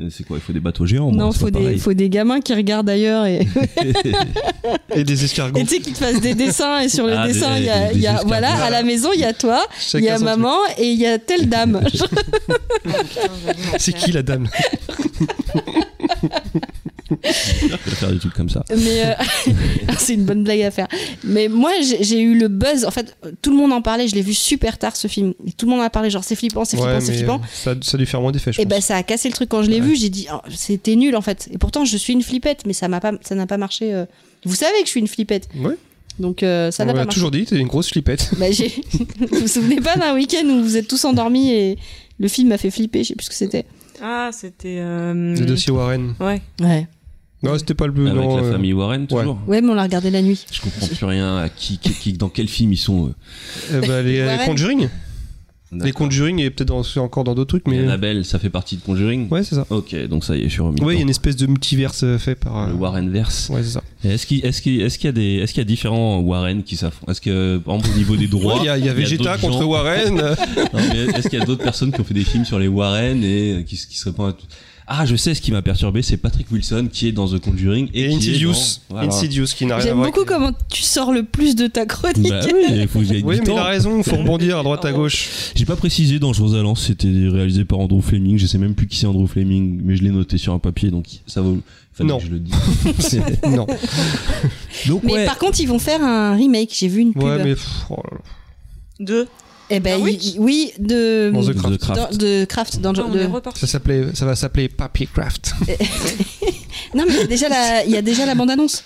Euh, C'est quoi Il faut des bateaux géants. non, moi, c'est faut pas des, faut des gamins qui regardent ailleurs et pareil. Et des escargots. et tu sais qu'ils te fassent des dessins. Et sur le Ah, des- dessin, il y a, des- il y a- des voilà, escargots. à la maison, il y a toi, il Chacun y a son maman et il y a telle dame. truc. C'est qui la dame Faut faire des trucs comme ça. Mais euh, c'est une bonne blague à faire. Mais moi, j'ai j'ai eu le buzz. En fait, tout le monde en parlait. Je l'ai vu super tard ce film. Et tout le monde en a parlé. Genre, c'est flippant, c'est Ouais, flippant, c'est mais, flippant. euh, ça, ça a dû faire moins d'effet, je Et pense. ben, ça a cassé le truc quand je l'ai Ouais. vu. J'ai dit, oh, c'était nul en fait. Et pourtant, je suis une flippette, mais ça m'a pas, ça n'a pas marché. euh. Vous savez que je suis une flippette. Ouais. Donc euh, ça n'a on pas m'a marché. toujours dit, t'es une grosse flippette. Bah, j'ai- vous vous souvenez pas d'un week-end où vous êtes tous endormis et le film m'a fait flipper, je sais plus ce que c'était. Ah c'était. Mm. euh, Les dossiers Warren. Ouais. Ouais. Non, Mm. c'était pas le bleu. Avec non, la euh, famille Warren toujours. Ouais, mais on l'a regardé la nuit. Je comprends plus rien. À qui, qui- qui- dans quel film ils sont euh. euh, bah, les, Warren. les Conjuring. Les D'accord. Conjuring et peut-être dans- encore dans d'autres trucs, mais. euh, Annabelle, ça fait partie de Conjuring. Ouais, c'est ça. Ok, donc ça y est, je suis remis. Ouais, il y a dedans. une espèce de multiverse euh, fait par. euh, le Warren verse. Ouais, c'est ça. Est-ce qu'il est-ce qu'il- est-ce qu'il y a des est-ce qu'il y a différents Warren qui s'affrontent Est-ce que par exemple, au niveau des droits, Il y a, il y a Vegeta d'autres contre gens- Warren. euh, Non, mais Est-ce qu'il y a d'autres personnes qui ont fait des films sur les Warren et euh, qui, s- qui se répandent à tout- Ah, je sais ce qui m'a perturbé, c'est Patrick Wilson qui est dans The Conjuring et, et qui est Insidious. dans- voilà. Insidious Ah qui n'a rien à J'aime voir. beaucoup avec- comment tu sors le plus de ta chronique. Bah oui, il faut que j'aille Oui, du mais il temps. a raison, faut rebondir à droite à gauche. J'ai pas précisé Dangereux à Lens, c'était réalisé par Andrew Fleming, je sais même plus qui c'est Andrew Fleming, mais je l'ai noté sur un papier donc ça vaut fallait Non. que je le dis. Non. donc Mais ouais, par contre, ils vont faire un remake. J'ai vu une pub. Ouais, mais. pff, oh là là. Deux. Eh ben, Ah oui. il- oui, de Dans The The Craft. dans- de Craft dans Non, Ah, on de- est reparti. Ça, s'appelait, ça va s'appeler Papier Craft. Non mais il y a déjà la- il y a déjà la bande annonce.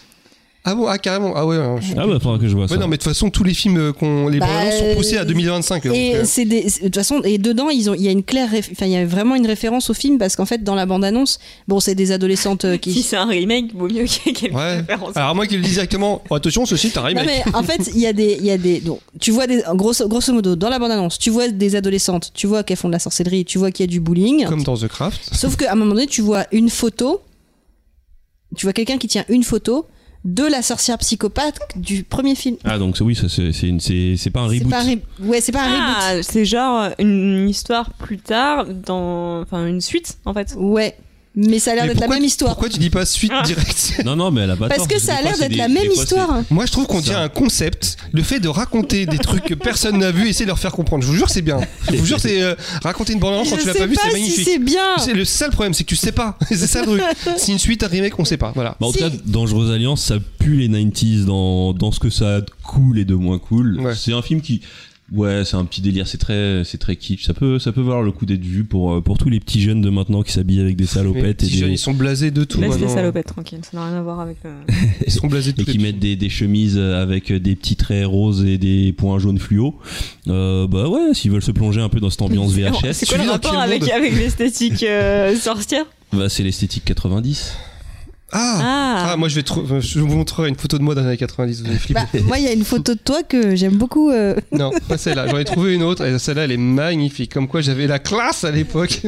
Ah bon, ah carrément, ah ouais. ouais, je- Ah bah, faudra que je vois Ouais, ça. non, mais de toute façon, tous les films euh, qu'on les Bah, bandes annonces sont poussés à euh, 2025. donc, Et euh, c'est des- c'est- de toute façon et dedans ils ont il y a une claire réf- enfin il y a vraiment une référence au film parce qu'en fait dans la bande annonce bon c'est des adolescentes euh, Si qui c'est un remake, vaut mieux qu'il y ait quelques Ouais. Ah. références. Alors, moi qui le dis directement, oh, attention, ceci est un non remake. mais en fait il y a des il y a des donc, tu vois des grosso, grosso modo dans la bande annonce tu vois des adolescentes tu vois qu'elles font de la sorcellerie tu vois qu'il y a du bowling Comme dans The Craft. Sauf qu'à un moment donné, tu vois une photo, tu vois quelqu'un qui tient une photo de la sorcière psychopathe du premier film. Ah donc oui, ça, c'est c'est une- c'est- c'est pas un C'est reboot. pas un re- ouais, c'est pas un Ah, c'est genre une histoire plus tard, dans... enfin une suite en fait. reboot. Ouais, mais ça a l'air Mais d'être la pourquoi- même histoire. Pourquoi tu dis pas suite Ah. direct Non non, mais elle a pas Parce tort, que je ça sais a pas, l'air c'est d'être des- la des même fois, c'est- histoire. Moi, je trouve qu'on Ça. tient un concept. Le fait de raconter des trucs que personne n'a vu, essayer de leur faire comprendre. Je vous jure, c'est bien. Je vous jure, c'est euh, raconter une bande annonce quand Je tu l'as sais pas vu, c'est si magnifique. c'est bien. C'est le seul problème, c'est que tu sais pas. c'est ça le truc. Si une suite, un remake, on sait pas. Voilà. Bah, en Si. tout cas, Dangereuse Alliance, ça pue les 90s dans, dans ce que ça a de cool et de moins cool. Ouais. C'est un film qui. Ouais, c'est un petit délire, c'est très, c'est très kitsch. Ça peut, ça peut valoir le coup d'être vu pour, euh, pour tous les petits jeunes de maintenant qui s'habillent avec des Les salopettes et, petits des- jeunes, ils sont blasés de tout. Laisse les maintenant. salopettes tranquilles, ça n'a rien à voir avec euh, le. Ils sont blasés de et tout. qui mettent des, des chemises avec des petits traits roses et des points jaunes fluo. Euh, bah ouais, s'ils veulent se plonger un peu dans cette ambiance C'est VHS, quoi Tu vis le dans rapport quel avec, monde avec l'esthétique euh, sorcière bah c'est l'esthétique 90. Ah, Ah, Ah, moi je vais trou- euh, je vous montrerai une photo de moi dans les années 90, vous allez flipper. Bah, moi, il y a une photo de toi que j'aime beaucoup. euh. Non, pas celle-là. J'en ai trouvé une autre et celle-là elle est magnifique. Comme quoi j'avais la classe à l'époque.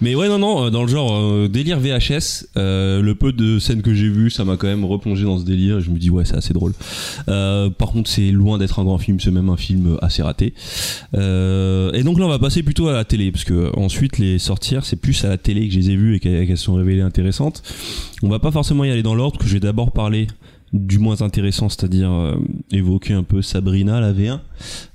Mais ouais, non, non, euh, dans le genre euh, délire VHS, euh, le peu de scènes que j'ai vues, ça m'a quand même replongé dans ce délire. Je me dis, ouais, c'est assez drôle. Euh, par contre, c'est loin d'être un grand film, c'est même un film assez raté. Euh, et donc là, on va passer plutôt à la télé, parce que euh, ensuite, les sortir, c'est plus à la télé que je les ai vues et qu'elles qu'elles se sont révélées intéressantes. On va pas forcément y aller dans l'ordre, que je vais d'abord parler du moins intéressant, c'est-à-dire euh, évoquer un peu Sabrina, la V1.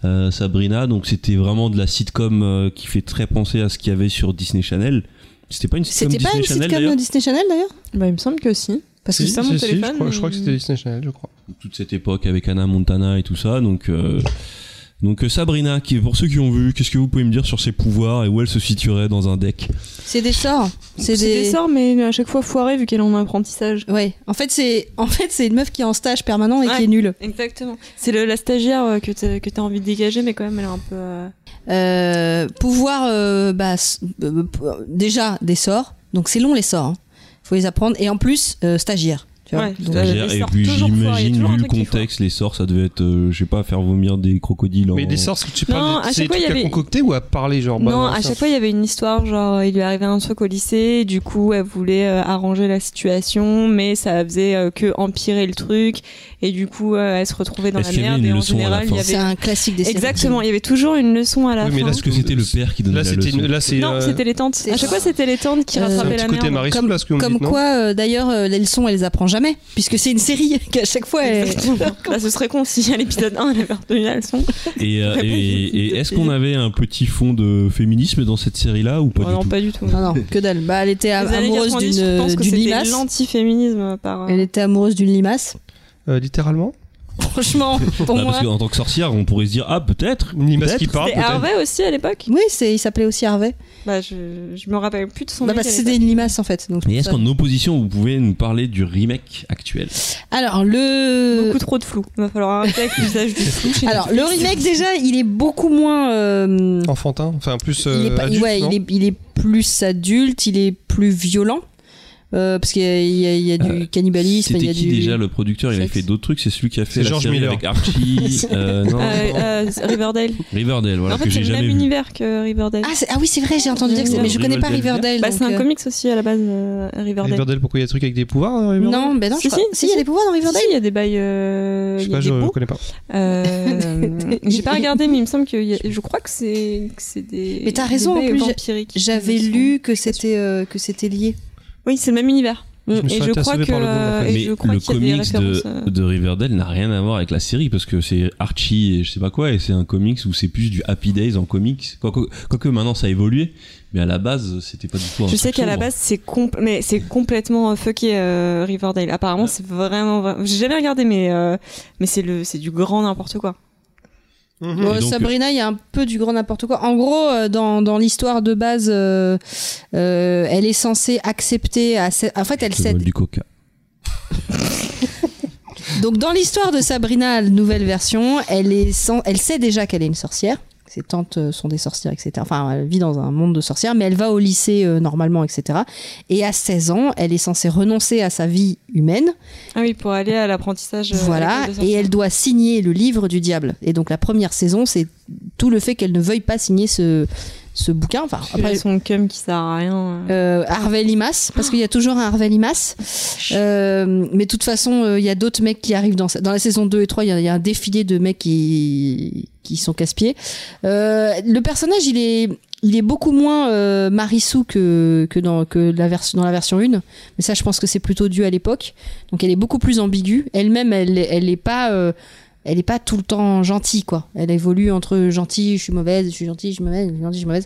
Euh, Sabrina, donc c'était vraiment de la sitcom euh, qui fait très penser à ce qu'il y avait sur Disney Channel. C'était pas une sitcom C'était Disney pas une Channel sitcom d'ailleurs de Disney Channel d'ailleurs bah il me semble que si. Parce que Si. Si, ça, mon si, si, téléphone, je, crois, je crois que il- euh, c'était Disney Channel, je crois. toute cette époque avec Anna Montana et tout ça. Donc, euh, donc euh, Sabrina, qui est pour ceux qui ont vu, qu'est-ce que vous pouvez me dire sur ses pouvoirs et où elle se situerait dans un deck C'est des sorts. C'est des... sorts, mais à chaque fois foirés vu qu'elle est en apprentissage. Ouais. En fait, c'est en fait c'est une meuf qui est en stage permanent et Ouais. qui est nulle. Exactement. C'est le- la stagiaire euh, que t'as que t'as envie de dégager, mais quand même elle est un peu. euh, Euh, pouvoir, euh, bah, s- euh, p- euh, déjà des sorts. Donc c'est long les sorts. hein. faut les apprendre. Et en plus, euh, stagiaire. Tu vois. Ouais, Donc, stagiaire. Stagiaire, les Et sorts puis toujours foirés, j'imagine, toujours un vu le truc qui foire. contexte, les sorts, ça devait être, euh, je sais pas, faire vomir des crocodiles. Mais en... les sorts, tu Non, parles à de chaque c'est des fois, il y trucs à avait- concocter ou à parler genre bah, non, à c'est un- chaque fois il y avait une histoire, genre euh, il lui arrivait un truc au lycée, du coup elle voulait euh, arranger la situation, mais ça faisait euh, que empirer le truc, et du coup euh, elle se retrouvait dans Est-ce la qu'il y avait merde, une et en leçon à la général il y fin euh, C'est avait. un classique des séries. Exactement, il y avait toujours une leçon à la Oui, mais fin. là, Est-ce que c'était le père qui donnait Là, la c'était leçon une- là c'est Non, euh, c'était les tantes. c'est À chaque fois c'était les tantes qui Euh, c'est un rattrapaient petit la côté merde. Marisol là ce que vous me Comme dites, non quoi, euh, d'ailleurs, euh, les leçons, elle les apprend jamais, puisque c'est une série qu'à chaque fois. Elle... Là, ce serait con si à l'épisode 1 elle avait retenu la leçon. Et, euh, Réponse et- et- et de est-ce Philippe. qu'on avait un petit fond de féminisme dans cette série-là ou pas Oh du non, tout pas du tout. Non, non, que dalle. Bah, elle était am- Les années amoureuse 90, d'une euh, je pense que d'une c'était hein. limace. L'antiféminisme par. Elle était amoureuse d'une limace. Euh, littéralement Franchement, pour Bah, moi. Parce qu'en tant que sorcière, on pourrait se dire ah peut-être. Une limace qui peut-être. parle C'était Ah, peut-être Harvey aussi à l'époque Oui, c'est, il s'appelait aussi Harvey. Bah, je, je me rappelle plus de son Bah, nom. parce que c'était une limace en fait. Donc, c'est Et est-ce pour ça. qu'en opposition, vous pouvez nous parler du remake actuel Alors le Beaucoup trop de flou. Il va falloir arrêter avec l'usage du flou. chez Alors, nous. le remake, déjà, il est beaucoup moins. euh, enfantin, enfin plus il, est euh, pas- adulte, ouais, non il, est, il est plus adulte, il est plus violent. euh, parce qu'il y a, il y a- il y a du cannibalisme, il y Euh, C'était a qui du. déjà le producteur Il avait sexe. fait d'autres trucs. C'est celui qui a C'est fait la George série Miller. avec Archie. euh, non, Euh, euh, Riverdale. Riverdale, voilà en fait, que c'est j'ai le même jamais vu. univers que Riverdale. Ah, c'est- ah oui, c'est vrai, j'ai entendu dire que c'est- Mais je connais pas Riverdale. bah, c'est donc, un euh, comics aussi à la base, euh, Riverdale. Riverdale, pourquoi il y a des trucs avec des pouvoirs euh, Riverdale Non, ben non, je Si, crois- si, Si, il y a si. des pouvoirs dans Si, Riverdale. Ah, il y a des bails. euh, Je il sais y a pas, des je beaux. connais pas. Euh, J'ai pas regardé, mais il me semble que y a- je crois que c'est que c'est des. Mais t'as des raison, en bails plus, vampiriques. J'avais lu que c'était euh, que c'était lié. Oui, c'est le même univers. Je me suis Et je intéressé crois par le monde, en que. fait. et Mais je crois le qu'il y a des comics de, références, euh, de Riverdale n'a rien à voir avec la série parce que c'est Archie et je sais pas quoi et c'est un comics où c'est plus du Happy Days en comics. Quoique quoique maintenant ça a évolué, mais à la base c'était pas du tout. un Je sais truc hein. qu'à la sombre. base c'est compl- mais c'est complètement euh, fucké euh, Riverdale. Apparemment c'est vraiment vra- j'ai jamais regardé mais euh, mais c'est le c'est du grand n'importe quoi. Mhm. Bon, donc, Euh, euh, Sabrina, il y a un peu du grand n'importe quoi. En gros, euh, dans, dans l'histoire de base, euh, euh, elle est censée accepter. À se- En fait, elle Je te cède. vole du coca. Donc dans l'histoire de Sabrina, la nouvelle version, elle, est sans- elle sait déjà qu'elle est une sorcière. Ses tantes euh, sont des sorcières, etc. Enfin, elle vit dans un monde de sorcières, mais elle va au lycée euh, normalement, etc. Et à 16 ans, elle est censée renoncer à sa vie humaine Ah oui, pour aller à l'apprentissage. euh, à voilà, l'école de et sorciers. elle doit signer le livre du diable. Et donc la première saison, c'est tout le fait qu'elle ne veuille pas signer ce, ce bouquin. Enfin, après, Après son cum qui sert à rien. euh. euh, Harvey Limas, parce qu'il y a toujours un Harvey Limas. Euh, mais de toute façon, euh, il y a d'autres mecs qui arrivent dans, sa- dans la saison 2 et 3. Il y, a- il y a un défilé de mecs qui, qui sont casse-pieds. Euh, le personnage, il est, il est beaucoup moins euh, Marissou que, que, dans, que la version dans la version 1. Mais ça, je pense que c'est plutôt dû à l'époque. Donc elle est beaucoup plus ambiguë. Elle-même, elle n'est elle est pas. euh, elle est pas tout le temps gentille, quoi. Elle évolue entre gentille, je suis mauvaise, je suis gentille, je suis mauvaise, je suis gentille, je suis mauvaise.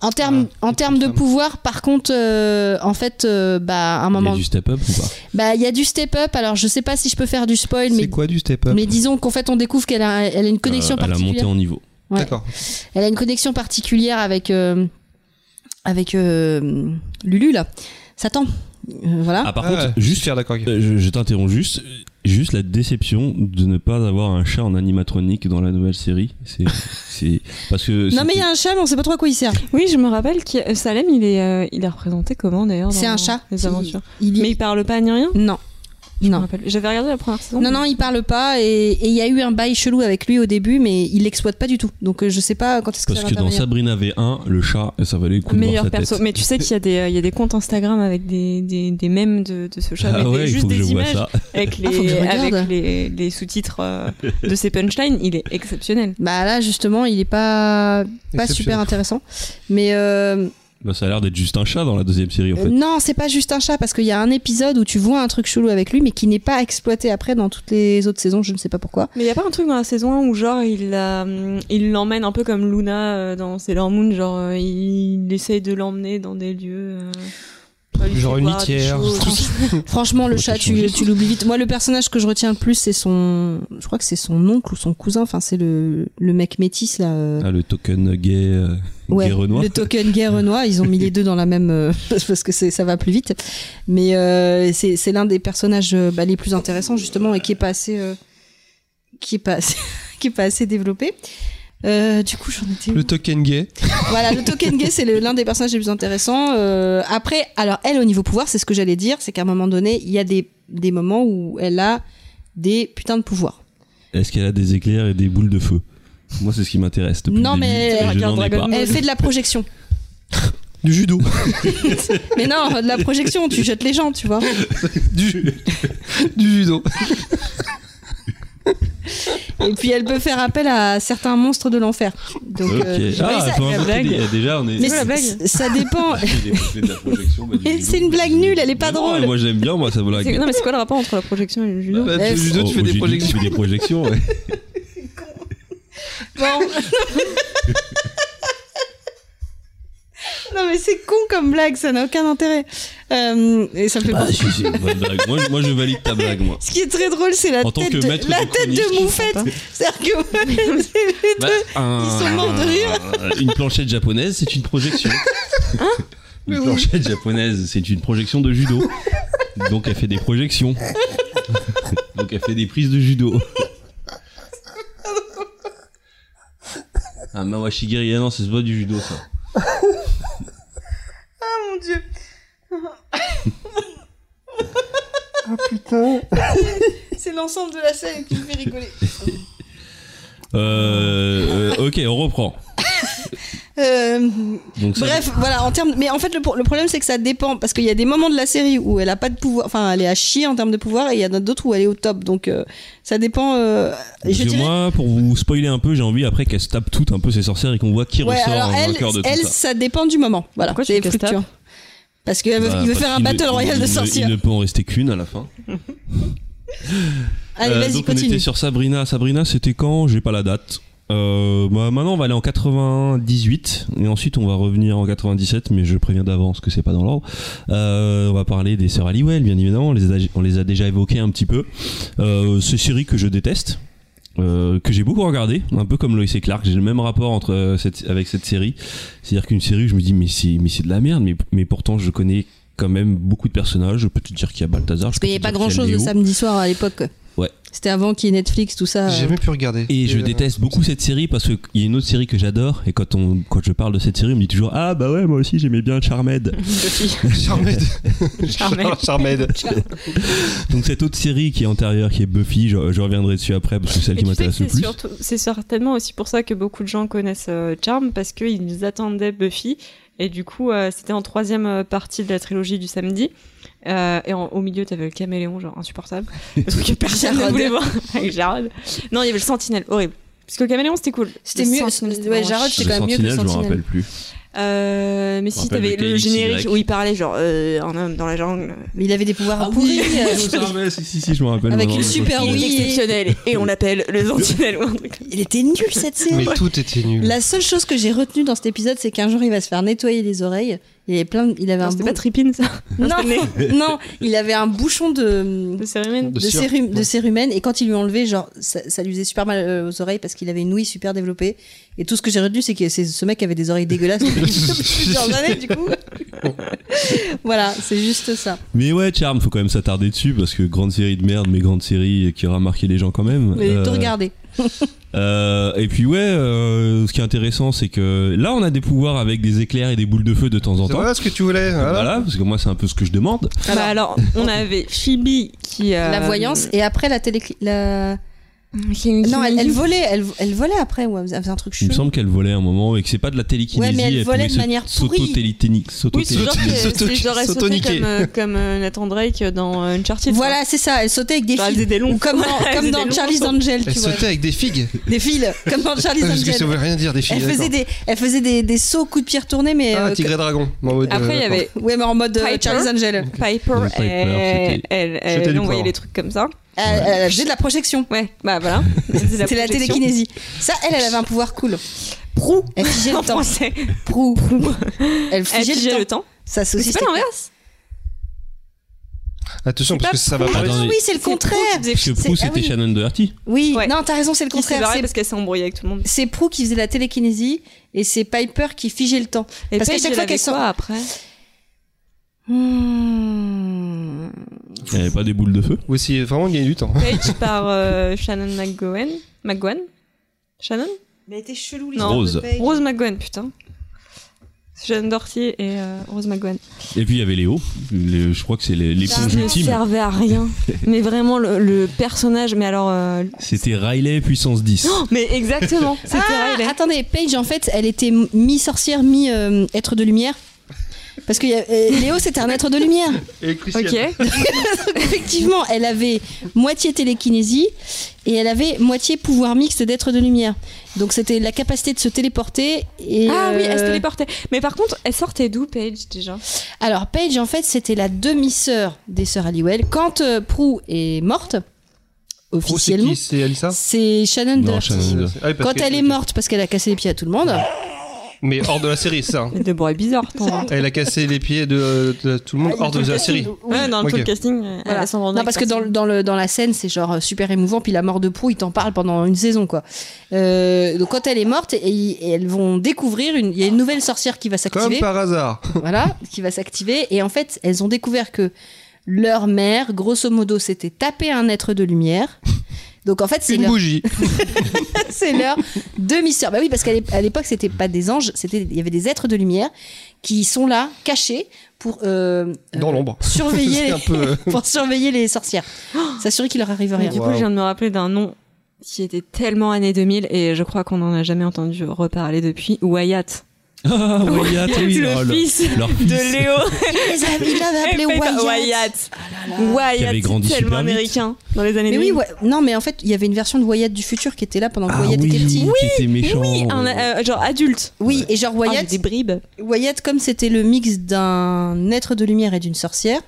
En termes, Ah, en termes de femme. pouvoir, par contre, euh, en fait, euh, bah, à un Il y a moment du step-up ou pas bah, il y a du step-up. Alors, je sais pas si je peux faire du spoil, mais, C'est quoi du step-up mais disons qu'en fait, on découvre qu'elle a, elle a une connexion Euh, Elle a monté particulière. en niveau. ouais. D'accord. Elle a une connexion particulière avec, euh, avec euh, Lulu, là. Satan. Euh, voilà. Ah, par Ah contre, ouais, juste faire d'accord. ok. Euh, Je, je t'interromps juste. Juste la déception de ne pas avoir un chat en animatronique dans la nouvelle série. C'est, c'est parce que. non, mais il y a un chat, mais on sait pas trop à quoi il sert. Oui, je me rappelle que Salem, il est, euh, il est représenté comment d'ailleurs C'est dans un chat. Les Il- aventures. Il, Mais il parle pas ni rien. Non. je me Non. rappelle. J'avais regardé la première saison. Non, non, il parle pas et et il y a eu un bail chelou avec lui au début, mais il l'exploite pas du tout. Donc euh, je sais pas quand est-ce que Parce ça va que dans intervenir. Sabrina V1, le chat, ça valait le coup de voir meilleur sa perso. tête. Mais tu sais qu'il y a des, euh, il y a des comptes Instagram avec des, des, des mèmes de, de ce chat, mais ah des- ouais, il juste faut que des je vois images ça. avec Ah, faut que je les, regarde. avec les, les sous-titres euh, de ses punchlines. Il est exceptionnel. Bah là, justement, il est pas, pas super Exceptionnel. intéressant. Mais euh, Bah, ça a l'air d'être juste un chat dans la deuxième série en Euh, fait. Non, c'est pas juste un chat, parce qu'il y a un épisode où tu vois un truc chelou avec lui, mais qui n'est pas exploité après dans toutes les autres saisons, je ne sais pas pourquoi. Mais il y a pas un truc dans la saison 1 où genre il la- il l'emmène un peu comme Luna euh, dans Sailor Moon, genre euh, il essaye de l'emmener dans des lieux. euh, Genre une boire des litière. choses, Tout hein. Franchement, le Ouais, chat, Mmh. c'est changé. tu, tu l'oublies vite. Moi, le personnage que je retiens le plus, c'est son. Je crois que c'est son oncle ou son cousin, enfin, c'est le, le mec métis, là. euh, Ah, le token gay, euh, Ouais, gay renoir. le token gay renois, ils ont mis les deux dans la même euh, parce que c'est- ça va plus vite. Mais euh, c'est c'est l'un des personnages euh, bah, les plus intéressants justement et qui est pas assez euh, qui est pas assez, qui est pas assez développé. Euh, du coup, j'en étais. où Le token gay. voilà, le token gay, c'est le- l'un des personnages les plus intéressants. Euh, après, alors elle, au niveau pouvoir, c'est ce que j'allais dire, c'est qu'à un moment donné, il y a des, des moments où elle a des putains de pouvoirs. Est-ce qu'elle a des éclairs et des boules de feu Moi, c'est ce qui m'intéresse. depuis Non, le début, mais et elle je n'en ai regarde pas. Dragon Elle fait de la projection. Du judo. Mais non, de la projection, tu jettes les gens, tu vois. du, du judo. Euh. Et puis elle peut faire appel à certains monstres de l'enfer. Donc, Ok. euh, ah, mais ça- faut inventer blague. des- déjà, on est. mais la blague c- ça dépend. J'ai fait de la projection, bah, du Mais judo. c'est une blague nulle, elle est pas Bah non, drôle. Moi, j'aime bien, moi, ça me C'est- blague. Non mais c'est quoi le rapport entre la projection et le judo Bah, Eh, du judo, tu fais des projections. Tu fais des projections, ouais. Non mais c'est con comme blague, ça n'a aucun intérêt. Euh, et ça me fait Ah, penser- si, c'est une bonne blague. Moi, je- moi, je valide ta blague, moi. Ce qui est très drôle, c'est la En tant tête, que de, maître la de tête de chronique, Bah, moufette. C'est-à-dire que c'est les deux. un- euh, sont morts de Une planchette japonaise, c'est une projection. une Hein Mais oui. planchette japonaise, c'est une projection de judo. Donc elle fait des projections. Donc elle fait des prises de judo. Un mawashigiri, ah non, c'est pas du judo ça. mon dieu. Putain. C'est l'ensemble de la scène qui me fait rigoler. Euh, euh, ok, on reprend. Euh, Donc ça, bref, voilà, en termes. Mais en fait, le, pro- le problème, c'est que ça dépend. Parce qu'il y a des moments de la série où elle a pas de pouvoir. Enfin, elle est à chier en termes de pouvoir. Et il y en a d'autres où elle est au top. Donc, euh, ça dépend. euh, parce je que dirais- moi, pour vous spoiler un peu, j'ai envie après qu'elle se tape toutes un peu ses sorcières et qu'on voit qui Ouais, ressort alors en elle, vainqueur de tout elle, ça. dépend du moment. Voilà, Pourquoi tu c'est veux qu'elle se tape fluctuant. Parce qu'il veut, Bah, il veut parce faire un qu'il ne- battle il- royal il de ne- sorcières. Il ne peut en rester qu'une à la fin. Allez, Euh, vas-y, donc on était continue. sur Sabrina. Sabrina, c'était quand J'ai pas la date. Euh, bah, maintenant, on va aller en 98 et ensuite on va revenir en 97, mais je préviens d'avance que c'est pas dans l'ordre. Euh, on va parler des sœurs Halliwell, bien évidemment. On les a, on les a déjà évoquées un petit peu. Euh, ces séries que je déteste. euh, que j'ai beaucoup regardé, un peu comme Lois et Clark, j'ai le même rapport entre euh, cette, avec cette série. C'est-à-dire qu'une série, où je me dis mais c'est mais c'est de la merde, mais, mais pourtant je connais quand même beaucoup de personnages. Je peux te dire qu'il y a Balthazar. Parce je peux qu'il n'y te avait pas dire qu'il y a grand-chose le Léo. samedi soir à l'époque. Ouais. C'était avant qu'il y ait Netflix, tout ça. J'ai jamais pu regarder. Et je euh, déteste beaucoup cette série parce qu'il y a une autre série que j'adore et quand, on, quand je parle de cette série, on me dit toujours Ah bah ouais, moi aussi j'aimais bien Charmed. Charmed. Charmed. Charmed. Donc cette autre série qui est antérieure, qui est Buffy, je, je reviendrai dessus après parce que c'est celle Mais qui tu sais que m'intéresse le c'est plus. surtout- C'est certainement aussi pour ça que beaucoup de gens connaissent euh, Charm parce qu'ils attendaient Buffy et du coup euh, c'était en troisième euh, partie de la trilogie du samedi. Euh, et en- au milieu, t'avais le caméléon, genre insupportable. Le truc que personne ne Jarod. voulait voir avec Jarod. Non, il y avait le sentinelle, horrible. Parce que le caméléon, c'était cool. C'était Le mieux- Sentinelle, c'était ouais, vraiment Jarod, chiant. c'est quand même mieux que le Sentinelle, je me Sentinelle. rappelle plus. Euh, mais Je me si, rappelle t'avais de le KXY. générique où il parlait, genre, euh, un homme dans la jungle. Mais il avait des Ah pouvoirs pourris. euh, si, si, si, je me rappelle. Avec maintenant. une super il Ah oui, est et- exceptionnel et on l'appelle le sentinelle ou un truc. Il était nul cette série. Mais tout était nul. La seule chose que j'ai retenue dans cet épisode, c'est qu'un jour il va se faire nettoyer les oreilles. Il avait plein, de- il avait Non, un C'était bou- pas Trippin, ça, non, non, il avait un bouchon de de Cérémine. de, cire. sérum, de Ouais. cérumen et quand il lui enlevait, genre ça, ça lui faisait super mal euh, aux oreilles parce qu'il avait une ouïe super développée. Et tout ce que j'ai retenu, c'est que c'est ce mec avait des oreilles dégueulasses depuis plusieurs années du coup. voilà, c'est juste ça. Mais ouais, Charm, faut quand même s'attarder dessus parce que grande série de merde, mais grande série qui aura marqué les gens quand même. Mais Euh, tout regarder. euh, et puis ouais, euh, ce qui est intéressant, c'est que là, on a des pouvoirs avec des éclairs et des boules de feu de temps en C'est temps. voilà ce que tu voulais. Voilà. Voilà. parce que moi, c'est un peu ce que je demande. Bah alors, on avait Phoebe qui. euh, La voyance et après la télé. La... qui- Non, qui- elle, elle volait, elle, elle volait après. Ouais, elle faisait un truc Il chelou. me semble qu'elle volait un moment et que c'est pas de la Ouais, télékinésie. mais elle volait pouvait de se- manière pourrie. s'auto-télékiné- Oui, c'est genre, s'auto-télékiné- que- S'auto- c'est genre elle sautait s'autoniquer. comme, euh, comme euh, Nathan Drake dans euh, Uncharted. Voilà, c'est ça. Elle sautait avec des quoi. Genre, elle faisait fils. des Ou longs. comme dans, Elle comme faisait dans des Charlie's longs- Angel, Elle tu vois. sautait avec des figues. Des fils, comme dans Charlie's Parce que ça Angel. voulait rien dire des filles. Elle faisait, d'accord. des, elle faisait des, des sauts coups de pierre tournés, mais. Ah, euh, Tigre et Dragon. en mode, Après, il y euh, avait que- Ouais, mais en mode euh, Piper. Charlie's Angel. Piper, Piper, elle, c'était- elle, c'était elle du envoyait porc. des trucs comme ça. Elle, elle faisait de la projection. Ouais, bah voilà. C'était la projection. télékinésie. Ça, elle, elle avait un pouvoir cool. Prou Elle figeait en le temps. français. Prou. Elle Elle figeait figeait le le temps. temps. Ça, c'est Mais aussi. C'est pas l'inverse. Attention, parce que ça va pas- pas. Ah Attendez. oui, c'est le contraire. Parce que Prou, C'est- ah c'était oui. Shannon Doherty. Oui, Ouais. non, t'as raison, c'est le Qui s'est contraire. barrée C'est- parce qu'elle s'est embrouillée avec tout le monde. C'est Prou qui faisait la télékinésie et c'est Piper qui figeait le temps. Et Parce qu'à Paige, chaque elle fois avait qu'elle sort- quoi après Hmm. Il n'y avait pas des boules de feu. Oui, si, vraiment, il gagne du temps. Page par euh, Shannon McGowan. McGowan Shannon Mais elle était chelou, Non. Rose. Rose McGowan, putain. Shannon Doherty et euh, Rose McGowan. Et puis il y avait Léo. Les- je crois que c'est les, les Ça conjoints ne ultimes. servait à rien. mais vraiment, le, le personnage, mais alors. euh, C'était Riley puissance 10. oh, mais exactement, c'était hein. Ah, Riley. attendez, Paige, en fait, elle était m- mi-sorcière, mi-être de lumière. Parce que y a- euh, Léo, c'était un être de lumière. Ok. Effectivement, elle avait moitié télékinésie et elle avait moitié pouvoir mixte d'être de lumière. Donc c'était la capacité de se téléporter. Et Ah oui, elle se euh, téléportait. Mais par contre, elle sortait d'où, Paige, déjà Alors, Paige, en fait, c'était la demi-sœur des sœurs Halliwell. Quand euh, Prue est morte, Pro, c'est qui officiellement, C'est Alissa c'est Shannon Non, Doherty. Shannon. Ah oui, parce Quand que- elle est morte parce qu'elle a cassé les pieds à tout le monde, Mais hors de la série, ça. hein. Les deux bras bizarres, ton. Elle a cassé les pieds de, de tout le Ah, monde hors de la série. Ouais, dans le Ok. tout casting, euh, Voilà. elle s'en rendait Non, parce que dans, le- dans, le, dans la scène, c'est genre euh, super émouvant, puis la mort de Prou, il t'en parle pendant une saison, quoi. Euh, donc quand elle est morte, et, et elles vont découvrir, une- il y a une nouvelle sorcière qui va Comme s'activer, par hasard. voilà, qui va s'activer, et en fait, elles ont découvert que leur mère, grosso modo, s'était tapé un être de lumière. Donc en fait, c'est Une leur, bougie. c'est leur demi-sœur. Bah oui, parce qu'à l'ép- à l'époque, c'était pas des anges, c'était il y avait des êtres de lumière qui sont là, cachés, pour euh, euh, Dans l'ombre. surveiller C'est un peu. Oh euh, pour surveiller les sorcières, s'assurer qu'il leur arrive Mais rien. du coup, Waouh. je viens de me rappeler d'un nom qui était tellement années 2000 et je crois qu'on n'en a jamais entendu reparler depuis. Wyatt. Ah, Wyatt, oui. le oh, leur- fils leur fils. de Léo. Les amis, il l'avait appelé Wyatt. Wyatt. Ah Wyatt. Qui avait grandi tellement super vite. américain dans les années Mais 2000. oui, ouais. non, mais en fait, il y avait une version de Wyatt du futur qui était là pendant que Ah Wyatt oui, était petit. qui était méchant. Oui, ouais. un, euh, genre adulte. Oui, et genre Ah, j'ai Wyatt, des bribes. Wyatt comme c'était le mix d'un être de lumière et d'une sorcière,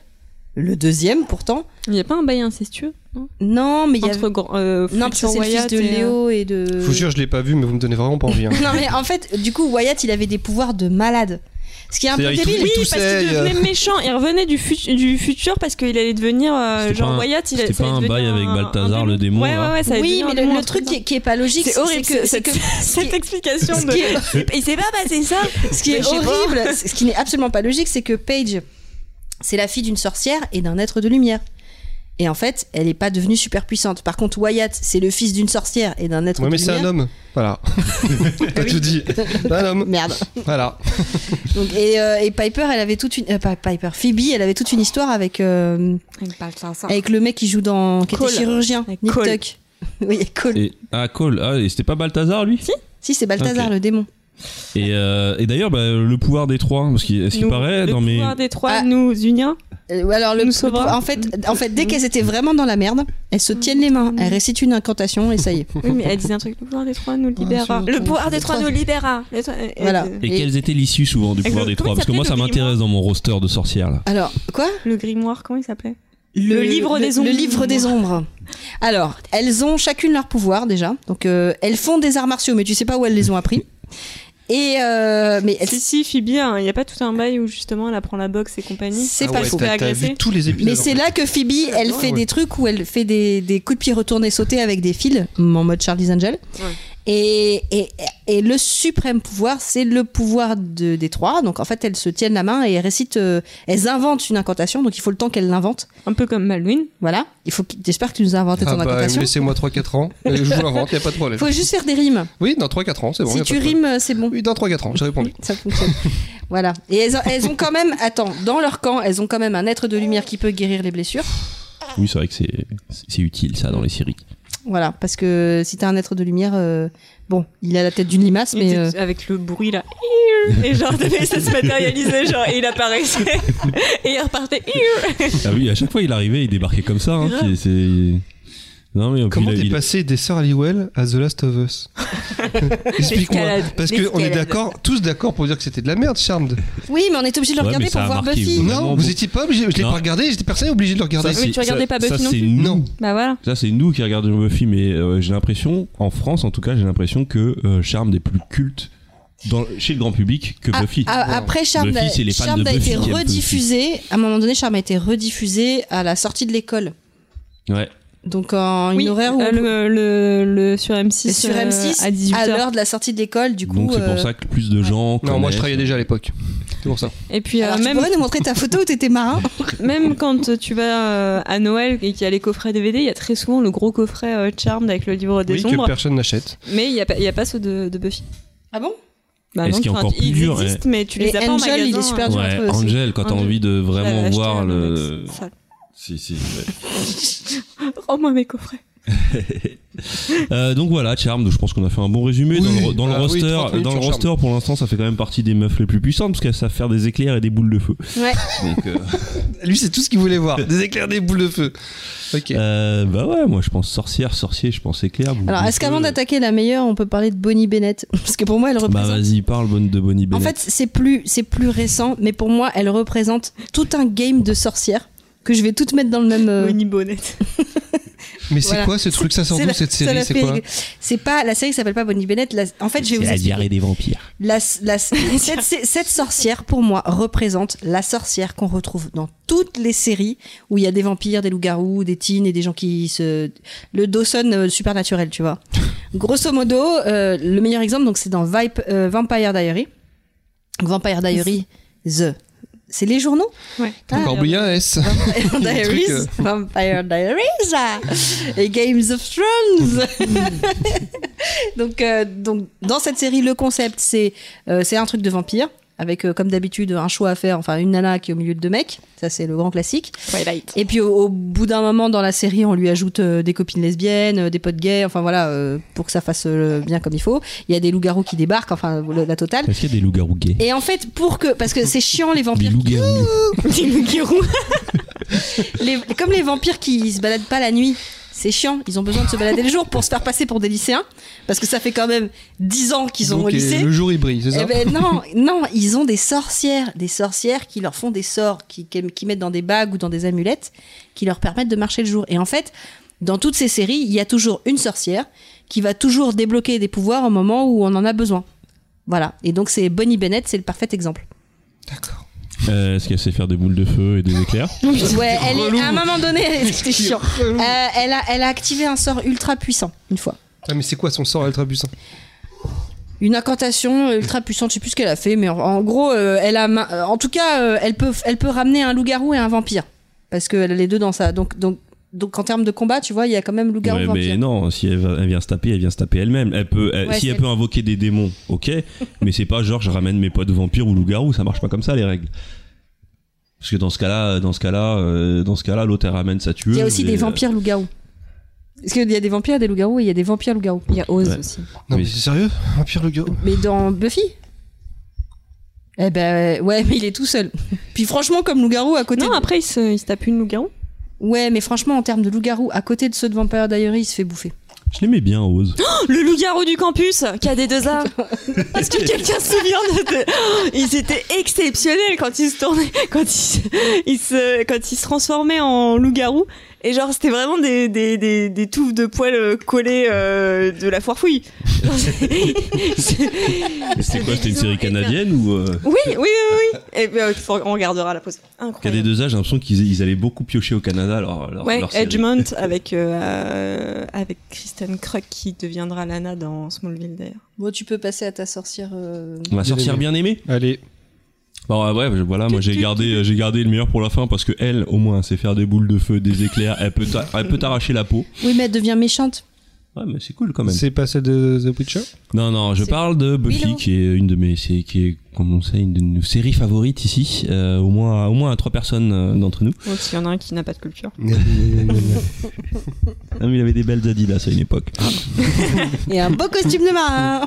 le deuxième pourtant. Il n'y a pas un bail incestueux hein, Non, mais il y avait... entre grand- euh, Non, parce que futur c'est le fils Wyatt de et, euh, Léo et de... Je vous jure, je l'ai pas vu, mais vous me donnez vraiment pas envie. hein. Non, mais en fait, du coup, Wyatt, il avait des pouvoirs de malade. Ce qui est un peu C'est-à-dire, il débile. Oui, Tout parce ça, qu'il il y a- devenait méchant. Il revenait du, fut- du futur parce qu'il allait devenir euh, C'était genre pas un- Wyatt. Il c'était ça pas allait un bail devenir avec Balthazar, un le démon, hein. Ouais, là. ouais, ouais, ça allait Oui, devenir mais un le, démon, le un truc comme qui est, qui est pas logique, ça. c'est horrible que- c'est ce- cette, que- cette explication ce de. qui est- Il s'est pas passé ça. Ce qui Mais est je sais pas. horrible, ce qui n'est absolument pas logique, c'est que Paige, c'est la fille d'une sorcière et d'un être de lumière. Et en fait, elle n'est pas devenue super puissante. Par contre, Wyatt, c'est le fils d'une sorcière et d'un être Ouais, de mais c'est un lumière. homme. Voilà. T'as tout dit. C'est un homme. Merde. Voilà. Ah Donc, et, euh, et Piper, elle avait toute une euh, pas Piper, Phoebe, elle avait toute une histoire avec euh, Il me parle de ça. avec le mec qui joue dans qui Cole. était chirurgien, Avec Nick Cole. Tuck. Oui, Cole. Et, ah, Cole. Ah, et c'était pas Balthazar, lui Si, c'est Balthazar Ok. le démon. Et, euh, et d'ailleurs, bah, le pouvoir des trois, parce qu'il à ce qui Nous, paraît, le dans mes. pouvoir des trois Ah. nous unir. Euh, alors le, Nous le- sauvera. en fait en fait dès qu'elles étaient vraiment dans la merde, elles se tiennent les mains, elles récitent une incantation et ça y est. Oui, mais elle disait un truc. Le pouvoir des trois nous libérera. sur le le ton, pouvoir sur des le trois ton. nous libérera. Les trois- et- Voilà. et- Et Et- quelles étaient l'issue souvent du Et pouvoir le- des trois comment il Parce que moi, ça s'appelait, le m'intéresse dans mon roster de sorcières là. Alors quoi Le grimoire, comment il s'appelait le, livre des le- Le ombres. livre des ombres. Alors, elles ont chacune leur pouvoir déjà. Donc, euh, elles font des arts martiaux, mais tu sais pas où elles les ont appris. Et euh, mais elles- Si, si, Phoebe, hein, il n'y a pas tout un bail où justement elle apprend la boxe et compagnie. c'est Ah pas ouais, faux. t'as- Fait T'as vu agresser. tous les épisodes. mais c'est là que Phoebe, elle Ouais, fait ouais. des trucs où elle fait des, des coups de pied retournés sautés avec des fils, en mode Charlie's Angel. Ouais. Et, et, et le suprême pouvoir, c'est le pouvoir de, des trois. Donc en fait, elles se tiennent la main et elles récitent, euh, elles inventent une incantation. Donc il faut le temps qu'elles l'inventent. Un peu comme Malwin. Voilà. Il faut. qu'il- J'espère que tu nous as inventé Ah ton bah, incantation. laissez-moi 3-4 ans. Euh, Je vous l'invente, y a pas de problème. Il faut juste faire des rimes. Oui, dans 3-4 ans, c'est bon. y si a tu pas de problème. rimes, euh, c'est bon. Oui, dans 3-4 ans, j'ai répondu. Ça fonctionne. voilà. Et elles, ont- elles ont quand même, attends, dans leur camp, elles ont quand même un être de lumière qui peut guérir les blessures. Oui, c'est vrai que c'est c'est utile ça dans les séries. Voilà, parce que si t'as un être de lumière, euh, bon, il a la tête d'une limace, Il mais était euh, Avec le bruit là. Et genre, devait se matérialiser, genre, et il apparaissait. Et il repartait. Ah oui, à chaque fois il arrivait, il débarquait comme ça. hein, puis c'est- Non mais Comment il, t'es il- passé des sœurs Halliwell à The Last of Us Explique-moi. L'escalade. Parce qu'on est L'escalade. d'accord, tous d'accord pour dire que c'était de la merde, Charmed. oui, mais on est obligé de le Ouais, regarder mais ça pour a voir marqué, Buffy. oui. Non, Vraiment vous beau. étiez pas obligé, je l'ai Non. pas regardé, j'étais personne est obligé de le Ça, regarder. Oui, c'est- tu regardais ça- pas Buffy ça, non c'est plus nous. Non. Bah voilà. Ça c'est nous qui regardons Buffy, mais euh, j'ai l'impression, en France en tout cas, j'ai l'impression que euh, Charmed est plus culte dans, chez le grand public que Ah, Buffy. ah, après, Charmed, Buffy, c'est les fans Charmed de a Buffy été qui aiment Buffy. rediffusé. À un moment donné, Charmed a été rediffusé à la sortie de l'école. Ouais. Donc en une horaire où euh, le, le, le- sur M6, et sur euh, M6 à 18h. à l'heure de la sortie de l'école, du coup. Donc c'est euh, pour ça que plus de gens. Non, moi je connaissent. euh, travaillais déjà à l'époque. C'est pour ça. Et puis, euh, Alors, tu même, pourrais nous montrer ta photo où t'étais marin même quand tu vas euh, à Noël et qu'il y a les coffrets DVD, il y a très souvent le gros coffret euh, Charmed avec le livre des Oui, que ombres, personne n'achète. mais il n'y a, pas- il y a pas ceux de, de Buffy. Ah bon Bah Et ce non, qui est enfin, encore plus ils dur, existent, mais tu les Et as pas en Angel, magasin. il est super hein. dur à Ouais, trouver aussi. Angel, quand t'as Angel. envie de Je l'avais vraiment acheté euh, voir à Noël, le. c'est sale. Si, si. ouais. Oh, Rends-moi mes coffrets. Euh, donc voilà, Charmed, je pense qu'on a fait un bon résumé. Dans Oui. le, dans le Ah oui, roster, 30 minutes dans le sur roster pour l'instant, ça fait quand même partie des meufs les plus puissantes parce qu'elles savent faire des éclairs et des boules de feu. Ouais. Donc, euh, Lui, c'est tout ce qu'il voulait voir. Des éclairs, des boules de feu. Ok. euh, bah ouais, moi je pense sorcière, sorcier, je pense éclair. boule Alors, de est-ce feu. qu'avant d'attaquer la meilleure, on peut parler de Bonnie Bennett Parce que pour moi, elle Bah représente. vas-y, parle bonne de Bonnie en Bennett. fait, c'est plus, c'est plus récent, mais pour moi, elle représente tout un game de sorcières que je vais toutes mettre dans le même. euh, Bonnie Bonnet. Mais c'est voilà. quoi ce truc Ça sort c'est d'où la- cette ça série la C'est fait quoi rigoler. C'est pas la série s'appelle pas Bonnie Bennett. la- en fait, je vais vous expliquer. des vampires. La- la- cette, cette- cette sorcière, pour moi, représente la sorcière qu'on retrouve dans toutes les séries où il y a des vampires, des loups-garous, des teens et des gens qui se. Le Dawson euh, supernaturel, tu vois. Grosso modo, euh, le meilleur exemple, donc c'est dans Vipe- euh, Vampire Diary. Vampire Diary, The. C'est les journaux Ouais. Ah, T'as encore oublié un S. Vampire Diaries, truc, euh. Vampire Diaries ah, et Games of Thrones. donc, euh, donc, dans cette série, le concept, c'est euh, c'est un truc de vampire. Avec, euh, comme d'habitude, un choix à faire, enfin une nana qui est au milieu de deux mecs, ça c'est le grand classique. Twilight. Et puis au, au bout d'un moment dans la série, on lui ajoute euh, des copines lesbiennes, euh, des potes gays, enfin voilà, euh, pour que ça fasse euh, bien comme il faut. Il y a des loups-garous qui débarquent, enfin le- la totale. Est-ce qu'il y a des loups-garous gays Et en fait, pour que. Parce que c'est chiant les Des vampires loups-garous. Petit loup-garou. Les- comme les vampires qui se baladent pas la nuit, c'est chiant. Ils ont besoin de se balader le jour pour se faire passer pour des lycéens, parce que ça fait quand même 10 ans qu'ils sont Donc, au euh, lycée. Le jour il brille, c'est Eh ça ben non, non, ils ont des sorcières, des sorcières qui leur font des sorts, qui, qui qui mettent dans des bagues ou dans des amulettes, qui leur permettent de marcher le jour. Et en fait, dans toutes ces séries, il y a toujours une sorcière qui va toujours débloquer des pouvoirs au moment où on en a besoin. Voilà. Et donc c'est Bonnie Bennett, c'est le parfait exemple. D'accord. Euh, Est-ce qu'elle sait faire des boules de feu et des éclairs Ouais, elle est- à un moment donné, elle- c'était Qui est chiant. relou. Euh, elle, a, elle a activé un sort ultra puissant, une fois. Ah, mais c'est quoi son sort ultra puissant Une incantation ultra puissante, je sais plus ce qu'elle a fait, mais en, en gros, euh, elle a. ma- euh, En tout cas, euh, elle, peut, elle peut ramener un loup-garou et un vampire. Parce qu'elle a les deux dans ça. Donc, donc Donc en termes de combat, tu vois, il y a quand même loup-garou Ouais, mais vampire. non, si elle, va- elle vient se taper, elle vient se taper elle-même. Elle peut, elle- Ouais, si elle c'est- peut invoquer des démons, ok, mais c'est pas genre je ramène mes potes vampires ou loups-garous, ça marche pas comme ça les règles. Parce que dans ce cas-là, dans ce cas-là, euh, dans ce cas-là, l'autre elle ramène sa tueuse. Il y a aussi et, des euh, vampires loup-garou. Parce qu'il y a des vampires et des loups-garous, et il y a des vampires loup-garou. Il y a Oz Ouais. aussi. Non, Oui. mais c'est sérieux Vampire le gars Mais dans Buffy Eh ben ouais, mais il est tout seul. Puis franchement, comme loup-garou à côté. Non, de- après, il se, il se tape une loup-garou. Ouais, mais franchement, en termes de loup-garou, à côté de ceux de Vampire Diaries, il se fait bouffer. Je l'aimais bien, Oz. Oh, Le loup-garou du campus, qui a des deux arts. Est-ce que quelqu'un se souvient de. de- Ils étaient exceptionnels quand ils se tournaient, quand ils, se- ils se, quand ils se transformaient en loup-garou. Et genre, c'était vraiment des, des, des, des touffes de poils euh, collées euh, de la foire fouille. Mais C'était quoi C'était une déguisant série et bien. canadienne ou euh, Oui, oui, oui, oui. Et ben, faut- on regardera la pause. Incroyable. KD2A, j'ai l'impression qu'ils ils allaient beaucoup piocher au Canada. Leur, leur, Ouais, leur série. Edgemont avec, euh, euh, avec Kristen Krug qui deviendra Lana dans Smallville d'ailleurs. Bon, tu peux passer à ta sorcière. euh, Ma sorcière bien aimée. Allez, Bon, Bah, ouais, bref, je- voilà, moi j'ai gardé, euh, j'ai gardé le meilleur pour la fin parce que elle, au moins, sait faire des boules de feu, des éclairs. Elle peut, t'a- elle peut t'arracher la peau. Oui, mais elle devient méchante. Ouais, mais c'est cool quand même. c'est pas celle de The Witcher Non, non, je C'est- parle de Buffy, Willow. qui est une de mes, c'est- qui est, comme on sait, une de nos séries favorites ici, euh, au moins, au moins à trois personnes euh, d'entre nous. Ou Oh, s'il y en a un qui n'a pas de culture. Ah, mais il avait des belles Adidas à une époque. Ah. Et un beau costume de marin.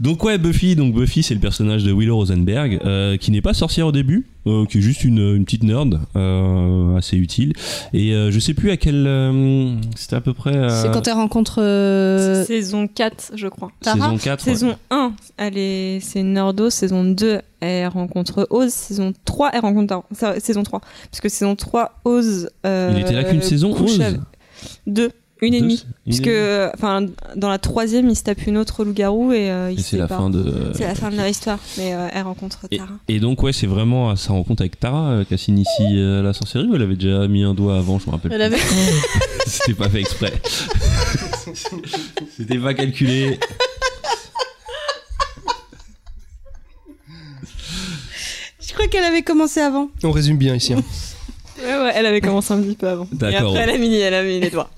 Donc ouais, Buffy, donc Buffy, c'est le personnage de Willow Rosenberg, euh, qui n'est pas sorcière au début, euh, qui est juste une, une petite nerd euh, assez utile. Et euh, je sais plus à quel, euh, c'était à peu près. euh, C'est quand elle rencontre. euh, Saison 4, je crois. Tara saison 4 ouais. Saison 1, elle est, c'est Nordo. Saison 2, elle rencontre Oz. Saison 3, elle rencontre Tara. Sa- Saison 3. Parce que saison 3, Oz. euh, Il était là qu'une saison. couche Oz avec- Deux. Une et Deux, demie. une et Puisque, demie. euh, enfin, dans la troisième, il se tape une autre loup-garou et euh, il Et se c'est la sépare. fin de. C'est la fin de leur histoire. Mais euh, elle rencontre Et, Tara. et donc ouais, c'est vraiment à sa rencontre avec Tara euh, qu'a s'initie euh, la sorcellerie ou elle avait déjà mis un doigt avant, je me rappelle. Elle avait- plus. C'était pas fait exprès. C'était pas calculé. Je crois qu'elle avait commencé avant. On résume bien ici. hein. Ouais, ouais, elle avait commencé un petit peu avant. Et D'accord. après, elle a mis, elle a mis les doigts.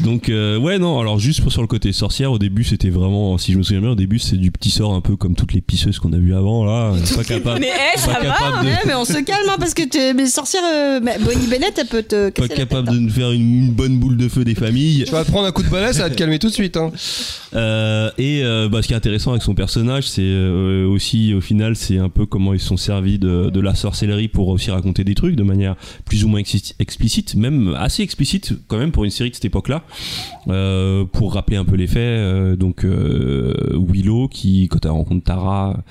Donc euh, ouais non, alors juste pour- sur le côté sorcière, au début c'était vraiment, si je me souviens bien, au début c'est du petit sort un peu comme toutes les pisseuses qu'on a vues avant là, pas capable, Mais elle, pas capable de, Ouais, mais on se calme, hein, parce que t'es- mes sorcières. euh, bah, Bonnie Bennett, elle peut te. pas casser la tête, capable hein. de nous faire une, une bonne boule de feu des familles. Tu vas te prendre un coup de balai, ça va te calmer tout de suite. Hein. Euh, et euh, bah, ce qui est intéressant avec son personnage, c'est euh, aussi au final, c'est un peu comment ils se sont servis de, de la sorcellerie pour aussi raconter des trucs de manière plus ou moins exi- explicite, même assez explicite quand même pour une série de cette époque-là, Euh, pour rappeler un peu les faits. euh, donc euh, Willow qui, quand elle rencontre Tara,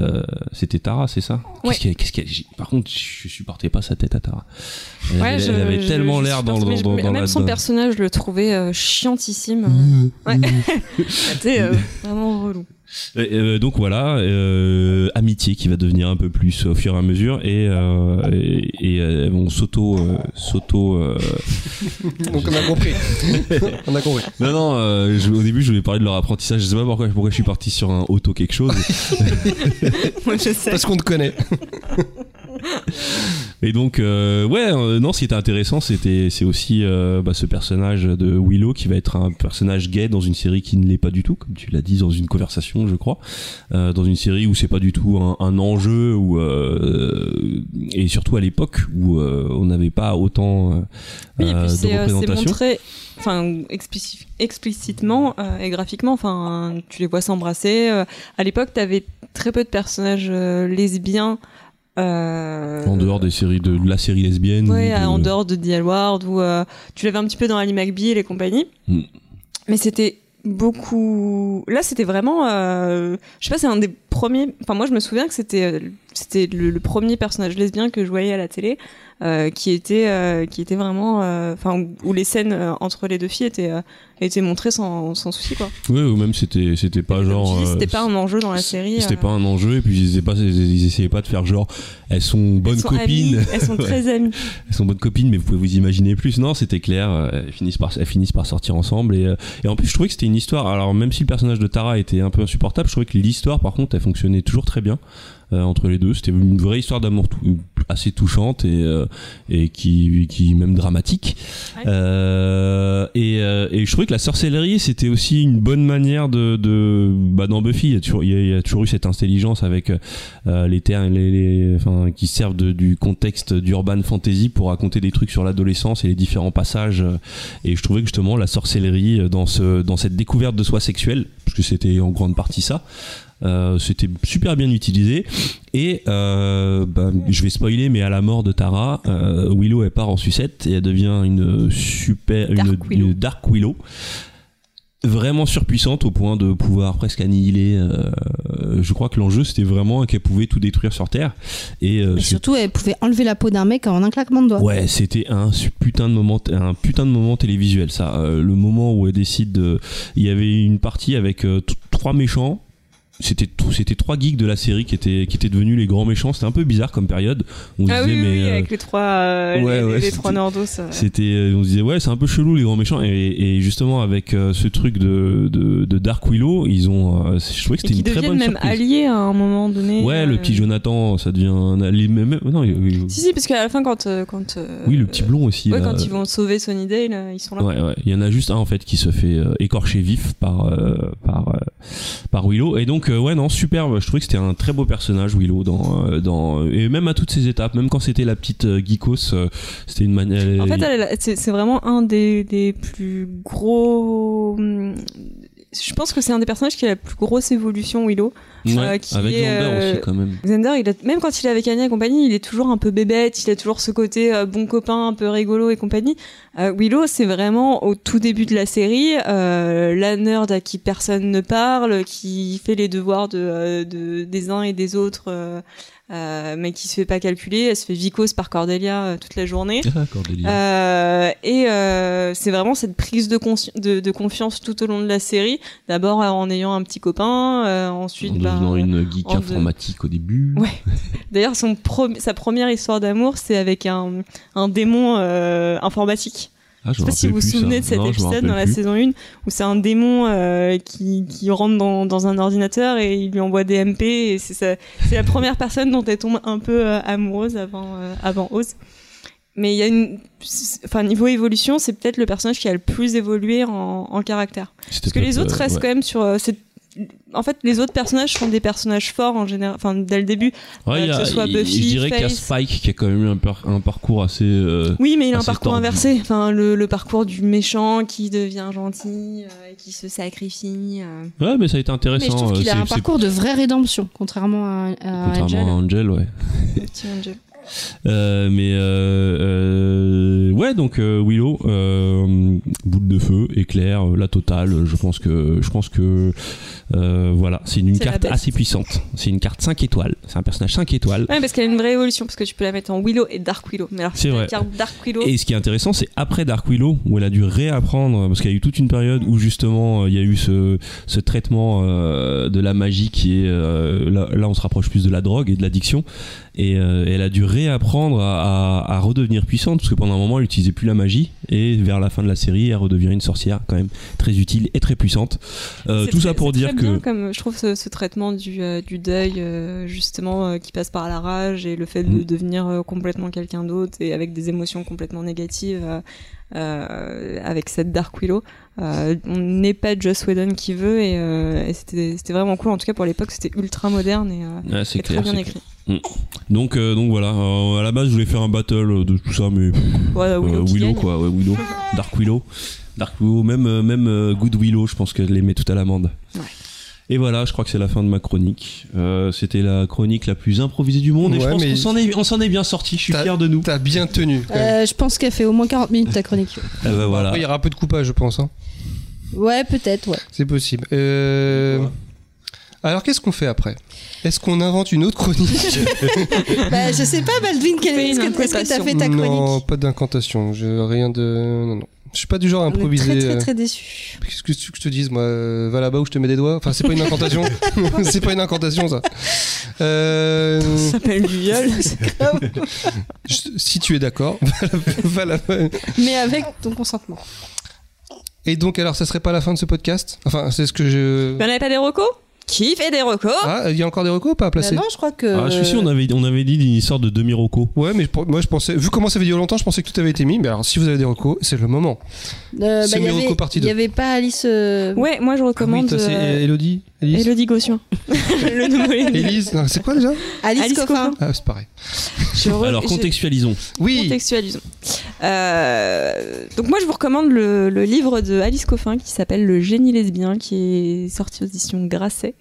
euh, c'était Tara, c'est ça Ouais. Qu'est-ce qu'elle- qu'est-ce qu'elle- j'ai- Par contre, je supportais pas sa tête à Tara. Elle, Ouais, avait- je- elle avait je- tellement je l'air dans, supporte, dans, mais je- dans, dans Même la. son dans- personnage, je le trouvais euh, chiantissime. Ouais. C'était euh, vraiment relou. Et, euh, donc voilà, euh, amitié qui va devenir un peu plus au fur et à mesure et, euh, et, et, euh, on s'auto euh, s'auto euh, Donc on a compris. on a compris. non non euh, je- au début je voulais parler de leur apprentissage je sais pas pourquoi pourquoi je suis parti sur un auto quelque chose Moi, je sais. Parce qu'on te connaît. et donc euh, ouais euh, non ce qui était intéressant c'était c'est aussi euh, bah, ce personnage de Willow qui va être un personnage gay dans une série qui ne l'est pas du tout comme tu l'as dit dans une conversation je crois euh, dans une série où c'est pas du tout un, un enjeu ou euh, et surtout à l'époque où euh, on n'avait pas autant euh, Oui, et euh, puis c'est de euh, c'est représentation. montré enfin, explici- explicitement euh, et graphiquement. Enfin, tu les vois s'embrasser. euh, à l'époque, t'avais très peu de personnages euh, lesbiens. euh, en dehors des séries de, de la série lesbienne euh, Ouais, ou de- en dehors de The Ward, où euh, tu l'avais un petit peu dans Ali McBeal et compagnie. Mm. Mais c'était beaucoup. Là, c'était vraiment. euh, je sais pas, c'est un des premiers. Enfin, moi, je me souviens que c'était euh, c'était le, le premier personnage lesbien que je voyais à la télé, euh, qui était euh, qui était vraiment. euh, Enfin, où- où les scènes euh, entre les deux filles étaient euh, étaient montrées sans sans souci quoi. ouais ou même c'était c'était pas Comme genre tu dis, euh, C'était pas un enjeu dans la série. c'était euh, pas un enjeu et puis ils essayaient pas ils essayaient pas de faire genre elles sont bonnes elles sont copines amies, elles sont très amies. elles sont bonnes copines, mais vous pouvez vous imaginer plus. Non, c'était clair. euh, Elles finissent par, elles finissent par sortir ensemble. Et, euh, et en plus, je trouvais que c'était une histoire. Alors, même si le personnage de Tara était un peu insupportable, je trouvais que l'histoire, par contre, elle, fonctionnait toujours très bien euh, entre les deux. C'était une vraie histoire d'amour tou- assez touchante et, euh, et qui, qui même dramatique. Ouais. Euh, et, euh, et je trouvais que la sorcellerie, c'était aussi une bonne manière de... de bah, dans Buffy, il y, a toujours, il, y a, il y a toujours eu cette intelligence avec euh, les termes les, les- enfin, qui servent de- du contexte d'urban fantasy pour raconter des trucs sur l'adolescence et les différents passages. euh, Et je trouvais que justement la sorcellerie euh, dans, ce, dans cette découverte de soi sexuelle, parce que c'était en grande partie ça, euh, c'était super bien utilisé. Et euh, bah, je vais spoiler, mais à la mort de Tara, euh, Willow elle part en sucette et elle devient une super, une- Dark Willow. une Dark Willow vraiment surpuissante au point de pouvoir presque annihiler. euh, euh, je crois que l'enjeu c'était vraiment qu'elle pouvait tout détruire sur Terre. Et, euh, Et c'est- surtout, elle pouvait enlever la peau d'un mec en un claquement de doigts. ouais, c'était un su- putain de moment, un putain de moment télévisuel. Ça, Euh, le moment où elle décide, de- il y avait une partie avec euh, t- trois méchants. C'était tout- c'était trois geeks de la série qui étaient qui étaient devenus les grands méchants. C'était un peu bizarre comme période. On se Ah disait, oui, oui, mais, oui, euh, avec les trois, euh, ouais, les, ouais, les c'était- trois Nordos. euh. C'était, euh, on se disait ouais, c'est un peu chelou les grands méchants et, et justement avec euh, ce truc de, de, de Dark Willow, ils ont, euh, je trouvais que Et c'était qui une très bonne deviennent même surprise. alliés à un moment donné. Ouais, le euh, petit Jonathan, ça devient un allié. mais même- non, il- il- Si, si, parce qu'à la fin, quand. euh, quand euh, oui, le petit euh, blond aussi. ouais, là. quand ils vont sauver Sunnydale, euh, ils sont là. Ouais, ouais. Il y en a juste un en fait qui se fait euh, écorcher vif par euh, par euh, par Willow. Et donc euh, ouais non superbe. Je trouvais que c'était un très beau personnage Willow dans euh, dans et même à toutes ses étapes, même quand c'était la petite euh, geekos, euh, c'était une manière. En fait, elle, elle- c'est c'est vraiment un des, des plus gros. hum, Je pense que c'est un des personnages qui a la plus grosse évolution, Willow. Ouais, euh, qui avec est, Xander euh, aussi quand même. Xander, il a, même quand il est avec Annie et compagnie, il est toujours un peu bébête, il a toujours ce côté euh, bon copain, un peu rigolo et compagnie. Euh, Willow, c'est vraiment au tout début de la série, euh, la nerd à qui personne ne parle, qui fait les devoirs de, euh, de- des uns et des autres, euh, euh, mais qui se fait pas calculer, elle se fait vicose par Cordelia euh, toute la journée. Ah, Cordelia. Euh, et euh, c'est vraiment cette prise de, consci- de, de confiance tout au long de la série. D'abord euh, en ayant un petit copain, euh, ensuite en bah, devenant une geek en deux. informatique au début. Ouais. D'ailleurs, son pro- sa première histoire d'amour, c'est avec un, un démon euh, informatique. Ah, Je sais pas si vous vous souvenez de cet épisode dans la saison saison 1 où c'est un démon euh, qui, qui rentre dans, dans un ordinateur et il lui envoie des MP. Et c'est sa- c'est la première personne dont elle tombe un peu euh, amoureuse avant, euh, avant Oz. Mais il y a une. c'est- Enfin, niveau évolution, c'est peut-être le personnage qui a le plus évolué en, en caractère. Parce que les autres restent quand même sur. euh, c'est- en fait, les autres personnages sont des personnages forts en général, enfin dès le début. Ouais, euh, il y que a- ce soit il- Buffy, je dirais qu'il y a Faith. Spike qui a quand même eu un, par- un parcours assez. euh, Oui, mais il a un assez parcours tordu. inversé. Enfin, le, le parcours du méchant qui devient gentil euh, et qui se sacrifie. euh. Ouais, mais ça a été intéressant. Mais je trouve qu'il euh, a c'est- un c'est- parcours de vraie rédemption, contrairement à, euh, à Angel. Contrairement à Angel, ouais. Le petit Angel. Euh, mais euh, euh, ouais, donc euh, Willow, euh, boule de feu, éclair, euh, la totale. Je pense que, je pense que, euh, voilà, c'est une, C'est la carte best. assez puissante. C'est une carte 5 étoiles. C'est un personnage 5 étoiles. Ouais, parce qu'elle a une vraie évolution, parce que tu peux la mettre en Willow et Dark Willow. Mais alors, C'est la vrai. carte Dark Willow. Et ce qui est intéressant, c'est après Dark Willow, où elle a dû réapprendre, parce qu'il y a eu toute une période où justement euh, il y a eu ce, ce traitement euh, de la magie qui est. euh, là, là, on se rapproche plus de la drogue et de l'addiction. Et euh, elle a dû réapprendre à, à- à redevenir puissante, parce que pendant un moment, elle n'utilisait plus la magie. Et vers la fin de la série, elle redevient une sorcière, quand même très utile et très puissante. Euh, C'est tout très- ça pour c'est dire très que. bien comme je trouve ce, ce traitement du, euh, du deuil euh, justement euh, qui passe par la rage et le fait de Mm. devenir euh, complètement quelqu'un d'autre et avec des émotions complètement négatives euh, euh, avec cette Dark Willow Euh, on n'est pas Joss Whedon qui veut et, euh, et c'était c'était vraiment cool en tout cas pour l'époque c'était ultra moderne et, euh, Ouais, c'est et très clair, bien c'est écrit clair. Donc, euh, donc voilà, Euh, à la base, je voulais faire un battle euh, de tout ça, mais. Ouais, Willow Euh, qui Willow gagne. quoi, ouais, Willow, Dark Willow, Dark Willow, même euh, même euh, Good Willow, je pense qu'elle les met tout à l'amende. Ouais. Et voilà, je crois que c'est la fin de ma chronique. Euh, C'était la chronique la plus improvisée du monde et je Ouais, pense mais- qu'on s'en est on s'en est bien sorti. Je suis T'as- fier de nous. T'as bien tenu. Quand même. Euh, je pense qu'elle fait au moins 40 minutes ta chronique. Eh ben voilà. Après, il y aura un peu de coupage, je pense. hein. Ouais, peut-être, ouais. C'est possible. Euh, Alors, qu'est-ce qu'on fait après Est-ce qu'on invente une autre chronique bah, je sais pas, Baldwin, quelle Fais est-ce une que est-ce que t'as incantation. fait ta Non, chronique pas d'incantation. Je... Rien de. Non, non. Je suis pas du genre à On est improviser. très très euh, très déçu. Qu'est-ce que tu veux que je te dise, moi euh, Va là-bas où je te mets des doigts. Enfin, c'est pas une incantation. c'est pas une incantation, ça. Euh, ça s'appelle du viol je- Si tu es d'accord, va là-bas. Mais avec ton consentement. Bah, Et donc, alors, ça serait pas la fin de ce podcast Enfin, c'est ce que je. Bah Mais on n'avait pas des recos qui fait des recos. Ah, il y a encore des recos ou pas à Bah placer non, je crois que. Ah, je suis sûr, on avait, on avait dit une histoire de demi-roco. Ouais, mais je pour- moi je pensais, vu comment ça fait durer longtemps, je pensais que tout avait été mis. Mais alors, si vous avez des recos, c'est le moment. Euh, bah, C'est il y mes recos avait- partie Il deux. n'y avait pas Alice. euh, Ouais, moi je recommande Ah oui, toi, c'est euh, Elodie Elise, Elodie Gaution. le nouveau Elodie. Élise Non, C'est quoi déjà Alice, Alice Coffin. Coffin. Ah, c'est pareil. Je re- Alors, je- contextualisons. Oui contextualisons. Euh, donc moi je vous recommande le, le livre de Alice Coffin qui s'appelle Le génie lesbien qui est sorti aux éditions Grasset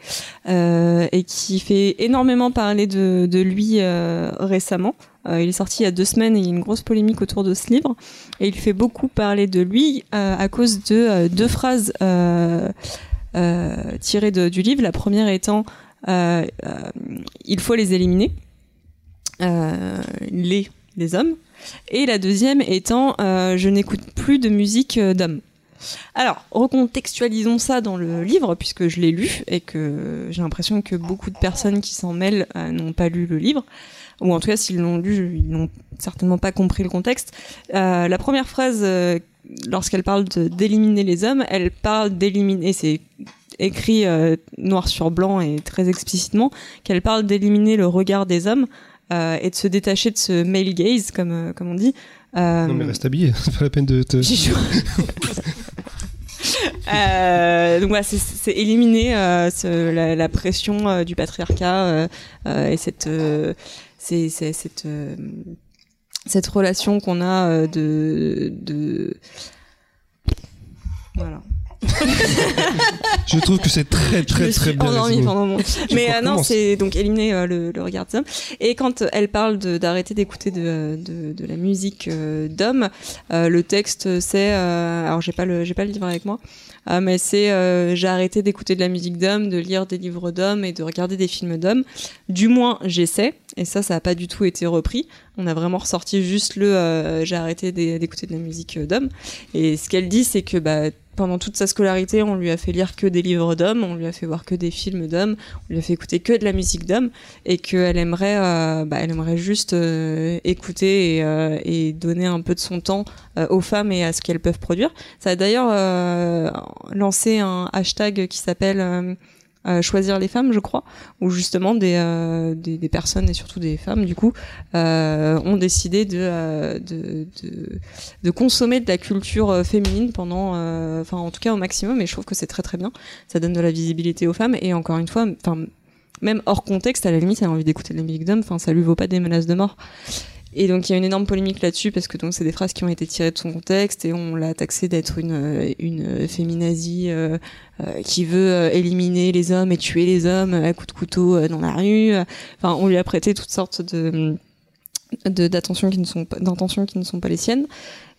euh, et qui fait énormément parler de, de lui euh, récemment. Euh, il est sorti il y a deux semaines et il y a une grosse polémique autour de ce livre et il fait beaucoup parler de lui euh, à cause de euh, deux phrases euh, euh, tirées de- du livre. La première étant euh, euh, il faut les éliminer. Euh, les les hommes et la deuxième étant euh, je n'écoute plus de musique euh, d'hommes. Alors, recontextualisons ça dans le livre, puisque je l'ai lu et que j'ai l'impression que beaucoup de personnes qui s'en mêlent euh, n'ont pas lu le livre, ou en tout cas s'ils l'ont lu, ils n'ont certainement pas compris le contexte. Euh, la première phrase, euh, lorsqu'elle parle de- d'éliminer les hommes, elle parle d'éliminer, c'est écrit euh, noir sur blanc et très explicitement, qu'elle parle d'éliminer le regard des hommes euh, et de se détacher de ce male gaze, comme, euh, comme on dit. Euh, Non, mais reste habillé, c'est pas la peine de te. j'ai joué. Euh, donc voilà, c'est- c'est éliminer euh, ce- la, la pression euh, du patriarcat euh, euh, et cette, euh, c'est- c'est- cette, euh, cette relation qu'on a euh, de, de... Voilà. Je trouve que c'est très Je très me très suis bien. endormie résumé. pendant mon- Mais crois euh, qu'on non, commence. c'est donc éliminer euh, le, le regard des hommes. Et quand euh, elle parle de- d'arrêter d'écouter de, de, de la musique euh, d'hommes, euh, le texte c'est, euh, alors j'ai pas le j'ai pas le livre avec moi, euh, mais c'est euh, j'ai arrêté d'écouter de la musique d'hommes, de lire des livres d'hommes et de regarder des films d'hommes. Du moins j'essaie. Et ça, ça a pas du tout été repris. On a vraiment ressorti juste le euh, j'ai arrêté d'é- d'écouter de la musique euh, d'hommes. Et ce qu'elle dit, c'est que bah, pendant toute sa scolarité, on lui a fait lire que des livres d'hommes, on lui a fait voir que des films d'hommes, on lui a fait écouter que de la musique d'hommes, et qu'elle aimerait, euh, bah, elle aimerait juste euh, écouter et, euh, et donner un peu de son temps euh, aux femmes et à ce qu'elles peuvent produire. Ça a d'ailleurs euh, lancé un hashtag qui s'appelle euh, euh, choisir les femmes, je crois, où justement des, euh, des, des personnes et surtout des femmes, du coup, euh, ont décidé de, euh, de, de de consommer de la culture euh, féminine pendant, euh, enfin en tout cas au maximum, et je trouve que c'est très très bien. Ça donne de la visibilité aux femmes, et encore une fois, m- enfin même hors contexte, à la limite, elle a envie d'écouter de la musique d'homme, enfin ça lui vaut pas des menaces de mort. Et donc il y a une énorme polémique là-dessus parce que donc c'est des phrases qui ont été tirées de son contexte et on l'a taxé d'être une euh, une féminazie euh, euh, qui veut euh, éliminer les hommes et tuer les hommes à coups de couteau euh, dans la rue. Enfin on lui a prêté toutes sortes de de- d'attentions qui ne sont pas d'intentions qui ne sont pas les siennes.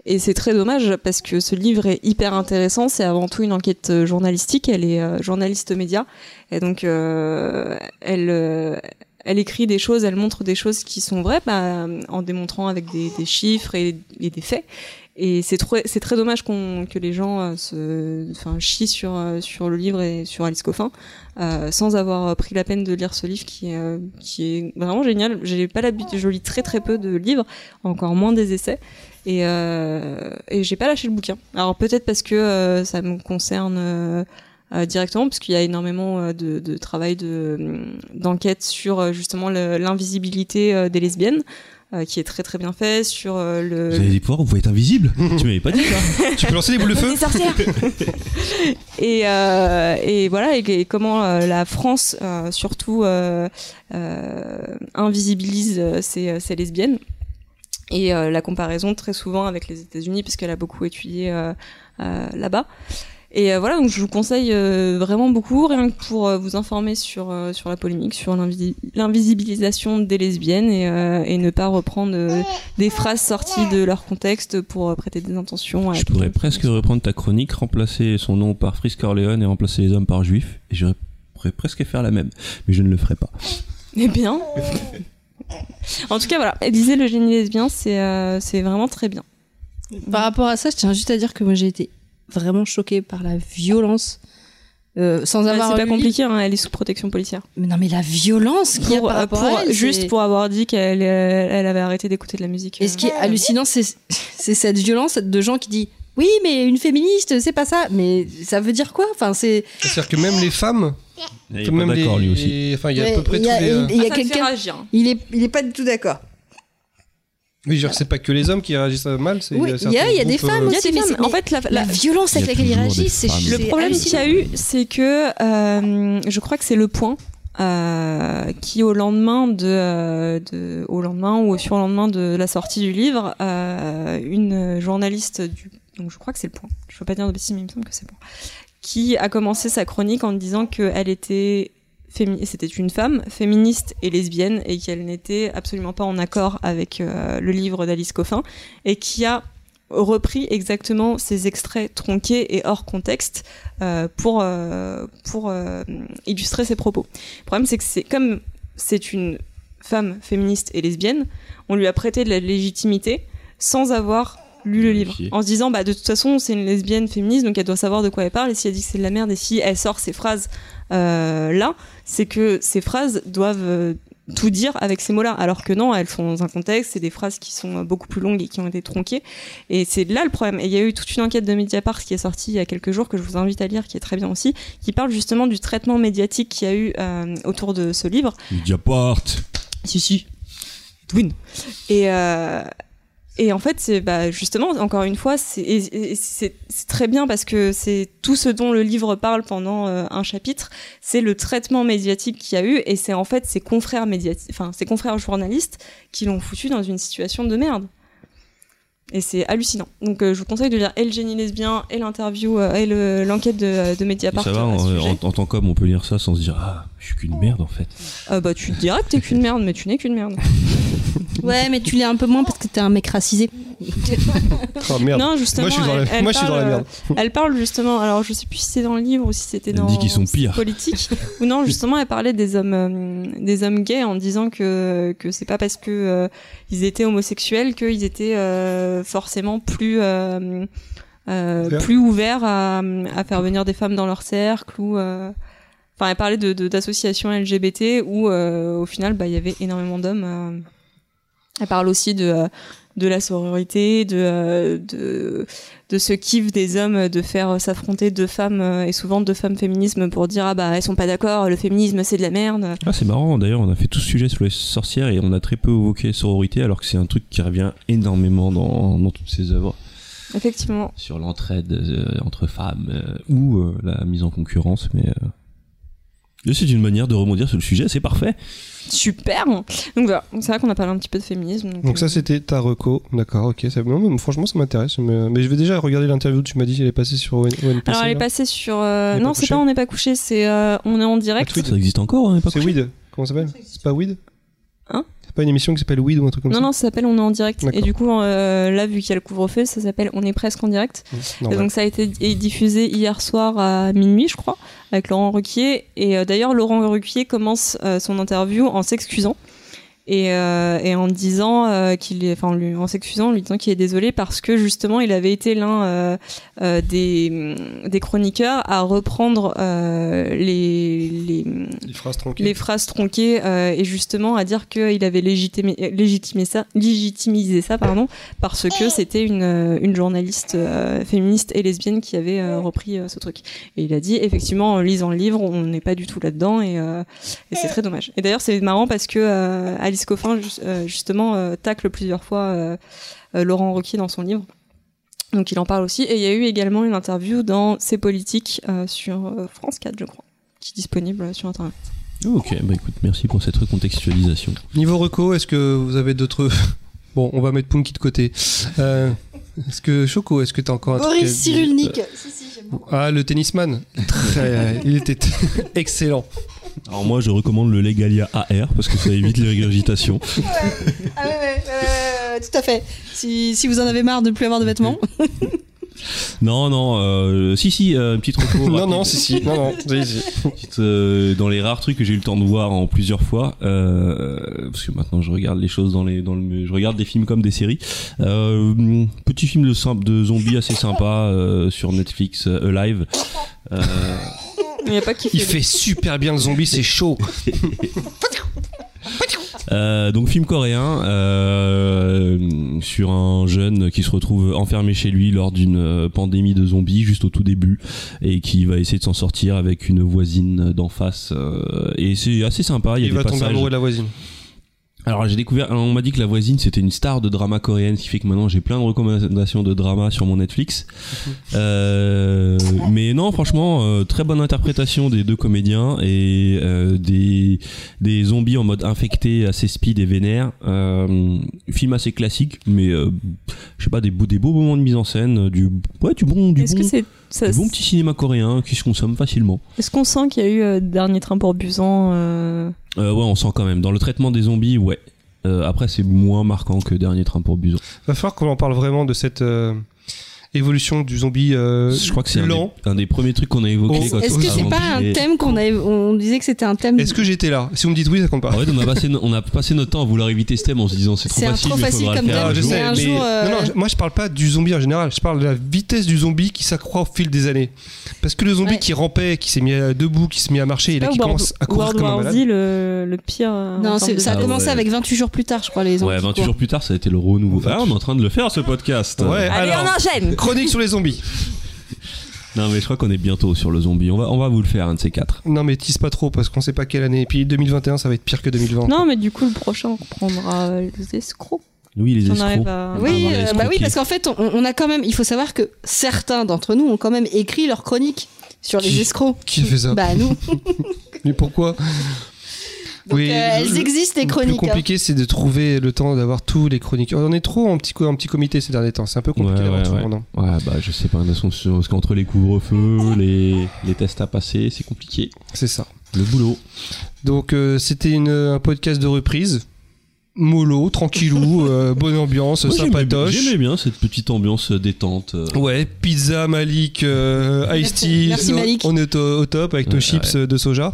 Et c'est très dommage parce que ce livre est hyper intéressant. C'est avant tout une enquête euh, journalistique. Elle est euh, journaliste média. Et donc, euh, elle, euh, elle écrit des choses, elle montre des choses qui sont vraies bah, en démontrant avec des, des chiffres et, et des faits. Et c'est trop- c'est très dommage qu'on que les gens euh, se, enfin, chient sur, euh, sur le livre et sur Alice Coffin euh, sans avoir pris la peine de lire ce livre qui, est, euh, qui est vraiment génial. J'ai pas l'habitude, je lis très très peu de livres, encore moins des essais. Et, euh, et j'ai pas lâché le bouquin. Alors peut-être parce que euh, ça me concerne euh, euh, directement, parce qu'il y a énormément euh, de, de travail de hum, d'enquête sur euh, justement le- l'invisibilité euh, des lesbiennes, euh, qui est très très bien fait sur euh, le. Vous avez des pouvoirs, vous pouvez être invisible. tu m'avais pas dit ça. Tu peux lancer des boules de feu Des sorcières. et, euh, et voilà, et, et comment euh, la France euh, surtout euh, euh, invisibilise euh, ces, euh, ces lesbiennes. Et euh, la comparaison très souvent avec les États-Unis, puisqu'elle a beaucoup étudié euh, euh, là-bas. Et euh, voilà, donc je vous conseille euh, vraiment beaucoup, rien que pour euh, vous informer sur, euh, sur la polémique, sur l'invisi- l'invisibilisation des lesbiennes et, euh, et ne pas reprendre euh, des phrases sorties de leur contexte pour euh, prêter des intentions à Je quelqu'un pourrais qui- presque reprendre ta chronique, remplacer son nom par Frisk Corleone et remplacer les hommes par juifs. Et je pourrais presque faire la même. Mais je ne le ferai pas. Eh bien. en tout cas, voilà. Lisez Le génie lesbien, c'est euh, c'est vraiment très bien. Par rapport à ça, je tiens juste à dire que moi j'ai été vraiment choquée par la violence. euh, sans Bah, avoir c'est lu pas le livre. compliqué, hein, elle est sous protection policière. Mais non, mais la violence qu'il y a Pour- euh, par rapport pour- à elle, c'est- juste pour avoir dit qu'elle euh, elle avait arrêté d'écouter de la musique. Et euh, ce qui est hallucinant, c'est c'est cette violence de gens qui disent oui, mais une féministe, c'est pas ça. Mais ça veut dire quoi Enfin, c'est C'est-à-dire que même les femmes Il est pas d'accord lui aussi. les- Enfin, il y a à Ouais, peu près il tous y a- les. euh, il- il y a Ah, ça me fait quelqu'un. réagir, hein. Il est, il est pas du tout d'accord. Oui, genre, c'est pas que les hommes qui réagissent mal, c'est. Oui, il y a- il y a des femmes Il aussi. y a Aussi, des mais femmes. c'est- En fait, la, la- La, violence avec Il y a laquelle il toujours des réagit, c'est femmes. le c'est problème qu'il y a hallucinant. eu, c'est que euh, je crois que c'est le point euh, qui, au lendemain de, euh, de- au lendemain ou au surlendemain de la sortie du livre, euh, une journaliste du, donc je crois que c'est le point. Je veux pas dire de bêtises, mais il me semble que c'est le point, qui a commencé sa chronique en disant qu'elle était fémi- c'était une femme féministe et lesbienne et qu'elle n'était absolument pas en accord avec euh, le livre d'Alice Coffin et qui a repris exactement ces extraits tronqués et hors contexte euh, pour, euh, pour euh, illustrer ses propos. Le problème, c'est que c'est comme c'est une femme féministe et lesbienne, on lui a prêté de la légitimité sans avoir lu le livre. Vérifié. En se disant, bah, de toute façon, c'est une lesbienne féministe, donc elle doit savoir de quoi elle parle, et si elle dit que c'est de la merde, et si elle sort ces phrases euh, là, c'est que ces phrases doivent euh, tout dire avec ces mots-là, alors que non, elles sont dans un contexte, c'est des phrases qui sont euh, beaucoup plus longues et qui ont été tronquées. Et c'est là le problème. Et il y a eu toute une enquête de Mediapart qui est sortie il y a quelques jours, que je vous invite à lire, qui est très bien aussi, qui parle justement du traitement médiatique qu'il y a eu euh, autour de ce livre. Mediapart. Si, si. Twin. Et, euh, et en fait, c'est bah, justement, encore une fois, c'est et- et c'est- c'est très bien parce que c'est tout ce dont le livre parle pendant euh, un chapitre, c'est le traitement médiatique qu'il y a eu et c'est en fait ses confrères, médiati- enfin, ses confrères journalistes qui l'ont foutu dans une situation de merde. Et c'est hallucinant. Donc euh, je vous conseille de lire Et le génie lesbien et l'interview euh, et le- l'enquête de, de Et Mediapart. ça va, à ce en, sujet. en- en tant qu'homme, on peut lire ça sans se dire Ah, je suis qu'une merde en fait. Euh, bah, tu te diras que t'es qu'une merde, mais tu n'es qu'une merde. Ouais, mais tu l'es un peu moins parce que t'es un mec racisé. Oh merde. Non, justement. Moi, je suis dans la- elle- elle moi, je suis dans la parle, merde. euh, Elle parle justement, alors je sais plus si c'est dans le livre ou si c'était Elle dans dit qu'ils sont pires. politique ou non, justement elle parlait des hommes euh, des hommes gays en disant que que c'est pas parce que euh, ils étaient homosexuels qu'ils étaient euh, forcément plus euh, euh, Ouverts. plus ouverts à, à faire venir des femmes dans leur cercle ou euh, Enfin, elle parlait de- de- d'associations LGBT où, euh, au final, bah, il y avait énormément d'hommes. euh. Elle parle aussi de, euh, de la sororité, de, euh, de, de ce kiff des hommes de faire euh, s'affronter deux femmes, euh, et souvent deux femmes féminisme, pour dire Ah bah, elles sont pas d'accord, le féminisme c'est de la merde. Ah, c'est marrant, d'ailleurs, on a fait tout ce sujet sur les sorcières et on a très peu évoqué sororité, alors que c'est un truc qui revient énormément dans, dans toutes ces œuvres. Effectivement. Sur l'entraide euh, entre femmes euh, ou euh, la mise en concurrence, mais. euh, et C'est une manière de rebondir sur le sujet, c'est parfait. Super Donc voilà, Donc, c'est vrai qu'on a parlé un petit peu de féminisme. Donc, Donc euh, ça c'était ta reco, d'accord, ok. Ça... Non, mais franchement ça m'intéresse, mais... mais je vais déjà regarder l'interview que tu m'as dit, elle est passée sur ON- ONPC. Alors elle est là. passée sur. euh, On est pas Non, c'est couché. pas on n'est pas couché, c'est euh, on est en direct. Tweed. Ça existe encore, hein, pas C'est couché. Weed, comment ça s'appelle C'est pas Weed Hein C'est pas une émission qui s'appelle Weed ou un truc comme Non, ça non, ça s'appelle On est en direct. Et D'accord. du coup, euh, là, vu qu'il y a le couvre-feu, ça s'appelle On est presque en direct. Non, Et donc ça a été di- diffusé hier soir à minuit, je crois, avec Laurent Ruquier. Et euh, d'ailleurs, Laurent Ruquier commence euh, son interview en s'excusant et, euh, et en disant euh, qu'il est, enfin, lui- en s'excusant, en lui disant qu'il est désolé parce que justement, il avait été l'un euh, euh, des, des chroniqueurs à reprendre euh, les, les Les phrases tranquilles. les phrases tronquées euh, et justement à dire qu'il avait légitimé, légitimé ça, légitimisé ça pardon, parce que c'était une, euh, une journaliste euh, féministe et lesbienne qui avait euh, repris euh, ce truc. Et il a dit effectivement en lisant le livre on n'est pas du tout là-dedans et, euh, et c'est très dommage. Et d'ailleurs c'est marrant parce que euh, Alice Coffin ju- euh, justement euh, tacle plusieurs fois euh, euh, Laurent Roquier dans son livre. Donc il en parle aussi et il y a eu également une interview dans C'est politique euh, sur euh, France 4 je crois qui est disponible euh, sur internet. Ok, bah écoute, merci pour cette recontextualisation. Niveau reco, est-ce que vous avez d'autres... Bon, on va mettre Punky de côté. Euh, Est-ce que Choco, est-ce que t'as encore un truc à- Boris Cyrulnik. Si, si, j'aime beaucoup. Ah, le tennisman Très- Il était excellent. Alors moi, je recommande le Legalia AR parce que ça évite les régurgitations. Ah ouais, ouais, ouais, ouais, ouais, tout à fait. Si, si vous en avez marre de ne plus avoir de vêtements. Non, non, euh, si, si, euh, une petite recours. non, non, si, si. Non, non, si, si. Petite, euh, dans les rares trucs que j'ai eu le temps de voir en plusieurs fois, euh, parce que maintenant je regarde les choses dans les, dans le, je regarde des films comme des séries. Euh, petit film de, sim- de zombies assez sympa euh, sur Netflix, euh, Alive. Euh, Il n'y a pas qui Ah, Il fait super bien le zombie, c'est chaud. Euh, donc film coréen euh, sur un jeune qui se retrouve enfermé chez lui lors d'une euh, pandémie de zombies juste au tout début et qui va essayer de s'en sortir avec une voisine d'en face. euh, et c'est assez sympa. Il y a Il des va tomber passages. amoureux de la voisine. Alors j'ai découvert, on m'a dit que la voisine c'était une star de drama coréenne, ce qui fait que maintenant j'ai plein de recommandations de drama sur mon Netflix. Euh, mais non, franchement, euh, très bonne interprétation des deux comédiens et euh, des des zombies en mode infecté, assez speed et vénère. Euh, film assez classique, mais euh, je sais pas des beaux des beaux moments de mise en scène, euh, du ouais du bon du Est-ce bon, que c'est ça- du bon petit cinéma coréen qui se consomme facilement. Est-ce qu'on sent qu'il y a eu euh, dernier train pour Busan euh, Euh, ouais, on sent quand même dans le traitement des zombies, ouais. Euh, après c'est moins marquant que Dernier Train pour Busan. Va falloir qu'on en parle vraiment de cette euh, évolution du zombie euh, Je crois que c'est un, lent. des- un des premiers trucs qu'on a évoqué. Oh, quand Est-ce on que a Ah, c'est bon, rentré. pas un thème qu'on a On disait que c'était un thème. Est-ce que j'étais là Si vous me dites oui, ça compte pas. En fait, on a, passé, no- on a passé notre temps à vouloir éviter ce thème en se disant c'est trop C'est un facile, trop mais facile faudra le comme faire thème. un je jour. sais, un mais- jour, euh, non, non, je- moi je parle pas du zombie en général, je parle de la vitesse du zombie qui s'accroît au fil des années. Parce que le zombie Ouais. qui rampait, qui s'est mis à- debout, qui se met à marcher, et là pas qui World- commence à courir World comme un War malade. Z, le, le pire. euh, en Non, termes c'est- de- ça a Ah commencé ouais. avec 28 jours plus tard, je crois, les Ouais, zombies. 28 jours plus tard, ça a été le renouveau. Ah, on est en train de le faire ce podcast. Ouais, Allez, alors, on enchaîne chronique sur les zombies. Non, mais je crois qu'on est bientôt sur le zombie. On va, on va vous le faire, un de ces quatre. Non, mais tease pas trop parce qu'on sait pas quelle année. Et puis 2021, ça va être pire que 2020. Non, mais du coup, le prochain, on prendra euh, les escrocs. Oui, les Si on escrocs. arrive à. Ah, Oui, on va euh, les bah oui, croquer. parce qu'en fait, on, on a quand même. Il faut savoir que certains d'entre nous ont quand même écrit leur chronique sur les Qui- escrocs. Qui a fait ça Bah nous. Mais pourquoi Donc Oui, euh, le- elles existent les Le plus chroniques. hein. compliqué, c'est de trouver le temps d'avoir tous les chroniqueurs. On en est trop en petit, co- en petit comité ces derniers temps. C'est un peu compliqué Ouais, d'avoir ouais, tout le ouais. monde. hein. Ouais, bah je sais pas, de toute façon, sur- parce qu'entre les couvre-feux, les, les tests à passer, c'est compliqué. C'est ça. Le boulot. Donc, euh, c'était une- un podcast de reprise. Mollo, tranquillou, euh, bonne ambiance, Moi, j'aimais- sympatoche. J'aimais bien cette petite ambiance détente. euh, Ouais, pizza, Malik, euh, Ice Tea. Merci, on- Malik. On est au, au top avec nos Ouais, chips de soja.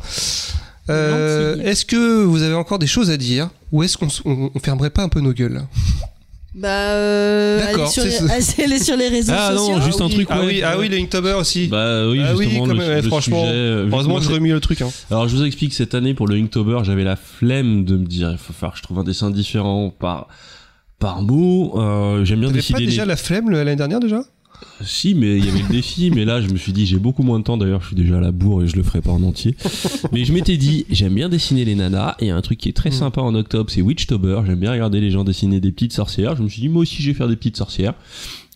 Euh, Lentilles. est-ce que vous avez encore des choses à dire ou est-ce qu'on s- on- on fermerait pas un peu nos gueules Bah euh, D'accord, allez sur, c'est les, ça. allez sur les réseaux Ah, non, sociaux. juste un truc, Ah ouais. oui, ah oui, le Inktober aussi. Bah oui, Ah oui, justement, quand le- même, ouais, le franchement. sujet, euh, vu que Heureusement moi, que j'ai remis le truc. Hein. Alors je vous explique, cette année pour le Inktober, j'avais la flemme de me dire, il faut faire que je trouve un dessin différent par par mot. Euh, J'aime bien T'avais pas décider. déjà les- la flemme le- l'année dernière déjà Si, mais il y avait le défi, mais là je me suis dit, j'ai beaucoup moins de temps. D'ailleurs, je suis déjà à la bourre et je le ferai pas en entier. mais je m'étais dit, j'aime bien dessiner les nanas. Et un truc qui est très Mm. sympa en octobre, c'est Witchtober. J'aime bien regarder les gens dessiner des petites sorcières. Je me suis dit, moi aussi, je vais faire des petites sorcières.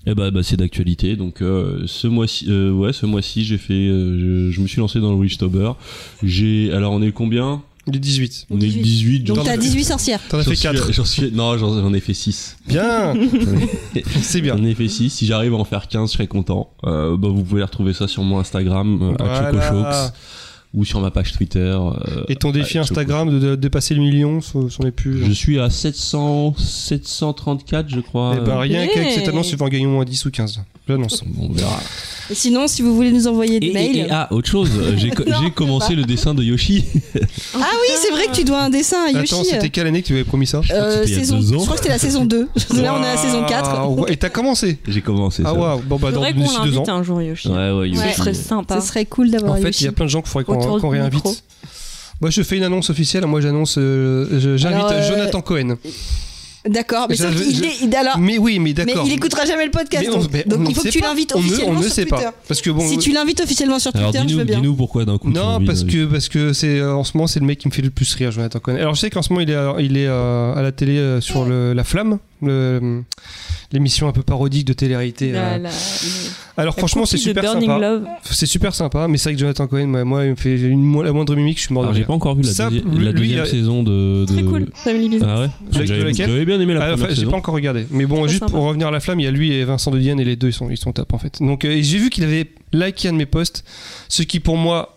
Et bah, bah, c'est d'actualité. Donc euh, ce mois-ci, euh, ouais, ce mois-ci, j'ai fait, euh, je, je me suis lancé dans le Witchtober. J'ai, alors on est combien Du 18. On est le 18. Donc J'en t'as ai- 18 sorcières. T'en as J'en fait suis- 4. j'en suis- non, j'en j'en ai fait 6. Bien C'est bien. J'en ai fait 6. Si j'arrive à en faire 15, je serai content. Euh, bah, vous pouvez retrouver ça sur mon Instagram, euh, à Voilà. Chocochox, ou sur ma page Twitter. euh, Et ton défi à Instagram de, de dépasser le million sur, sur les Chocochox. plus. euh, Je suis à 700, 734, je crois. Eh ben, rien Ouais. qu'avec cette annonce, tu vas en gagner au moins 10 ou 15. L'annonce. Ah, Bon, on verra. Et sinon, si vous voulez nous envoyer Et, des et- mails. et- ah, autre chose, j'ai co- Non, j'ai commencé le dessin de Yoshi. Ah oui, c'est vrai que tu dois un dessin à Yoshi. Attends, c'était quelle année que tu avais promis ça Euh, Je crois que c'était il y a saison, deux ans. Je crois que c'était la saison 2. Là, on est à la saison 4. Waouh, ouais, Et t'as commencé J'ai commencé ça. Ah waouh, bon bah C'est dans vrai d'ici qu'on deux ans. l'invite un jour, Yoshi. Ouais, ouais, Ce Ouais. Yoshi. serait sympa. Ce serait cool d'avoir En fait, il hein. Yoshi. y a plein de gens qu'il faudrait qu'on Autour qu'on du micro. réinvite. Moi, je fais une annonce officielle. Moi, j'annonce. euh, je- J'invite Alors, euh, Jonathan Cohen. D'accord, mais Je- sauf je- qu'il je- est- il- alors, Mais oui, mais ah. mais d'accord. il écoutera jamais le podcast. Mais on- donc mais donc on il ne faut que sait tu pas. l'invites On ne- officiellement On ne sur sait Twitter. pas. Parce que bon. euh, Si tu l'invites officiellement sur Alors Twitter, je dis-nous veux bien. dis-nous pourquoi d'un coup. tu as Non, envie parce de- que parce que c'est euh, en ce moment c'est le mec qui me fait le plus rire, Jonathan Cohen. Alors je sais qu'en ce moment il est à- il est euh, à la télé euh, sur le, la flamme, le- euh, l'émission un peu parodique de télé-réalité. euh. La- la- Alors Bah, la franchement c'est copie de super Burning sympa, Love. c'est super sympa. Mais c'est vrai que Jonathan Cohen, moi, moi, il me fait une mo- la moindre mimique, je suis mort de Alors, Ah, j'ai rire. pas encore vu la, Ça, deuxi- lui- la lui, deuxième euh, saison de. de- Très cool. Family Business. Ah ouais Avec J'avais laquelle j'avais bien aimé la Ah, première enfin, j'ai saison. pas encore regardé. Mais bon, Très juste sympa. pour revenir à la flamme, il y a lui et Vincent de Dienne et les deux ils sont ils sont top en fait. Donc euh, et j'ai vu qu'il avait liké un de mes posts, ce qui pour moi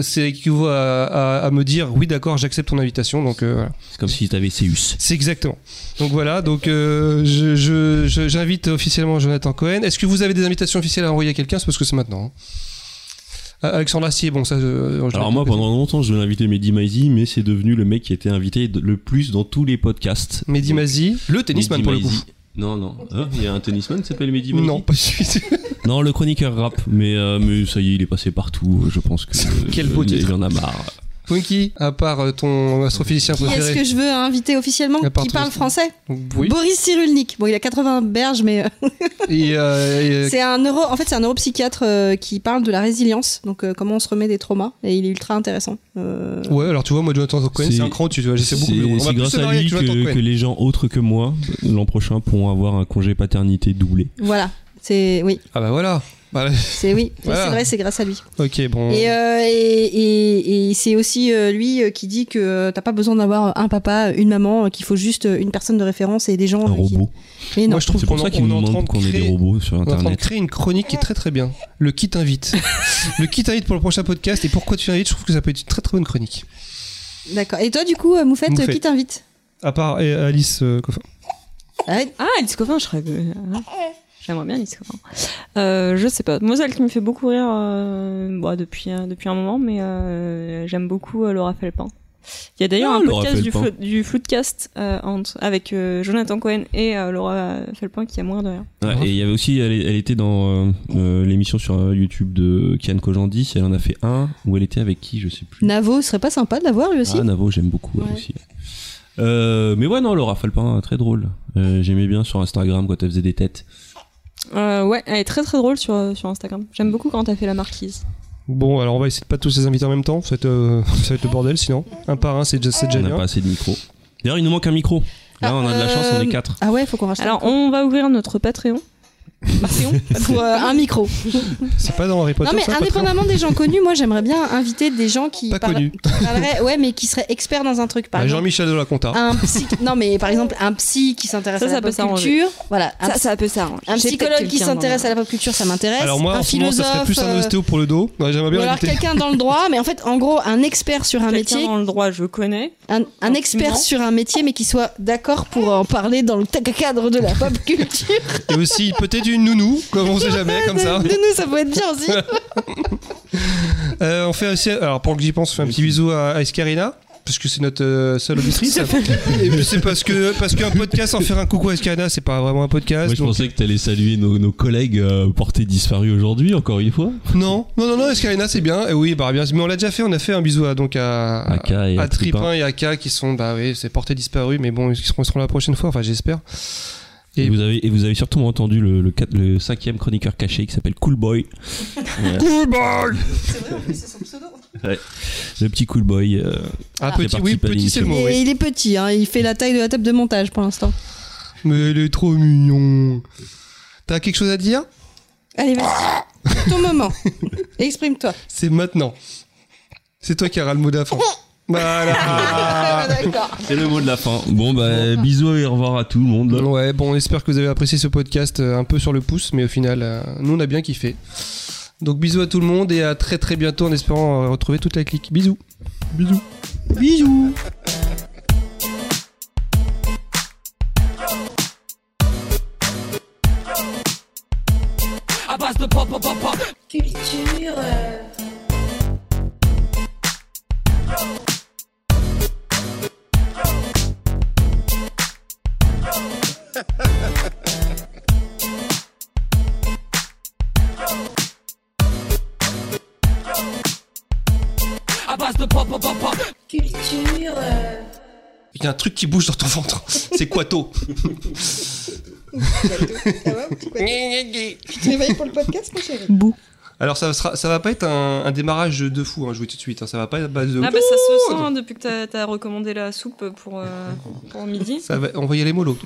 c'est équivaut à, à, à me dire oui d'accord j'accepte ton invitation donc euh, voilà. C'est comme si t'avais Seus. C'est exactement. Donc voilà, donc euh, je- je- je- j'invite officiellement Jonathan Cohen. Est-ce que vous avez des invitations officielles à envoyer à quelqu'un C'est parce que c'est maintenant. hein. Euh, Alexandre Astier, bon ça. euh, je- Alors moi pendant longtemps je voulais inviter Mehdi Maizi mais c'est devenu le mec qui était invité de- le plus dans tous les podcasts. Mehdi Mazi, le tennisman Mehdi pour le coup. Maizi. Non non, Hein il y a un tennisman qui s'appelle Mehdi Maizi. Non, pas celui Non, le chroniqueur rap mais euh, mais ça y est, il est passé partout, je pense que Quel beau il- titre. Il en a marre. Punky, à part euh, ton astrophysicien Qui est-ce préféré. que je veux inviter officiellement À part Qui toi, parle c'est- français Oui. Boris Cyrulnik. Bon, il a 80 berges, mais euh, Et, euh, et, euh, c'est un neuro. En fait, c'est un neuropsychiatre euh, qui parle de la résilience, donc euh, comment on se remet des traumas, et il est ultra intéressant. Euh, Ouais, alors tu vois, moi, Jonathan Cohen, C'est- c'est un cran, tu vois, j'essaie Bah, beaucoup. C'est- mais bon, on va C'est plus grâce se à marier lui avec Jonathan que, Cohen. que les gens autres que moi, l'an prochain, pourront avoir un congé paternité doublé. Voilà. C'est oui, Ah bah voilà. Voilà. c'est oui, Voilà. c'est vrai, c'est grâce à lui. Ok, bon. Et, euh, et, et- et c'est aussi euh, lui euh, qui dit que euh, t'as pas besoin d'avoir un papa, une maman, euh, qu'il faut juste euh, une personne de référence et des gens. Un euh, qui- robot. Mais non. Ah, moi, je trouve C'est pour qu'on ça en- qu'ils on est nous en train demandent qu'on de est des créer- robots sur on est en train de Internet. créer une chronique qui est très très bien. Le qui t'invite. le qui t'invite pour le prochain podcast et pourquoi tu invites, je trouve que ça peut être une très très bonne chronique. D'accord. Et toi, du coup, euh, Moufette, Moufette. euh, qui t'invite À part eh, Alice euh, Coffin. Arrête. Ah, Alice Coffin, je serais. hein. J'aimerais bien Alice Coffin. Euh, je sais pas. Moi, celle qui me fait beaucoup rire euh, bah, depuis, un- depuis un moment, mais euh, j'aime beaucoup euh, Laura Felpin. Il y a d'ailleurs Ah, un Laura podcast du, Felpin. flo- du Floodcast euh, entre- avec euh, Jonathan Cohen et euh, Laura Felpin qui a moins de rire. Ouais, et il y avait aussi, elle, elle était dans euh, euh, l'émission sur euh, YouTube de Kian Kojandi. Elle en a fait un où elle était avec qui, je sais plus. Navo, ce serait pas sympa de l'avoir lui aussi. Ah, Navo, j'aime beaucoup elle Ouais. aussi. Euh, mais ouais, non, Laura Falpin, très drôle. Euh, J'aimais bien sur Instagram quand elle faisait des têtes. Euh, ouais, elle est très très drôle sur, euh, sur Instagram. J'aime beaucoup quand elle fait la marquise. Bon, alors on va essayer de pas tous les inviter en même temps. Ça va être, euh, ça va être le bordel sinon. Un par un, c'est déjà, c'est déjà on n'a bien. pas assez de micros. D'ailleurs, il nous manque un micro. Là, Ah, on a de la chance, on est euh, quatre. Ah ouais, faut qu'on rachète. Alors, on va ouvrir notre Patreon. Patreon pour euh, un micro. C'est pas dans Harry Potter, non mais ça, Patreon indépendamment des gens connus, moi j'aimerais bien inviter des gens qui, Pas parlent- connu. qui parleraient, ouais, mais qui seraient experts dans un truc. Par Bah, exemple, Jean-Michel de la Conta. un psy, non mais par exemple un psy qui s'intéresse Ça, à la ça peut pop s'arranger. culture, voilà, un, psy- peut ça. un psychologue qui s'intéresse à la pop culture, ça m'intéresse. alors moi, un en ce moment, philosophe, ça serait plus un euh, ostéo pour le dos. Ouais, J'aimerais ou bien alors l'inviter. quelqu'un dans le droit, mais en fait, en gros, un expert sur un Quelqu'un métier, dans le droit, je connais. un, un dans- expert Non. sur un métier, mais qui soit d'accord pour en parler dans le ta- cadre de la pop culture. Et aussi peut-être une nounou, comme on sait jamais, comme ça. Nous, nous, ça peut être bien aussi. Euh, on fait aussi, alors pour que j'y pense, on fait un petit bisou à, à Escarina. Parce que c'est notre euh, seule auditrice. Et puis c'est parce que parce qu'un podcast en faire un coucou à Escarina, c'est pas vraiment un podcast. Moi, je donc- pensais que t'allais saluer nos, nos collègues euh, portés disparus aujourd'hui, encore une fois. Non, non, non, non, Escarina c'est bien. Et oui, bah bien. Mais on l'a déjà fait, on a fait un bisou à donc à, AK et à à Tripin Tripin. et à K qui sont bah oui, c'est portés disparus, mais bon, ils seront, ils seront là la prochaine fois. Enfin, j'espère. Et, Et- vous avez, et vous avez surtout entendu le, le, quatre- le cinquième chroniqueur caché qui s'appelle Cool Boy. Cool boy. Le petit Cool Boy. euh, Ah Ah. petit, J'ai oui, participé à petit c'est le mot. Et oui. il est petit, hein, il fait la taille de la table de montage pour l'instant. Mais il est trop mignon. T'as quelque chose à dire Allez, vas-y. Ton moment. Exprime-toi. C'est maintenant. C'est toi qui auras le mot d'avant. Voilà. D'accord. C'est le mot de la fin. Bon, bah, bisous et au revoir à tout le monde. Ouais, bon, on espère que vous avez apprécié ce podcast euh, un peu sur le pouce, mais au final, euh, nous, on a bien kiffé. Donc, bisous à tout le monde et à très très bientôt en espérant euh, retrouver toute la clique. Bisous. Bisous. Bisous. culture. euh, Culture. euh, Il y a un truc qui bouge dans ton ventre. C'est Quato. Tu te réveilles pour le podcast, mon chéri Bou. Alors, ça, sera, ça va pas être un, un démarrage de fou, hein, je vous le dis tout de suite. hein. Ça va pas être à base de. Ah bah ça se sent hein, depuis que t'as- t'as recommandé la soupe pour, euh, pour midi. Ça va, on va y aller mollo.